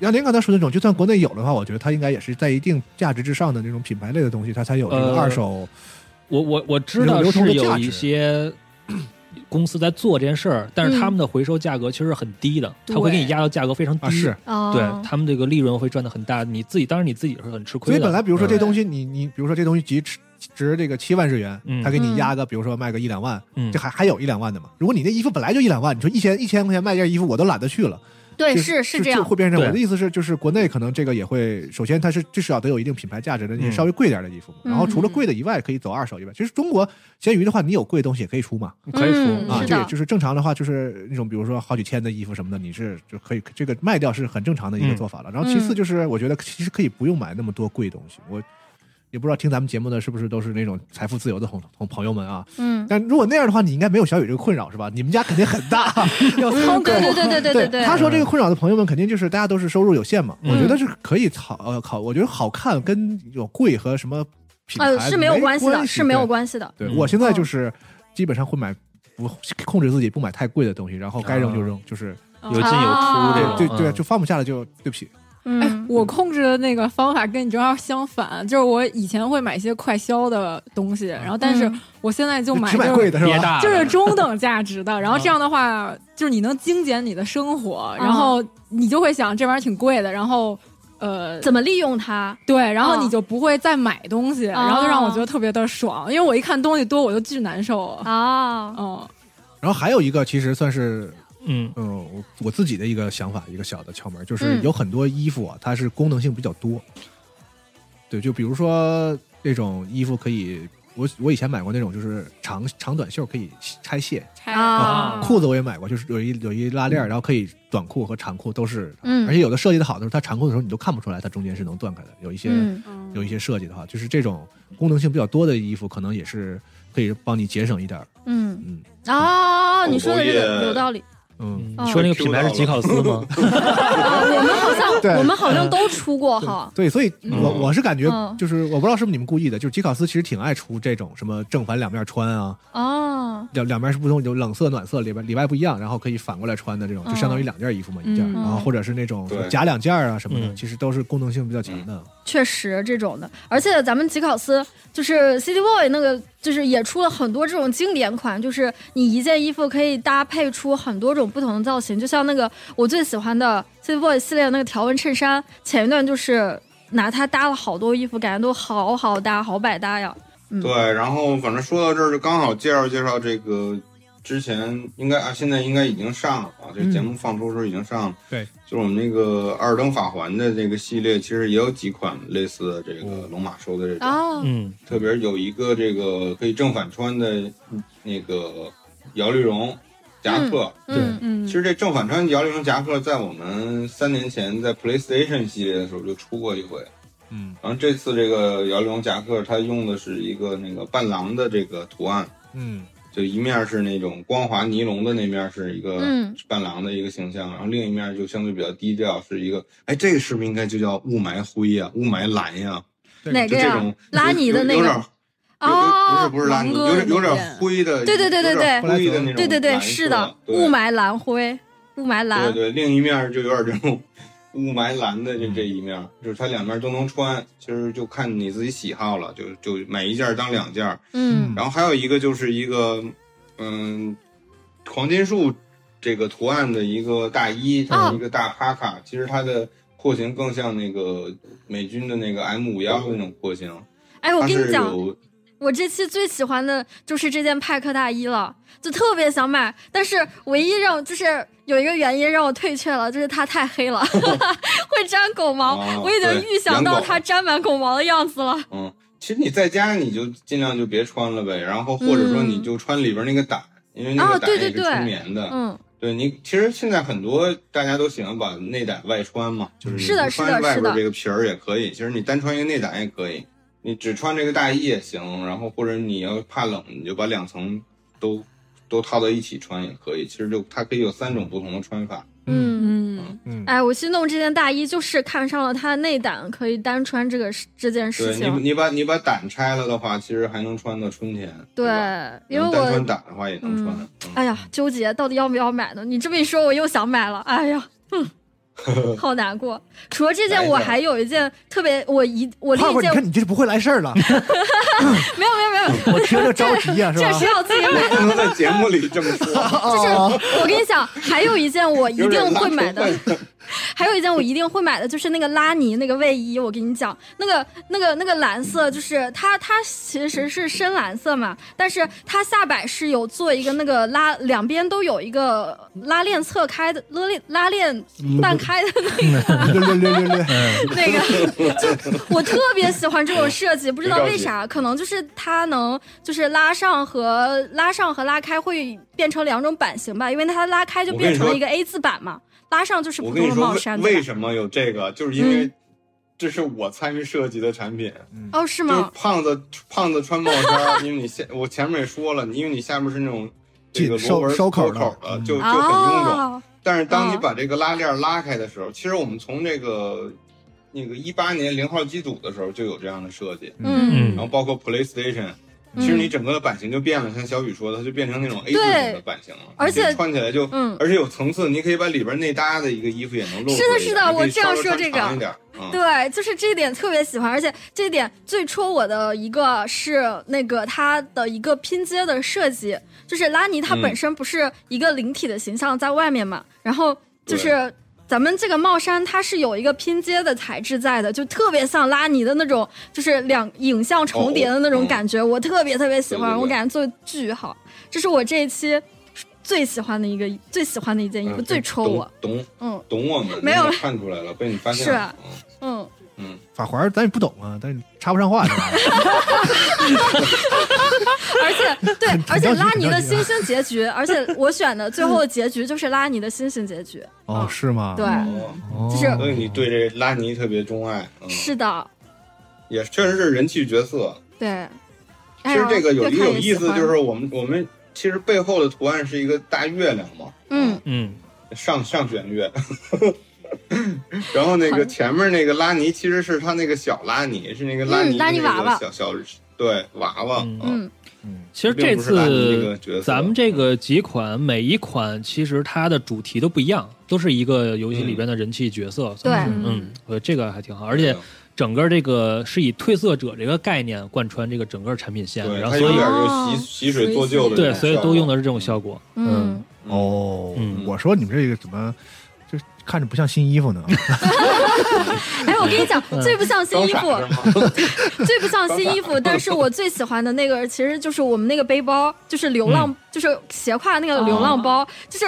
S4: 杨林刚才说的那种，就算国内有的话，我觉得它应该也是在一定价值之上的那种品牌类的东西，它才有这
S6: 呃
S4: 个二手。
S6: 我我我知道
S4: 流通
S6: 是
S4: 的
S6: 有
S4: 价值
S6: 一些 公司在做这件事儿，但是
S5: 嗯
S6: 他们的回收价格其实是很低的，他会给你压到价格非常低，
S4: 啊是
S5: 哦，
S6: 对他们这个利润会赚的很大，你自己当然你自己是很吃
S4: 所
S6: 亏的。
S4: 以本来比如说这
S6: 嗯
S4: 东西，你你比如说这东西值值这个七万日元
S6: 嗯，
S4: 他给你压个，比如说卖个一两万，
S6: 嗯
S4: 这还还有一两万的嘛。如果你那衣服本来就一两万，你说一千一千块钱卖件衣服，我都懒得去了。
S5: 对
S4: 就是就是
S5: 这
S4: 就
S5: 样，
S4: 会变成这样我
S6: 对
S4: 的意思是，就是国内可能这个也会，首先它是至少得有一定品牌价值的那些
S6: 嗯
S4: 稍微贵点的衣服嘛。
S5: 嗯
S4: 然后除了贵的以外，可以走二手以外，其实中国闲鱼的话，你有贵的东西也可以出嘛。
S6: 可以
S5: 嗯
S6: 出
S4: 啊，
S5: 是
S4: 这
S5: 的
S4: 个就是正常的话，就是那种比如说好几千的衣服什么的，你是就可以这个卖掉是很正常的
S5: 嗯
S4: 一个做法了。然后其次就是，我觉得其实可以不用买那么多贵东西。我也不知道听咱们节目的是不是都是那种财富自由的同同朋友们啊。
S5: 嗯，
S4: 但如果那样的话，你应该没有小雨这个困扰是吧？你们家肯定很 大，有仓库。
S5: 嗯对对对对对对
S4: 他说这个困扰的朋友们肯定就是大家都是收入有限嘛，
S6: 嗯
S4: 我觉得是可以考呃考，我觉得好看跟有贵和什么品牌、
S5: 呃是没有关系
S4: 系
S5: 的，是没有
S4: 系。
S5: 关系的。
S4: 对
S6: 嗯
S4: 我现在
S8: 哦
S4: 就是基本上会买不控制自己不买太贵的东西，然后该扔就
S6: 啊
S4: 扔，就是
S5: 嗯
S6: 有进有出这种，
S4: 啊对对
S6: 嗯
S4: 就放不下了就对不起，
S8: 哎
S5: 嗯，，
S8: 我控制的那个方法跟你正好相反，就是我以前会买一些快销的东西，然后但是
S5: 嗯
S8: 我现在就
S4: 就
S8: 买
S4: 只买
S8: 就是
S4: 贵的是
S6: 别
S4: 吧？
S6: 大了
S8: 就是中等价值的，然后这样的话，
S5: 嗯
S8: 就是你能精简你的生活，然后你就会想这玩意儿挺贵的，然后呃，
S5: 怎么利用它？
S8: 对，然后
S5: 嗯
S8: 你就不会再买东西，然后就让我觉得特别的爽，因为我一看东西多，我就巨难受。
S5: 啊，
S8: 嗯，
S4: 然后还有一个其实算是
S6: 嗯
S4: 嗯我我自己的一个想法，一个小的窍门，就是
S5: 嗯
S4: 有很多衣服啊，它是功能性比较多。对，就比如说这种衣服可以，我我以前买过那种就是长长短袖可以拆卸，
S8: 哦
S5: 啊
S4: 裤子我也买过，就是有一有一拉链儿，然后可以短裤和长裤都是，
S5: 嗯
S4: 而且有的设计的好的时候，它长裤的时候你都看不出来它中间是能断开的，有一些、
S5: 嗯，
S8: 嗯
S4: 有一些设计的话，就是这种功能性比较多的衣服，可能也是可以帮你节省一点儿，
S5: 嗯
S4: 嗯
S5: 哦，你说的这
S7: 狗狗
S5: 个
S7: 也
S5: 有道理。
S4: 嗯，
S5: 哦
S6: 嗯，你说那个品牌是吉考斯 吗？
S5: 啊，我们好
S4: 对
S5: 像我们好像都出过哈。
S4: 对，所以我我是感觉
S5: 嗯
S4: 就是我不知道是不是你们故意的，就是吉考斯其实挺爱出这种什么正反两面穿啊，
S5: 哦，
S4: 两两面是不同，有冷色暖色，里边里外不一样，然后可以反过来穿的这种，就相当于两件衣服嘛，一件儿，
S8: 嗯
S4: 然后或者是那种
S7: 对
S4: 假两件儿啊什么的，
S6: 嗯
S4: 其实都是功能性比较强的，
S5: 确实这种的，而且咱们吉考斯就是 City Boy 那个，就是也出了很多这种经典款，就是你一件衣服可以搭配出很多种不同的造型，就像那个我最喜欢的 City Boy 系列的那个条纹衬衫，前一段就是拿它搭了好多衣服，感觉都好好搭，好百搭呀。
S7: 对，然后反正说到这儿，就刚好介绍介绍这个之前应该啊，现在应该已经上了啊，这
S6: 嗯
S7: 节目放出的时候已经上了。
S4: 对，
S7: 就是我们那个《二灯法环》的这个系列，其实也有几款类似的这个龙马收的这种，
S5: 哦，
S6: 嗯
S7: 特别有一个这个可以正反穿的那个摇粒绒。夹克。
S8: 嗯嗯，
S7: 其实这正反穿摇铃绳夹克，在我们三年前在 PlayStation 系列的时候就出过一回。
S11: 嗯，
S7: 然后这次这个摇铃绳夹克，它用的是一个那个伴郎的这个图案，
S11: 嗯
S7: 就一面是那种光滑尼龙的，那面是一个
S5: 嗯
S7: 伴郎的一个形象，然后另一面就相对比较低调，是一个，哎，这个是不是应该就叫雾霾灰呀、雾霾蓝呀、
S5: 哪
S7: 就
S5: 个
S7: 这
S5: 呀
S7: 种？
S5: 拉你的那
S7: 有有有
S5: 个
S7: 点有
S5: 哦，
S7: 不是不是拉
S8: 王
S7: 你，
S8: 哥
S7: 有点有
S8: 那
S7: 点
S8: 件
S7: 灰的，
S5: 对对对对
S7: 有点
S11: 对
S7: 灰的那种蓝色，
S5: 对对对，是的，雾霾蓝灰，雾霾
S7: 对
S5: 蓝，
S7: 对，另一面就有点这种雾霾蓝的这这一面，就是它两面都能穿，其实就看你自己喜好了，就就买一件当两件。
S5: 嗯
S7: 然后还有一个就是一个，嗯，黄金树这个图案的一个大衣，它
S5: 哦
S7: 是一个大帕卡，其实它的廓形更像那个美军的那个 M 五幺那种廓形，
S5: 哎，我
S7: 它
S5: 跟你
S7: 是
S5: 讲，
S7: 有
S5: 我这期最喜欢的就是这件派克大衣了，就特别想买，但是唯一让就是有一个原因让我退却了，就是它太黑了， 会粘狗毛。
S7: 哦
S5: 我已经
S7: 对
S5: 预想到
S7: 养狗
S5: 它沾满狗毛的样子了。
S7: 嗯，其实你在家你就尽量就别穿了呗，然后或者说
S5: 嗯
S7: 你就穿里边那个胆，因为那
S5: 哦
S7: 个胆
S5: 对对
S7: 也是
S5: 对
S7: 纯棉的。
S5: 嗯，
S7: 对你，其实现在很多大家都喜欢把内胆外穿嘛，就是你
S5: 是的
S7: 不
S5: 是
S7: 穿
S5: 的
S7: 外
S5: 是
S7: 边
S5: 的
S7: 这个皮儿也可以，其实你单穿一个内胆也可以，你只穿这个大衣也行，然后或者你要怕冷，你就把两层都都套到一起穿也可以，其实就它可以有三种不同的穿法。
S5: 嗯，
S8: 嗯
S11: 嗯，
S5: 哎，我心动这件大衣就是看上了它的内胆，可以单穿这个事这件事
S7: 对你，
S5: 情。
S7: 你把你把胆拆了的话，其实还能穿到春天。
S5: 对
S7: 吧，
S5: 因为
S7: 然后单穿
S5: 我
S7: 胆的话也能穿。嗯
S5: 哎呀纠结到底要不要买呢？你这么一说，我又想买了。哎呀， 嗯，好难过。除了这件，我还有一件特别，我一我
S4: 快
S5: 另一
S4: 快，你
S5: 件
S4: 看你这是不会来事儿了，
S5: 没有没有没有，
S4: 我听着着急呀，是
S5: 这
S4: 吧
S5: 是？要自己买。
S7: 不能在节目里这么说，
S5: 就是我跟你讲，还有一件哦我一
S7: 有点
S5: 定
S7: 拉
S5: 会
S7: 仇
S5: 买的
S7: 恨，
S5: 还有一件我一定会买的就是那个拉尼那个卫衣。我跟你讲，那个那个那个蓝色，就是它它其实是深蓝色嘛，但是它下摆是有做一个那个拉，两边都有一个拉链侧开的拉链拉链半开的那个。
S11: 略略略略略，
S5: 那个，就我特别喜欢这种设计，不知道
S7: 别着急
S5: 为啥，可能就是它能就是拉上和拉上和拉开会变成两种版型吧，因为它拉开就
S7: 我跟
S5: 变
S7: 你
S5: 成
S7: 说
S5: 了一个 A 字版嘛，拉上就是
S7: 我
S5: 普
S7: 跟
S5: 通
S7: 你
S5: 的
S7: 说
S5: 帽衫，
S7: 为
S5: 对
S7: 为
S5: 吧？
S7: 什么有这个，就是因为这是我参与设计的产品。
S5: 哦，是
S7: 就是
S5: 吗？
S7: 胖子胖子穿帽衫，因为你下我前面也说了，因为你下面是 那种这个
S11: 紧
S7: 螺纹
S11: 收收
S7: 口
S11: 口
S7: 的
S11: 的，嗯
S7: 就就很臃肿。
S5: 哦，
S7: 但是当你
S5: 哦
S7: 把这个拉链拉开的时候，其实我们从这个那个一八年零号机组的时候就有这样的设计，
S5: 嗯，
S7: 然后包括 PlayStation。
S5: 嗯
S7: 其实你整个的版型就变了，像小雨说的，它就变成那种 A 字
S5: 对
S7: 型的版型了，
S5: 而且
S7: 你穿起来就，
S5: 嗯
S7: 而且有层次，你可以把里边内搭的一个衣服也能露出来一
S5: 是
S7: 点。
S5: 的是的
S7: 你可
S5: 我
S7: 以
S5: 正要
S7: 稍
S5: 说
S7: 微穿
S5: 这个
S7: 长一点，嗯，
S5: 对，就是这一点特别喜欢，而且这一点最戳我的一个是那个它的一个拼接的设计，就是拉尼它
S7: 嗯
S5: 本身不是一个灵体的形象在外面嘛，然后就是咱们这个帽衫它是有一个拼接的材质在的，就特别像拉尼的那种，就是两影像重叠的那种感觉，我特别特别喜欢，
S7: 哦对对对
S5: 我感觉做得巨好，这是我这一期最喜欢的一个最喜欢的一件衣服，
S7: 嗯
S5: 最戳我，
S7: 懂懂
S5: 嗯
S7: 懂我们，
S5: 没有
S7: 你也看出来了，被你发现了。
S5: 嗯，
S7: 嗯
S11: 法环咱也不懂啊，但是插不上话，是吧？
S5: 而且对
S11: 很，
S5: 而且拉尼的
S11: 很着急啊
S5: 星星 结局，而且我选的最后的结局就是拉尼的星星结局。嗯
S11: 哦，是吗？
S5: 对，，
S7: 哦，
S11: 哦
S5: 就是啊
S7: 所以你对这拉尼特别钟爱，嗯，
S5: 是的，
S7: 也确实是人气角色。
S5: 对。
S7: 其
S5: 哎
S7: 实
S5: 呦
S7: 这个有一
S5: 越
S7: 个
S5: 看
S7: 有
S5: 越
S7: 意思
S5: 喜，欢
S7: 就是我们我们其实背后的图案是一个大月亮嘛，
S5: 嗯，
S6: 嗯，
S7: 上上弦月。 然后那
S5: 好
S7: 个前面那个拉尼其实是他那个小拉尼，是那个拉尼、
S5: 嗯拉尼娃娃
S7: 小小对娃娃，啊
S6: 嗯
S5: 嗯
S6: 其实这
S7: 并不是拉尼这个
S6: 次
S7: 角色
S6: 咱们这个几款，每一款其实它的主题都不一样，都是一个游戏里
S7: 嗯
S6: 边的人气角色。
S5: 对
S6: 算是嗯，我觉得这个还挺好，而且
S7: 啊
S6: 整个这个是以褪色者这个概念贯穿这个整个产品线，
S7: 对，
S6: 然后
S7: 他
S6: 所
S7: 有
S6: 以
S7: 点
S5: 哦
S7: 就洗洗水做旧的那种
S6: 对，所以
S7: 效
S6: 都
S7: 果
S6: 用的是这种效果。
S5: 嗯，
S11: 哦
S6: 嗯，
S11: 我说你们这个怎么就看着不像新衣服呢？
S5: 哎，我跟你讲，
S11: 嗯
S5: 最不像新
S7: 装
S5: 衣
S7: 傻
S5: 服，
S7: 是吗？
S5: 最不像新衣服，但是我最喜欢的那个其实就是我们那个背包，就是流浪，
S11: 嗯
S5: 就是斜挎那个
S11: 哦
S5: 流浪包，就是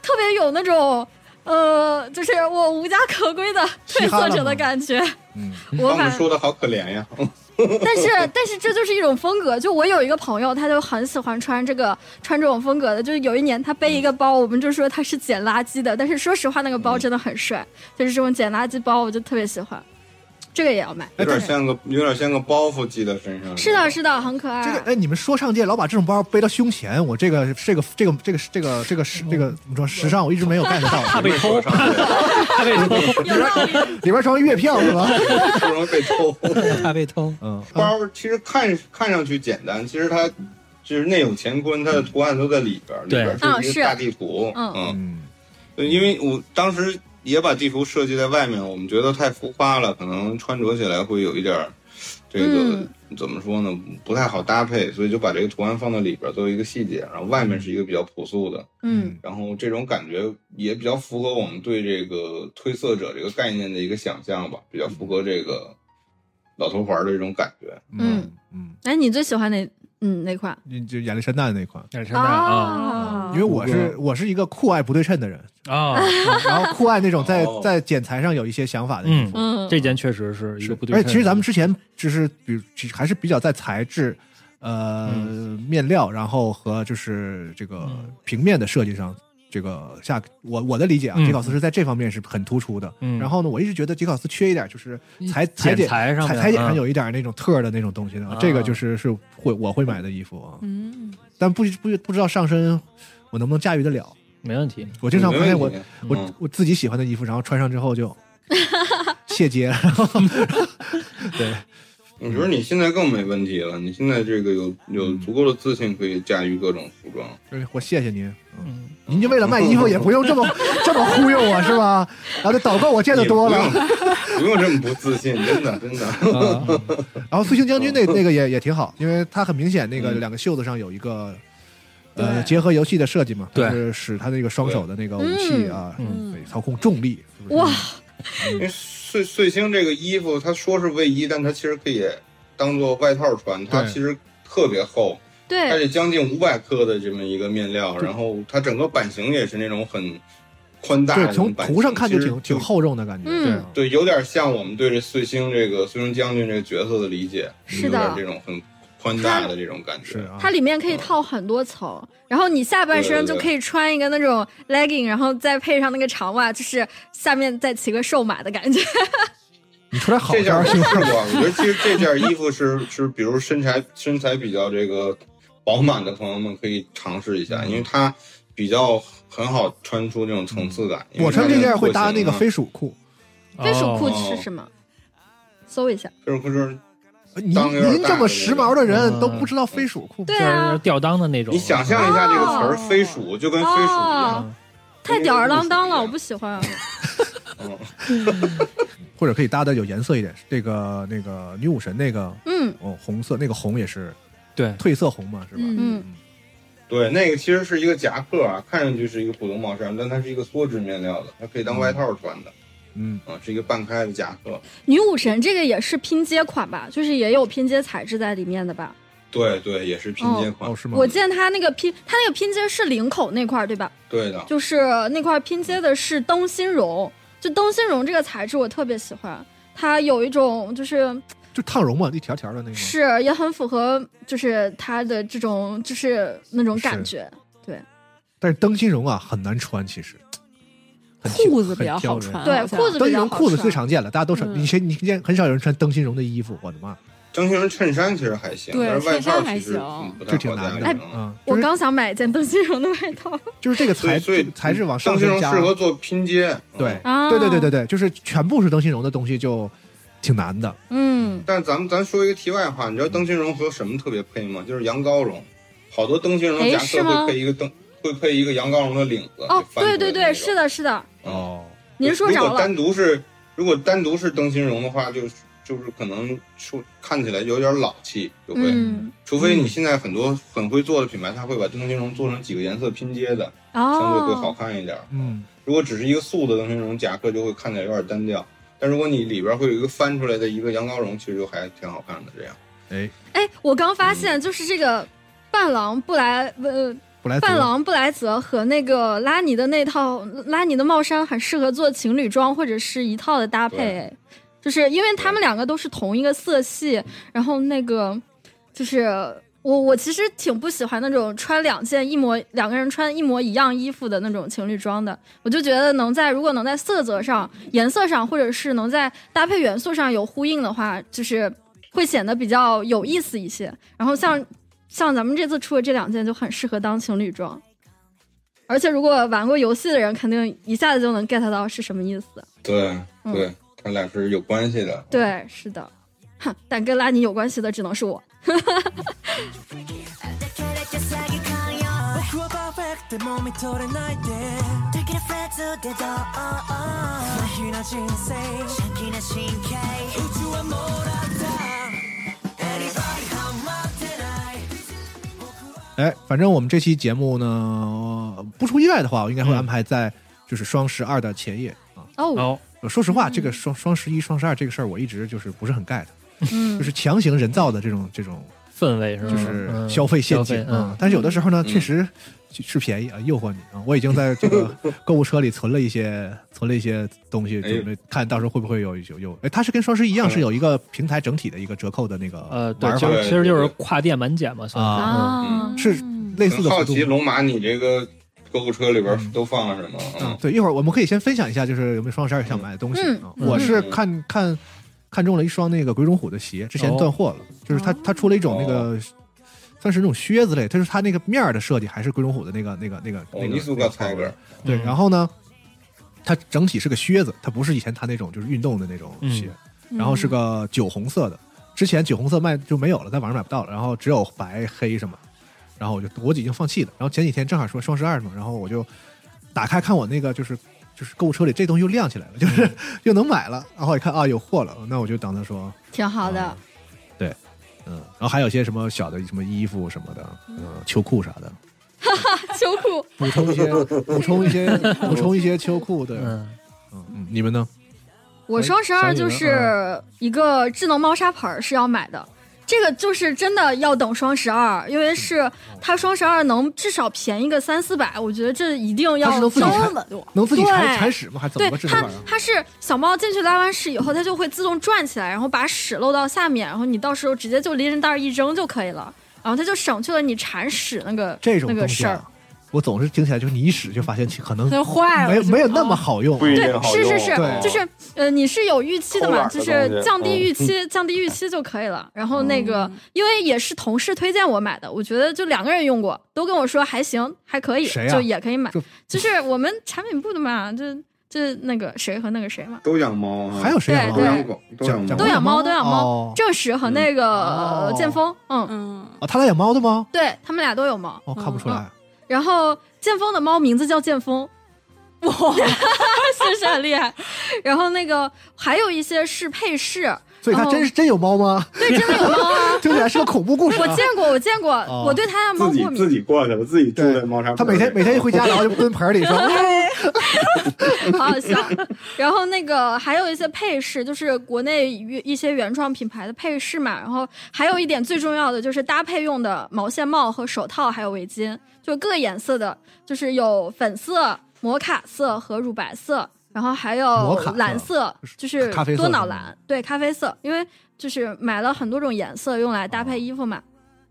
S5: 特别有那种呃，就是我无家可归的
S11: 嘻
S5: 褪
S11: 哈
S5: 色
S11: 了
S5: 者的
S11: 吗
S5: 感觉。
S11: 嗯，
S5: 我
S7: 他
S5: 反
S7: 们说的好可怜呀，
S5: 但是但是这就是一种风格。就我有一个朋友，他就很喜欢穿这个穿这种风格的。就是有一年他背一个包，我们就说他是捡垃圾的，但是说实话那个包真的很帅，就是这种捡垃圾包，我就特别喜欢。这个也要买，
S7: 有点像个有点像个包袱系在身上。
S5: 是的，是的，很可爱。
S4: 这个哎，你们说唱界老把这种包背到胸前，我这个这个这个这个这个这个这个怎么说时尚，我一直没有 get 到。
S6: 怕被偷，怕 被偷，
S5: 有道理。
S4: 里边装月票是吧？
S7: 不容易被偷。
S12: 怕被偷。
S4: 嗯，
S7: 包儿其实看看上去简单，其实它就是内有乾坤，它的图案都在里边儿，里
S6: 对
S7: 边儿是一个大地图。
S5: 啊嗯
S7: 嗯，
S4: 嗯，
S7: 对因为我当时也把地图设计在外面，我们觉得太浮夸了，可能穿着起来会有一点儿这个
S5: 嗯
S7: 怎么说呢，不太好搭配，所以就把这个图案放到里边儿作为一个细节，然后外面是一个比较朴素的，
S5: 嗯
S7: 然后这种感觉也比较符合我们对这个推测者这个概念的一个想象吧，比较符合这个老头环儿的这种感觉。
S5: 嗯
S4: 嗯，
S5: 哎，你最喜欢哪嗯哪款？
S4: 你就亚历山大的那款，
S12: 眼神啊
S5: 啊
S4: 因为我是我是一个酷爱不对称的人，
S5: 哦
S12: 啊！
S4: 然后酷爱那种在
S7: 哦
S4: 在剪裁上有一些想法的衣服。
S5: 嗯，
S6: 这件确实是一个不对
S4: 而
S6: 称。
S4: 且其实咱们之前就是比如其实还是比较在材质、呃、
S12: 嗯
S4: 面料，然后和就是这个平面的设计上。这个下我我的理解啊，
S12: 嗯
S4: 杰考斯是在这方面是很突出的。
S12: 嗯
S4: 然后呢，我一直觉得杰考斯缺一点就是裁裁剪
S12: 剪裁上
S4: 裁
S12: 面
S4: 裁剪上
S12: 嗯
S4: 有一点那种特儿的那种东西的，
S12: 啊
S4: 这个就是是会我会买的衣服啊，
S8: 嗯，
S4: 但不不不知道上身我能不能驾驭得了。
S6: 没问 题，
S4: 我经常发现我
S7: 没问题
S4: 我、
S7: 嗯
S4: 我自己喜欢的衣服，然后穿上之后就谢接，然后对，
S7: 我觉得你现在更没问题了，你现在这个有
S4: 嗯
S7: 有足够的自信可以驾驭各种服装。
S4: 就是我谢谢您，嗯，您就为了卖衣服也不用这么这么忽悠我是吧？然后这导购我见得多了，
S7: 也不用，不用 这么不自信，真的真的。
S6: 啊
S4: 然后苏星将军那那个也也挺好，因为它很明显那个两个袖子上有一个。呃，
S5: 对
S4: 结合游戏的设计嘛，
S6: 对
S4: 就是使他那个双手的那个武器啊，
S6: 嗯
S4: 对操控重力，是不是
S5: 哇，
S7: 因为碎碎星这个衣服，它说是卫衣，但它其实可以当做外套穿，它
S4: 对
S7: 其实特别厚，它
S5: 对
S7: 是将近五百克的这么一个面料，然后它整个版型也是那种很宽大的
S4: 对，
S7: 那
S4: 从
S7: 种版型，
S4: 图上看就
S7: 其实
S4: 挺挺。厚重的感觉，
S5: 嗯
S4: 对啊
S7: 对，有点像我们对这碎星这个碎星将军这个角色的理解，
S5: 是
S7: 有
S5: 的
S7: 点这种很宽大的这种感
S4: 是
S7: 觉。
S4: 啊，
S5: 它里面可以套很多层，然后你下半身就可以穿一个那种 legging，然后再配上那个长袜，就是下面再骑个瘦马的感觉。
S4: 你出来好
S7: 这件
S4: 招
S7: 我
S4: 儿
S7: 试
S4: 行吗？
S7: 过，我觉得其实这件衣服是是，比如身材身材比较这个饱满的朋友们可以尝试一下，因为它比较很好穿出这种层次感。因为
S4: 我穿这件会搭那个
S7: 它这
S4: 飞鼠裤，
S5: 飞鼠裤
S7: 哦
S5: 是什么？搜一下。
S7: 个廓形就是
S4: 您
S7: 当个有点
S4: 您这么时髦的人
S6: 嗯
S4: 都不知道飞鼠裤，
S5: 对
S6: 就是
S5: 啊，
S6: 吊裆的那种。
S7: 你想象一下这个词儿
S5: 哦
S7: “飞鼠”，就跟飞鼠一样。
S5: 哦太吊儿郎当了，我不喜欢。啊
S7: 嗯
S4: 或者可以搭的有颜色一点，这个那个女武神那个
S5: 嗯
S4: 哦红色那个红也是
S6: 对，
S4: 褪色红嘛，是吧？
S5: 嗯，
S7: 对，那个其实是一个夹克啊，看上去是一个普通毛衫，但它是一个梭织面料的，它可以当外套穿的
S4: 嗯，
S7: 啊，是一个半开的夹克。
S5: 女武神这个也是拼接款吧，就是也有拼接材质在里面的吧。
S7: 对对，也是拼接款
S4: 哦，是吗
S5: 我？见它那个拼，它那个拼接是领口那块儿对吧？
S7: 对的。
S5: 就是那块拼接的是灯芯绒，就灯芯绒这个材质我特别喜欢，它有一种就是
S4: 就烫绒嘛，一条条的那个。
S5: 是也很符合就是它的这种就是那种感觉，
S4: 但是灯芯绒啊很难穿，其实很挑
S8: 裤子比较好。
S4: 很挑
S8: 穿，
S4: 人
S5: 对
S8: 好像
S5: 裤
S4: 灯
S5: 子比
S4: 芯
S5: 较
S4: 绒
S5: 好穿。
S4: 裤子最常见了，大家都穿。
S8: 嗯
S4: 你谁你见很少有人穿灯芯绒的衣服，我的妈！
S7: 灯芯绒衬衫其实还行，
S8: 对
S7: 但是外套
S8: 衬衫还
S7: 其实
S8: 行
S7: 不
S4: 这
S7: 太
S4: 挺
S7: 好
S4: 难
S7: 搭
S4: 的
S7: 配。
S5: 哎
S7: 嗯
S4: 嗯，就
S5: 我
S4: 是
S5: 刚想买一件灯芯绒的外 套，
S4: 就是这个
S7: 所以
S4: 材
S7: 所以
S4: 材质往上
S7: 灯芯
S4: 身
S7: 绒
S4: 加，
S7: 适合做拼接，
S4: 对
S7: 嗯，
S5: 啊
S4: 对对对对对，就是全部是灯芯绒的东西就挺难的。
S5: 嗯，
S7: 但咱们咱说一个题外话，你知道灯芯绒和什么特别配吗？就是羊羔绒，好多灯芯绒
S5: 哎
S7: 夹
S5: 是
S7: 克
S5: 吗
S7: 会配一个灯，会配一个羊羔绒的领子。
S5: 哦，对对对，是
S7: 是。
S5: 的，是的，
S7: 哦，
S5: 您说
S7: 如
S5: 着
S7: 果
S5: 了，
S7: 单独是如果单独是灯芯绒的话，就是就是可能说看起来有点老气，就会。
S5: 嗯，
S7: 除非你现在很多很会做的品牌，它会把灯芯绒做成几个颜色拼接的，相对会好
S5: 哦，
S7: 看一点。
S4: 嗯，
S7: 如果只是一个素的灯芯绒夹克，就会看起来有点单调。但如果你里边会有一个翻出来的一个羊羔绒，其实就还挺好看的。这样，
S4: 哎，
S5: 哎，我刚发现就是这个伴郎布莱呃
S4: 布莱泽
S5: 伴郎布莱泽和那个拉尼的那套拉尼的帽衫很适合做情侣装或者是一套的搭配，哎就是因为他们两个都是同一个色系，然后那个就是我我其实挺不喜欢那种穿两件一模两个人穿一模一样衣服的那种情侣装的，我就觉得能在如果能在色泽上、颜色上，或者是能在搭配元素上有呼应的话，就是会显得比较有意思一些。然后像像咱们这次出的这两件就很适合当情侣装。而且，如果玩过游戏的人，肯定一下子就能 get 到是什么意思。
S7: 对
S5: 嗯
S7: 对，他俩是有关系的。
S5: 对，是的，哼，但跟拉尼有关系的只能是我。
S2: 僕はパーフェクトでも見とれないで敵のフレーズでどう麻痺な人生正気な神経宇宙はもらった Anybody ハマってない
S4: 哎，反正我们这期节目呢，不出意外的话，我应该会安排在就是双十二的前夜啊。
S5: 哦，
S6: 哦，
S4: 呃说实话，这个双双十一、双十二这个事儿，我一直就是不是很 get，
S5: 嗯
S4: 就，是强行人造的这种这种
S6: 氛围是吧？
S4: 就是
S6: 嗯
S4: 消费陷阱
S6: 消费
S4: 啊
S6: 嗯。
S4: 但是有的时候呢，
S7: 嗯
S4: 确实是便宜啊，诱惑你啊。我已经在这个购物车里存了一些存了一些东西，
S7: 哎
S4: 准备看到时候会不会有有有。哎，它是跟双十一一样，
S7: 嗯
S4: 是有一个平台整体的一个折扣的那
S11: 啊
S4: 个
S6: 呃，对，
S4: 玩法
S6: 就
S7: 对
S6: 是
S7: 对
S6: 其实就是
S7: 对
S6: 跨店满减嘛，算是
S4: 啊
S7: 嗯
S4: 是类似
S7: 很
S4: 的
S7: 好
S4: 活动
S7: 奇。龙马，你这个购物车里边都放了什么？
S4: 嗯
S7: 嗯，
S4: 对，一会儿我们可以先分享一下，就是有没有双十二想买的东西
S5: 嗯
S4: 啊？
S6: 嗯
S4: 我是看看看中了一双那个鬼冢虎的鞋，之前
S6: 哦
S4: 断货了，就是它它出了一种那
S7: 哦
S4: 个。算是那种靴子类，它是它那个面儿的设计，还是鬼冢虎的那个、那个、那个、那
S7: 哦，
S4: 个。
S7: 你苏
S4: 那
S7: 个
S4: 个
S7: 猜个，
S4: 对，
S6: 嗯
S4: 然后呢，它整体是个靴子，它不是以前它那种就是运动的那种鞋，
S6: 嗯
S4: 然后是个酒红色的，之前酒红色卖就没有了，在网上买不到了，然后只有白黑什么，然后我就我已经放弃了。然后前几天正好说双十二嘛，然后我就打开看我那个就是就是购物车里这东西又亮起来了， 就是、
S6: 嗯
S4: 又能买了，然后一看啊有货了，那我就等他说
S5: 挺好的
S4: 啊。对，嗯，然后还有些什么小的什么衣服什么的，嗯，秋裤啥的，嗯
S5: 秋裤，
S4: 补充一些 补充一些补充一些秋裤，对，
S6: 嗯，
S4: 嗯嗯，你们呢？
S5: 我双十二就是
S4: 嗯
S5: 一个智能猫砂盆儿是要买的，这个就是真的要等双十二，因为是
S4: 嗯
S5: 它双十二能至少便宜个三四百，我觉得这一定
S4: 它
S5: 要
S4: 是能自己
S5: 交
S4: 拆
S5: 了。
S4: 能自己
S5: 对
S4: 铲铲屎吗？还怎
S5: 对
S4: 么个智能
S5: 它
S4: 玩意儿，
S5: 它是小猫进去拉完屎以后，它就会自动转起来，然后把屎漏到下面，然后你到时候直接就拎着袋儿一扔就可以了，然后它就省去了你铲屎那个
S4: 这种
S5: 那个
S4: 东西
S5: 事儿。
S4: 啊，我总是听起来就是你一使就发现其可能
S8: 它就坏了
S4: 没有
S8: 就啊
S4: 没有那么好用。啊
S7: 不一定
S5: 对，
S7: 好
S5: 是
S7: 用。哦
S5: 是是，
S4: 对
S5: 就是呃，你是有预期的
S7: 抠懒
S5: 嘛，
S7: 儿
S5: 就
S7: 的
S5: 是
S7: 东西嗯
S5: 降低预期，降低预期就可以了。然后那个，
S4: 哦
S5: 因为也是同事推荐我买的，我觉得就两个人用过，都跟我说还行，还可以，
S4: 谁呀啊
S5: 就也可以买
S4: 这。
S5: 就是我们产品部的嘛，就就那个谁和那个谁嘛，
S7: 都养猫啊，
S4: 还有谁养
S7: 都
S5: 对
S4: 猫
S7: 养狗，都
S4: 讲
S7: 养
S4: 讲
S7: 猫
S5: 都。养猫，都养猫
S4: 哦，
S5: 正石和那个
S4: 嗯
S5: 呃剑锋，嗯，
S8: 嗯，
S4: 啊？他俩养猫的吗？
S5: 对他们俩都有猫。
S4: 哦，看不出
S5: 嗯
S4: 来。
S5: 然后剑锋的猫名字叫剑锋，哇， 是不是很厉害？然后那个还有一些是配饰，
S4: 所以他
S5: 哦
S4: 真是真有猫吗？！
S5: 对，真的有猫啊
S4: 听起 来是个恐怖故事
S5: 我
S4: 啊。
S5: 见过，我见过，
S4: 哦
S5: 我对他家猫
S7: 自己
S5: 过敏
S7: 自。己过去了，自己住
S4: 对
S7: 在猫砂盆里。
S4: 他每天每天一回家，然后就蹲盆儿里 说
S5: 好好笑。然后那个还有一些配饰，就是国内一些原创品牌的配饰嘛。然后还有一点最重要的就是搭配用的毛线帽和手套，还有围巾，就各颜色的，就是有粉色、摩卡色和乳白色，然后还有
S4: 摩卡色
S5: 蓝色，就是
S4: 咖啡色
S5: 多脑
S4: 是吗
S5: 蓝，对，咖啡色，因为就是买了很多种颜色用来
S4: 哦
S5: 搭配衣服嘛。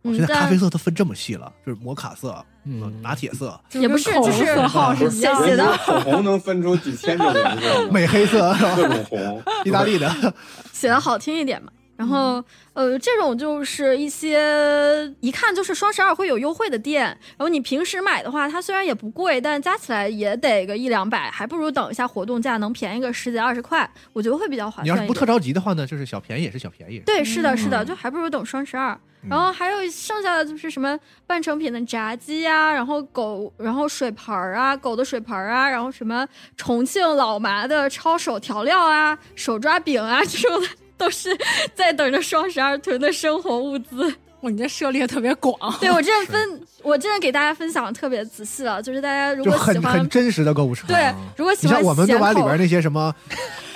S5: 嗯，
S4: 现在咖
S5: 但
S4: 啡色都分这么细了，就是摩卡色、呃
S6: 嗯
S4: 拿铁色、
S5: 也不是，哦
S8: 口
S5: 就是
S8: 色号是一
S5: 写
S8: 样
S5: 写
S7: 啊人
S5: 的
S7: 家口红能分出几千种颜色呢，
S4: 美黑 色、
S7: 各种红。
S4: 意大利的。
S5: 写的好听一点嘛。然后，呃，这种就是一些一看就是双十二会有优惠的店，然后你平时买的话，它虽然也不贵，但加起来也得个一两百，还不如等一下活动价能便宜个十几二十块，我觉得会比较划
S4: 你要
S5: 算
S4: 是
S5: 一
S4: 不特
S5: 点。
S4: 着急的话呢，就是小便宜也是小便宜。
S5: 对，是的，是的，
S4: 嗯
S5: 就还不如等双十二。
S4: 嗯
S5: 然后还有剩下的就是什么半成品的炸鸡呀、然后狗，然后水盆儿啊，狗的水盆儿啊，然后什么重庆老麻的抄手调料啊，手抓饼啊 这种的，都是在等着双十二囤的生活物资。
S8: 哇，你这涉猎特别广，
S5: 对我这分，我这给大家分享得特别仔细了，就是大家如
S4: 就
S5: 果喜
S4: 很
S5: 欢
S4: 很，真实的购物车。啊
S5: 对，如果
S4: 你
S5: 喜欢
S4: 像我们都
S5: 咸
S4: 把里
S5: 口
S4: 边那些什么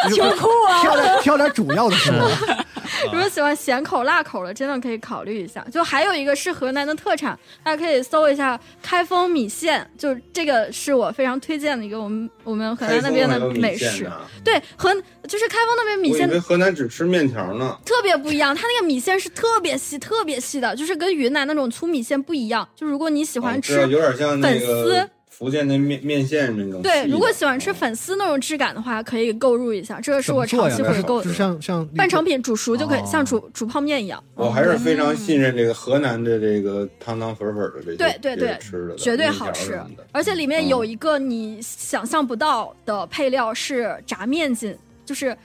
S8: 秋裤啊，
S4: 挑点挑点主要的吃，
S5: 如果喜欢咸口辣口的，真的可以考虑一下。就还有一个是河南的特产，大家可以搜一下开封米线，就这个是我非常推荐的一个我们我们河南那边的美食。对，河就是开封那边米
S7: 我以
S5: 线
S7: 为河南只吃面条呢。
S5: 特别不一样，它那个米线是特别细、特别细的，就是跟云南那种粗米线不一样。就如果你喜欢
S7: 哦
S5: 吃
S7: 知道有点像那
S5: 粉丝
S7: 个福建那面面线那种细的。哦
S5: 对，如果喜欢吃粉丝那种质感的话，可以购入一下，这个是
S11: 怎
S5: 我
S11: 么
S5: 长
S11: 做呀
S5: 期回购
S11: 就
S5: 的
S11: 是。像像
S5: 半成品煮熟就可以，
S11: 哦
S5: 像煮煮泡面一样，
S7: 我还是非常信任这个河南的这个汤汤粉粉的这些
S5: 嗯对对对
S7: 这些吃的，
S5: 绝对好
S7: 面条
S5: 吃
S7: 什么的。嗯
S5: 而且里面有一个你想象不到的配料是炸面筋，就是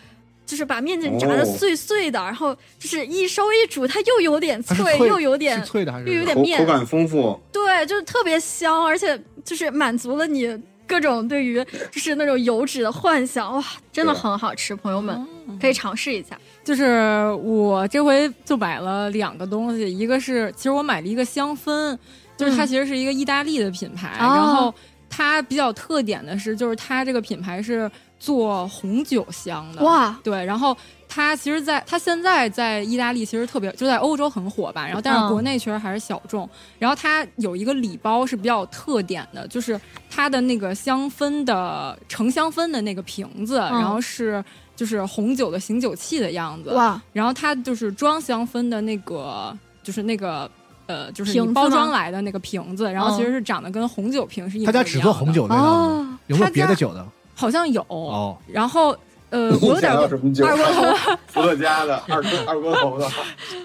S5: 就是把面筋炸的
S7: 哦
S5: 碎碎的，然后就是一收一煮，它又有点
S11: 它是
S5: 脆，又有点
S11: 是脆的还是
S5: 又有点
S7: 口
S5: 面
S7: 口感丰富，
S5: 对，就是特别香，而且就是满足了你各种对于就是那种油脂的幻想，哇，真的
S7: 对
S5: 很好吃，朋友们可以尝试一下。
S8: 就是我这回就买了两个东西，一个是其实我买了一个香氛，就是它
S5: 嗯
S8: 其实是一个意大利的品牌，
S5: 哦
S8: 然后它比较特点的是，就是它这个品牌是做红酒香的，
S5: 哇，
S8: 对，然后它其实在，它现在在意大利其实特别，就在欧洲很火吧，然后但
S5: 嗯
S8: 是国内确实还是小众。然后它有一个礼包是比较有特点的，就是它的那个香氛的盛香氛的那个瓶子，
S5: 嗯
S8: 然后是就是红酒的醒酒器的样子，
S5: 哇，
S8: 然后它就是装香氛的那个，就是那个。呃，就是
S5: 瓶子
S8: 你
S5: 吗
S8: 包装来的那个瓶子，然后
S5: 嗯
S8: 其实是长得跟红酒瓶是一
S11: 他
S8: 模一样的。
S11: 家只做红，
S7: 啊
S11: 酒类的吗，
S5: 哦，
S11: 有没有
S8: 他
S11: 别的
S8: 家
S11: 酒的？
S8: 好像有。
S11: 哦，
S8: 然后 呃，我
S7: 你
S8: 有点
S7: 想要什么酒？
S8: 二锅头
S7: 伏特加的 二锅二锅头的，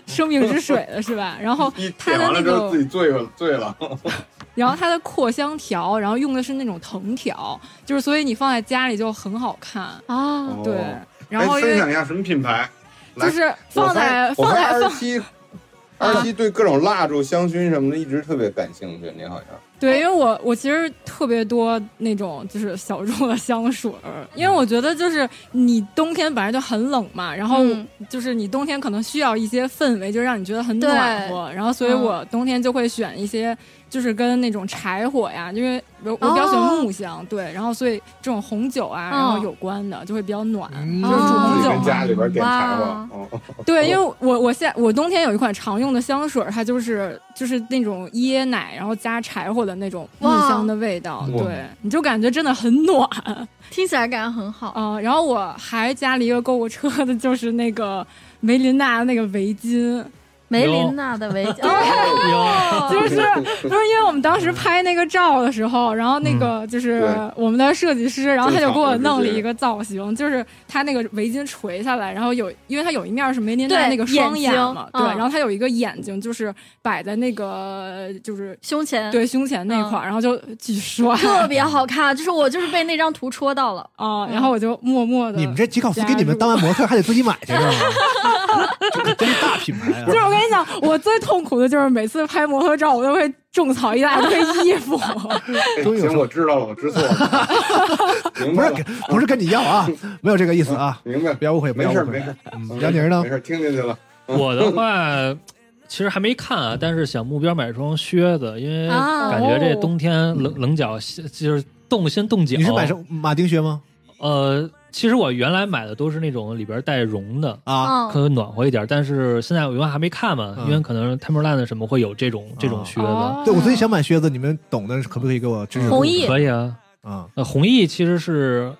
S8: 生命之水的是 吧？然后
S7: 一
S8: 它
S7: 点
S8: 的
S7: 完
S8: 那
S7: 了之后自
S8: 个，
S7: 己醉了醉了。
S8: 然后它的扩香条，然后用的是那种藤条，就是所以你放在家里就很好看。
S5: 啊，
S8: 对，
S7: 哦
S8: 然后
S7: 哎
S8: 因
S7: 分享
S8: 为
S7: 一下什么品牌？来
S8: 就是放在
S7: 我
S8: 放
S7: 看
S8: 在
S7: 二
S8: 放
S7: 十七，二十七对各种蜡烛、香薰什么的一直特别感兴趣。您好像
S8: 对，因为我我其实特别多那种就是小众的香水儿，因为我觉得就是你冬天本来就很冷嘛，然后
S5: 嗯
S8: 就是你冬天可能需要一些氛围，就让你觉得很暖和，然后所以
S5: 嗯
S8: 我冬天就会选一些就是跟那种柴火呀，因为我我比较喜欢
S5: 哦
S8: 木香，对，然后所以这种红酒啊，然后有关的就会比较暖，
S5: 嗯哦
S8: 就是
S7: 嗯
S8: 煮
S7: 自
S11: 啊
S8: 红
S7: 己
S8: 酒
S7: 跟
S8: 嘛。
S7: 家里边点柴火
S5: 哇。
S7: 哦，
S8: 对，因为我我现我冬天有一款常用的香水儿，它就是就是那种椰奶，然后加柴火的那种木
S5: 哇
S8: 香的味道，
S7: 哇
S8: 对，你就感觉真的很暖
S5: 听起来感觉很好。
S8: 啊、然后我还加了一个购物车的，就是那个梅琳娜的那个围巾，
S5: 梅
S6: 有
S5: 琳娜的围巾，哦
S6: 嗯
S11: 啊
S6: 有
S8: 就是就是因为我们当时
S11: 嗯
S8: 拍那个照的时候，然后那个就是
S7: 对
S8: 我们的设计师，然后他就给我弄了一
S7: 正
S8: 个造型，就是他那个围巾垂下来，然后有因为他有一面是梅琳
S5: 对
S8: 娜那个双
S5: 眼
S8: 眼
S5: 睛
S8: 嘛，
S5: 嗯
S8: 对，然后他有一个眼睛就是摆在那个就是
S5: 胸前，
S8: 对胸前那
S5: 嗯
S8: 块儿，然后就巨 帅
S5: 特别好看。就是我就是被那张图戳到了，
S8: 啊，然后我就默默的，
S11: 你们这吉考斯给你们当完模特还得自己买去是吗？ 这可真是大品牌
S8: 就是
S11: 啊！
S8: 我跟你讲，我最痛苦的就是每次拍模特照，我都会种草一大堆 衣 服。
S7: 哎
S11: 终于有
S7: 行，
S11: 说
S7: 我知道了，我知 错了，明
S11: 不
S7: 白
S11: 是
S7: 了，
S11: 跟不是跟你要啊，没有这个意思啊，
S7: 明白，
S11: 不要误会，不
S7: 没
S11: 要误
S7: 事
S11: 会
S7: 没事。
S11: 嗯
S7: 嗯
S11: 杨宁呢
S7: 没？事，听进去了。
S6: 我的话，其实还没看啊，但是想目标买双靴子，因为
S5: 啊
S6: 感觉这冬天冷、冷脚，就是冻先冻脚。
S11: 嗯你是买什么马丁靴吗？
S6: 呃，其实我原来买的都是那种里边带绒的，
S11: 啊，
S5: 嗯，
S6: 可能暖和一点。但是现在我因为还没看嘛，
S11: 嗯啊
S6: 因为可能 Timberland 什么会有这种这种靴子。
S5: 哦
S11: 对我最
S8: 哦
S11: 近想买靴子，你们懂的可不可以给我支持？
S5: 同意
S6: 可以啊，
S11: 啊，
S6: 呃，红毅其实是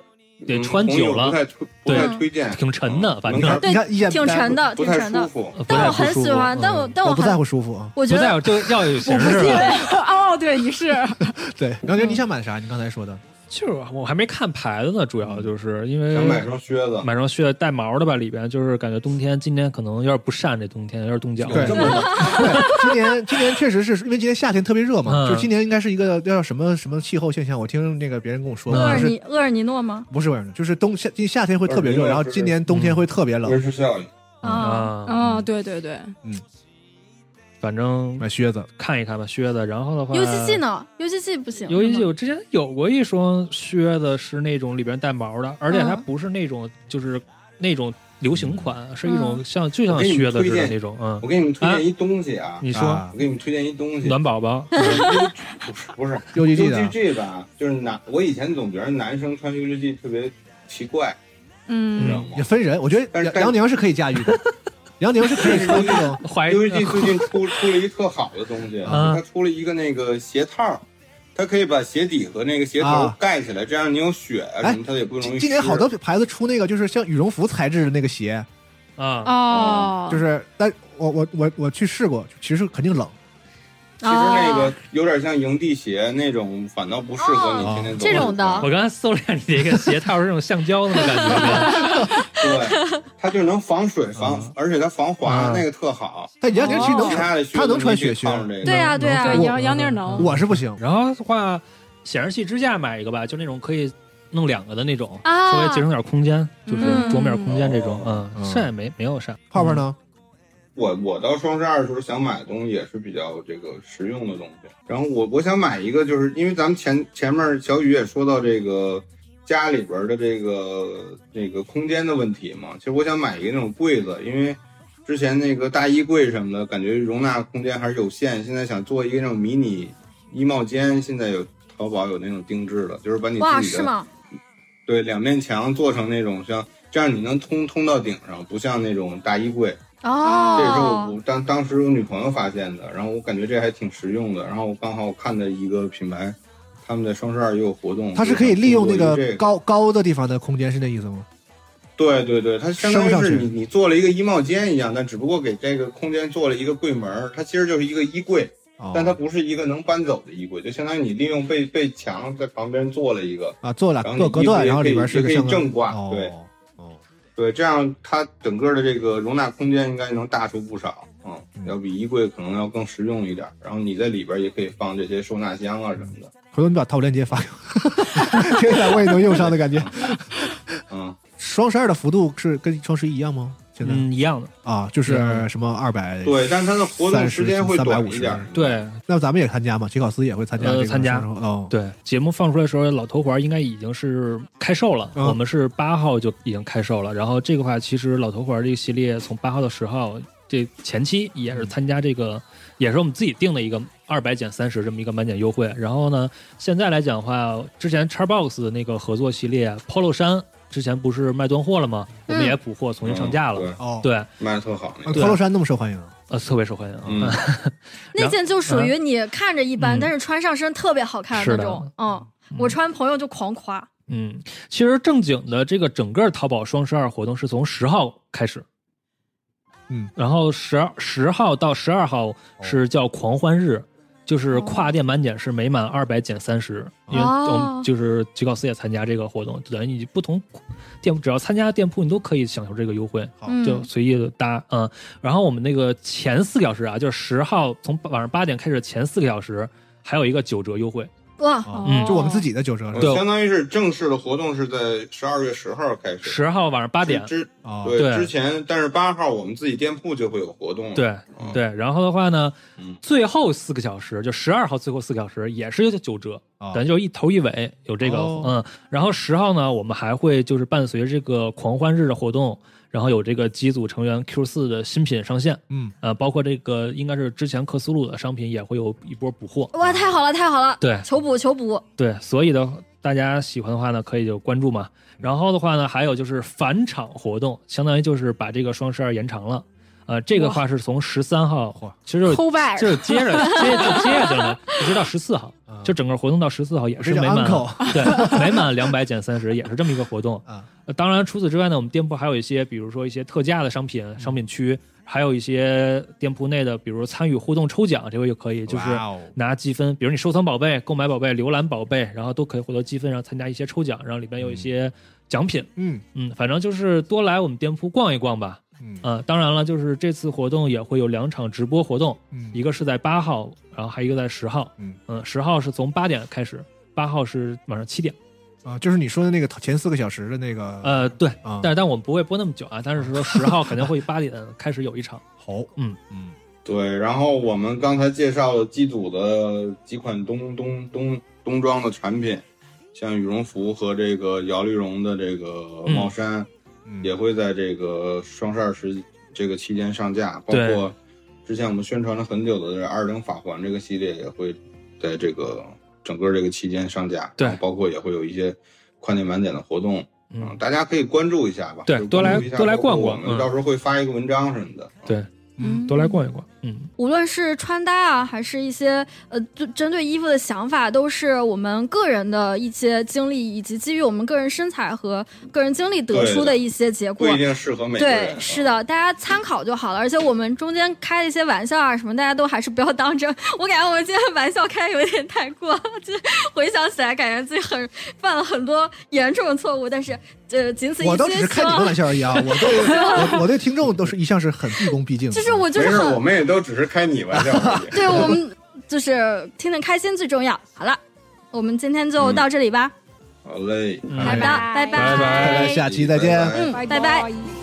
S6: 得
S7: 嗯
S6: 穿久
S7: 红酒不
S6: 了，
S7: 太推不太推荐，嗯
S6: 挺沉的反正
S7: 门槛
S5: 对
S11: 你看一眼
S5: 挺沉的，
S7: 不
S5: 挺
S7: 太
S5: 沉
S7: 舒
S5: 的。
S7: 服。
S6: 呃不
S5: 但
S6: 太
S5: 我很
S6: 舒服
S5: 喜欢，
S6: 嗯
S5: 但我但
S11: 我不在
S5: 很，
S11: 乎舒服啊。
S5: 我觉
S6: 不
S5: 得
S6: 在乎就要有形式吧。
S8: 哦，对，你是
S7: 嗯
S11: 对，杨宁，你想买啥？你刚才说的
S6: 就是啊我还没看牌子呢，主要就是因为
S7: 嗯想买双靴子，
S6: 嗯买双靴带毛的吧，里边就是感觉冬天今天可能有点不善，这冬天有点冻脚。
S11: 对
S7: 这么
S11: 对，今年今年确实是因为今年夏天特别热嘛，
S6: 嗯
S11: 就是今年应该是一个叫什么什么气候现象，我听那个别人跟我说
S5: 厄
S11: 过，
S5: 尔
S11: 就是
S5: 尼厄尔尼诺吗？
S11: 不是温热，就是冬夏今夏天会特别
S7: 不
S11: 热，
S7: 是
S11: 然后
S7: 就是
S11: 今年冬天会特别冷
S7: 温。室效
S6: 嗯
S5: 啊，
S7: 应。
S6: 啊，
S8: 哦，对对对，
S6: 反正
S11: 买靴子，
S6: 看一看吧，靴子。然后的话
S5: UCC 呢？UCC 不行，
S6: 尤其
S5: 是
S6: 是
S5: 吗
S6: 我之前有过一双靴子，是那种里边带毛的，而且它
S5: 嗯
S6: 不是那种就是那种流行款，是一种像就像靴子似的那种，嗯
S7: 嗯我，给你们推
S6: 啊
S7: 荐一东西啊，
S6: 你说
S11: 啊
S7: 我给你们推荐一东西，
S6: 暖宝 宝，
S7: 不是
S11: U G G 的
S7: UGG 吧？就是男，我以前总觉得男生穿 UGG 特别奇怪，你知道
S8: 嗯，
S7: 吗
S11: 也？分人，我觉得
S7: 但是
S11: 杨杨宁是可以驾驭的，杨宁是可以出那种
S6: 怀
S7: 优衣 库最近出出了一个特好的东西，
S6: 啊
S7: 它出了一个那个鞋套儿，它可以把鞋底和那个鞋头
S11: 啊
S7: 盖起来，这样你有血啊
S11: 哎
S7: 什么，它也不容易
S11: 今
S7: 湿。
S11: 今年好多牌子出那个就是像羽绒服材质的那个鞋，
S6: 啊，
S8: 哦，
S11: 就是但我我我我去试过，其实肯定冷。
S7: 其实那
S5: 哦
S7: 个有点像营地鞋那种，反倒不适合你
S11: 哦
S7: 天天走。
S5: 这种的
S6: 我刚才搜了一下你这个鞋套是那种橡胶的那种感觉，
S7: 对，它就能防水防，而且它防滑，
S11: 嗯
S7: 那个特好。
S11: 但杨宁其实能
S7: 其他
S11: 穿
S7: 的，靴
S11: 他
S7: 子
S11: 能穿
S7: 你可以
S11: 雪靴，
S7: 套上这个
S5: 对啊呀对呀
S11: 能
S8: 对啊
S11: 我
S8: 杨杨宁能，
S11: 我是不行。
S6: 然后的话，显示器支架买一个吧，就那种可以弄两个的那种，
S5: 啊
S6: 稍微节省点空间，就是
S5: 嗯
S6: 桌面空间这种。嗯，
S11: 嗯
S6: 扇也没没有扇。
S11: 泡泡呢？
S7: 我我到双十二的时候想买的东西也是比较这个实用的东西。然后我我想买一个，就是因为咱们前前面小雨也说到这个家里边的这个这个空间的问题嘛。其实我想买一个那种柜子，因为之前那个大衣柜什么的，感觉容纳空间还是有限。现在想做一个那种迷你衣帽间，现在有淘宝有那种定制的，就是把你
S5: 哇，
S7: 自己
S5: 是
S7: 的
S5: 吗？
S7: 对两面墙做成那种像这样，你能通通到顶上，不像那种大衣柜。这也是我
S5: 哦，
S7: 我当当时我女朋友发现的，然后我感觉这还挺实用的，然后我刚好我看的一个品牌，他们在双十二也有活动，
S11: 它是可以利用那
S7: 我就这
S11: 个高高的地方的空间，是那意思吗？
S7: 对对对，它相当
S11: 升
S7: 于
S11: 上去
S7: 是你你做了一个衣帽间一样，但只不过给这个空间做了一个柜门儿，它其实就是一个衣柜，
S11: 哦
S7: 但它不是一个能搬走的衣柜，就相当于你利用被被墙在旁边做了一个，
S11: 啊，做
S7: 然
S11: 两
S7: 后
S11: 做隔
S7: 你衣服
S11: 断，
S7: 也
S11: 然后
S7: 可
S11: 里
S7: 以
S11: 边是
S7: 也
S11: 个
S7: 可以
S11: 像个
S7: 正挂
S11: 哦
S7: 对
S11: 哦，
S7: 对，这样它整个的这个容纳空间应该能大出不少，嗯，要比衣柜可能要更实用一点。然后你在里边也可以放这些收纳箱啊什么的，
S11: 回头你把淘宝链接发给我， 听起来我也能用上的感觉。
S7: 嗯，
S11: 双十二的幅度是跟双十一一样吗？现在
S6: 嗯，一样的。
S11: 啊，就是什么二百
S7: 对，但是它的活动时间会短一
S11: 30
S7: 点。
S6: 对
S11: 那咱们也参加吗？杰考斯也会参加
S6: 呃
S11: 这个
S6: 参加
S11: 双十二哦，
S6: 对，节目放出来的时候，老头环应该已经是开售了。
S11: 嗯
S6: 我们是八号就已经开售了。然后这个话，其实老头环这个系列从八号到十号这前期也是参加这个，也是我们自己定的一个二百减三十这么一个满减优惠。然后呢，现在来讲的话，之前 Xbox 的那个合作系列啊 Polo 衫之前不是卖断货了吗？我们也补货重新上架了。
S7: 嗯
S11: 哦，
S6: 对，
S7: 对，卖的特好那
S11: 啊，
S4: 哦
S7: 个。
S11: 骷髅山那么受欢迎啊，
S6: 呃，特别受欢迎啊。
S7: 嗯，
S5: 那件就属于你看着一般，
S6: 嗯
S5: 但是穿上身特别好看
S6: 是
S5: 那
S6: 的
S5: 种。嗯，我穿朋友就狂夸。
S6: 嗯，其实正经的这个整个淘宝双十二活动是从十号开始，
S11: 嗯，
S6: 然后十二十号到十二号是叫狂欢日，就是跨店满减是每满二百减三十，因为我
S5: 哦哦
S6: 们就是吉考斯也参加这个活动，就等于你不同店铺只要参加店铺，你都可以享受这个优惠。
S11: 好
S5: 嗯
S6: 就随意的搭，嗯，然后我们那个前四个小时啊，就是十号从晚上八点开始的前四个小时，还有一个九折优惠，
S5: 哇，
S11: 啊
S6: 嗯
S11: 就我们自己的九折哦是吧
S6: 对
S7: 相当于是正式的活动是在十二月十号开始，
S6: 十号晚上八点，
S7: 之
S11: 啊，
S7: 对
S6: 对
S7: 之前，但是八号我们自己店铺就会有活动了。
S6: 对
S7: 嗯
S6: 对，然后的话呢
S7: 嗯，
S6: 最后四个小时就十二号最后四个小时也是九折，
S11: 啊
S6: 等于就一头一尾有这个
S11: 哦
S6: 嗯，然后十号呢，我们还会就是伴随这个狂欢日的活动，然后有这个机组成员 Q 四的新品上线，
S11: 嗯，
S6: 呃，包括这个应该是之前克苏鲁的商品也会有一波补货，
S5: 哇，太好了，太好了！
S6: 对
S5: 求补求补。
S6: 对，所以的大家喜欢的话呢，可以就关注嘛。然后的话呢，还有就是返场活动，相当于就是把这个双十二延长了。呃，这个话是从十三号，其实就是
S8: 抠拜
S6: 就是接着接着接着呢，一 直到十四号，就整个活动到十四号也是
S11: 啊这叫
S6: 每满
S11: uncle
S6: 对每满两百减三十，也是这么一个活动
S11: 啊。
S6: 呃当然，除此之外呢，我们店铺还有一些，比如说一些特价的商品、商品区，还有一些店铺内的，比如参与互动抽奖，这个也可以，就是
S11: 哇哦
S6: 拿积分，比如你收藏宝贝、购买宝贝、浏览宝贝，然后都可以获得积分，然后参加一些抽奖，然后里边有一些奖品。
S11: 嗯
S6: 嗯，反正就是多来我们店铺逛一逛吧。
S11: 嗯
S6: 呃，当然了，就是这次活动也会有两场直播活动，
S11: 嗯
S6: 一个是在八号，然后还有一个在十号。呃
S11: 嗯
S6: 十号是从八点开始，八号是晚上七点。
S11: 啊，就是你说的那个前四个小时的那个
S6: 呃，对，
S11: 啊，
S6: 但是但我们不会播那么久啊，但是说十号肯定会八点开始有一场。
S11: 好，
S6: 嗯
S11: 嗯，
S7: 对，然后我们刚才介绍了机组的几款冬冬冬冬装的产品，像羽绒服和这个摇粒绒的这个帽衫，
S11: 嗯
S7: 也会在这个双十二时这个期间上架，包
S6: 对
S7: 括之前我们宣传了很久的这二等法环这个系列也会在这个整个这个期间上架，
S6: 对
S7: 然后包括也会有一些跨店满减的活动，
S6: 嗯，
S7: 大家可以关注一下吧。
S6: 对
S7: 就
S6: 多来
S7: 关注一下
S6: 多来
S7: 包括
S6: 逛逛
S7: 我们
S6: 嗯
S7: 到时候会发一个文章什么的。
S6: 对，
S8: 嗯
S6: 多来逛一逛，嗯，
S5: 无论是穿搭啊，还是一些呃，就针对衣服的想法，都是我们个人的一些经历，以及基于我们个人身材和个人经历得出的一些结
S7: 嗯不
S5: 果
S7: 一。定适合每个人。啊
S5: 对，是的，大家参考就好了。而且我们中间开了一些玩笑啊什么，大家都还是不要当真。我感觉我们今天玩笑开得有点太过，就是回想起来，感觉自己很犯了很多严重的错误。但是，呃，仅此一
S11: 我
S5: 次
S11: 当只是开
S5: 希
S11: 你们
S5: 望
S11: 玩笑而已啊！我 对我我对听众都是一向是很毕恭毕敬的。
S5: 就是我就
S7: 没
S5: 是
S7: 事，我
S5: 很
S7: 们也都只是开你玩笑而已。
S5: 对我们就是听得开心最重要。好了，我们今天就到这里吧。
S7: 好嘞，
S6: 嗯
S5: 好的，
S6: 拜
S5: 拜
S6: 拜
S11: 大家下期再见。
S7: 拜拜
S5: 哎嗯，拜拜。
S8: 拜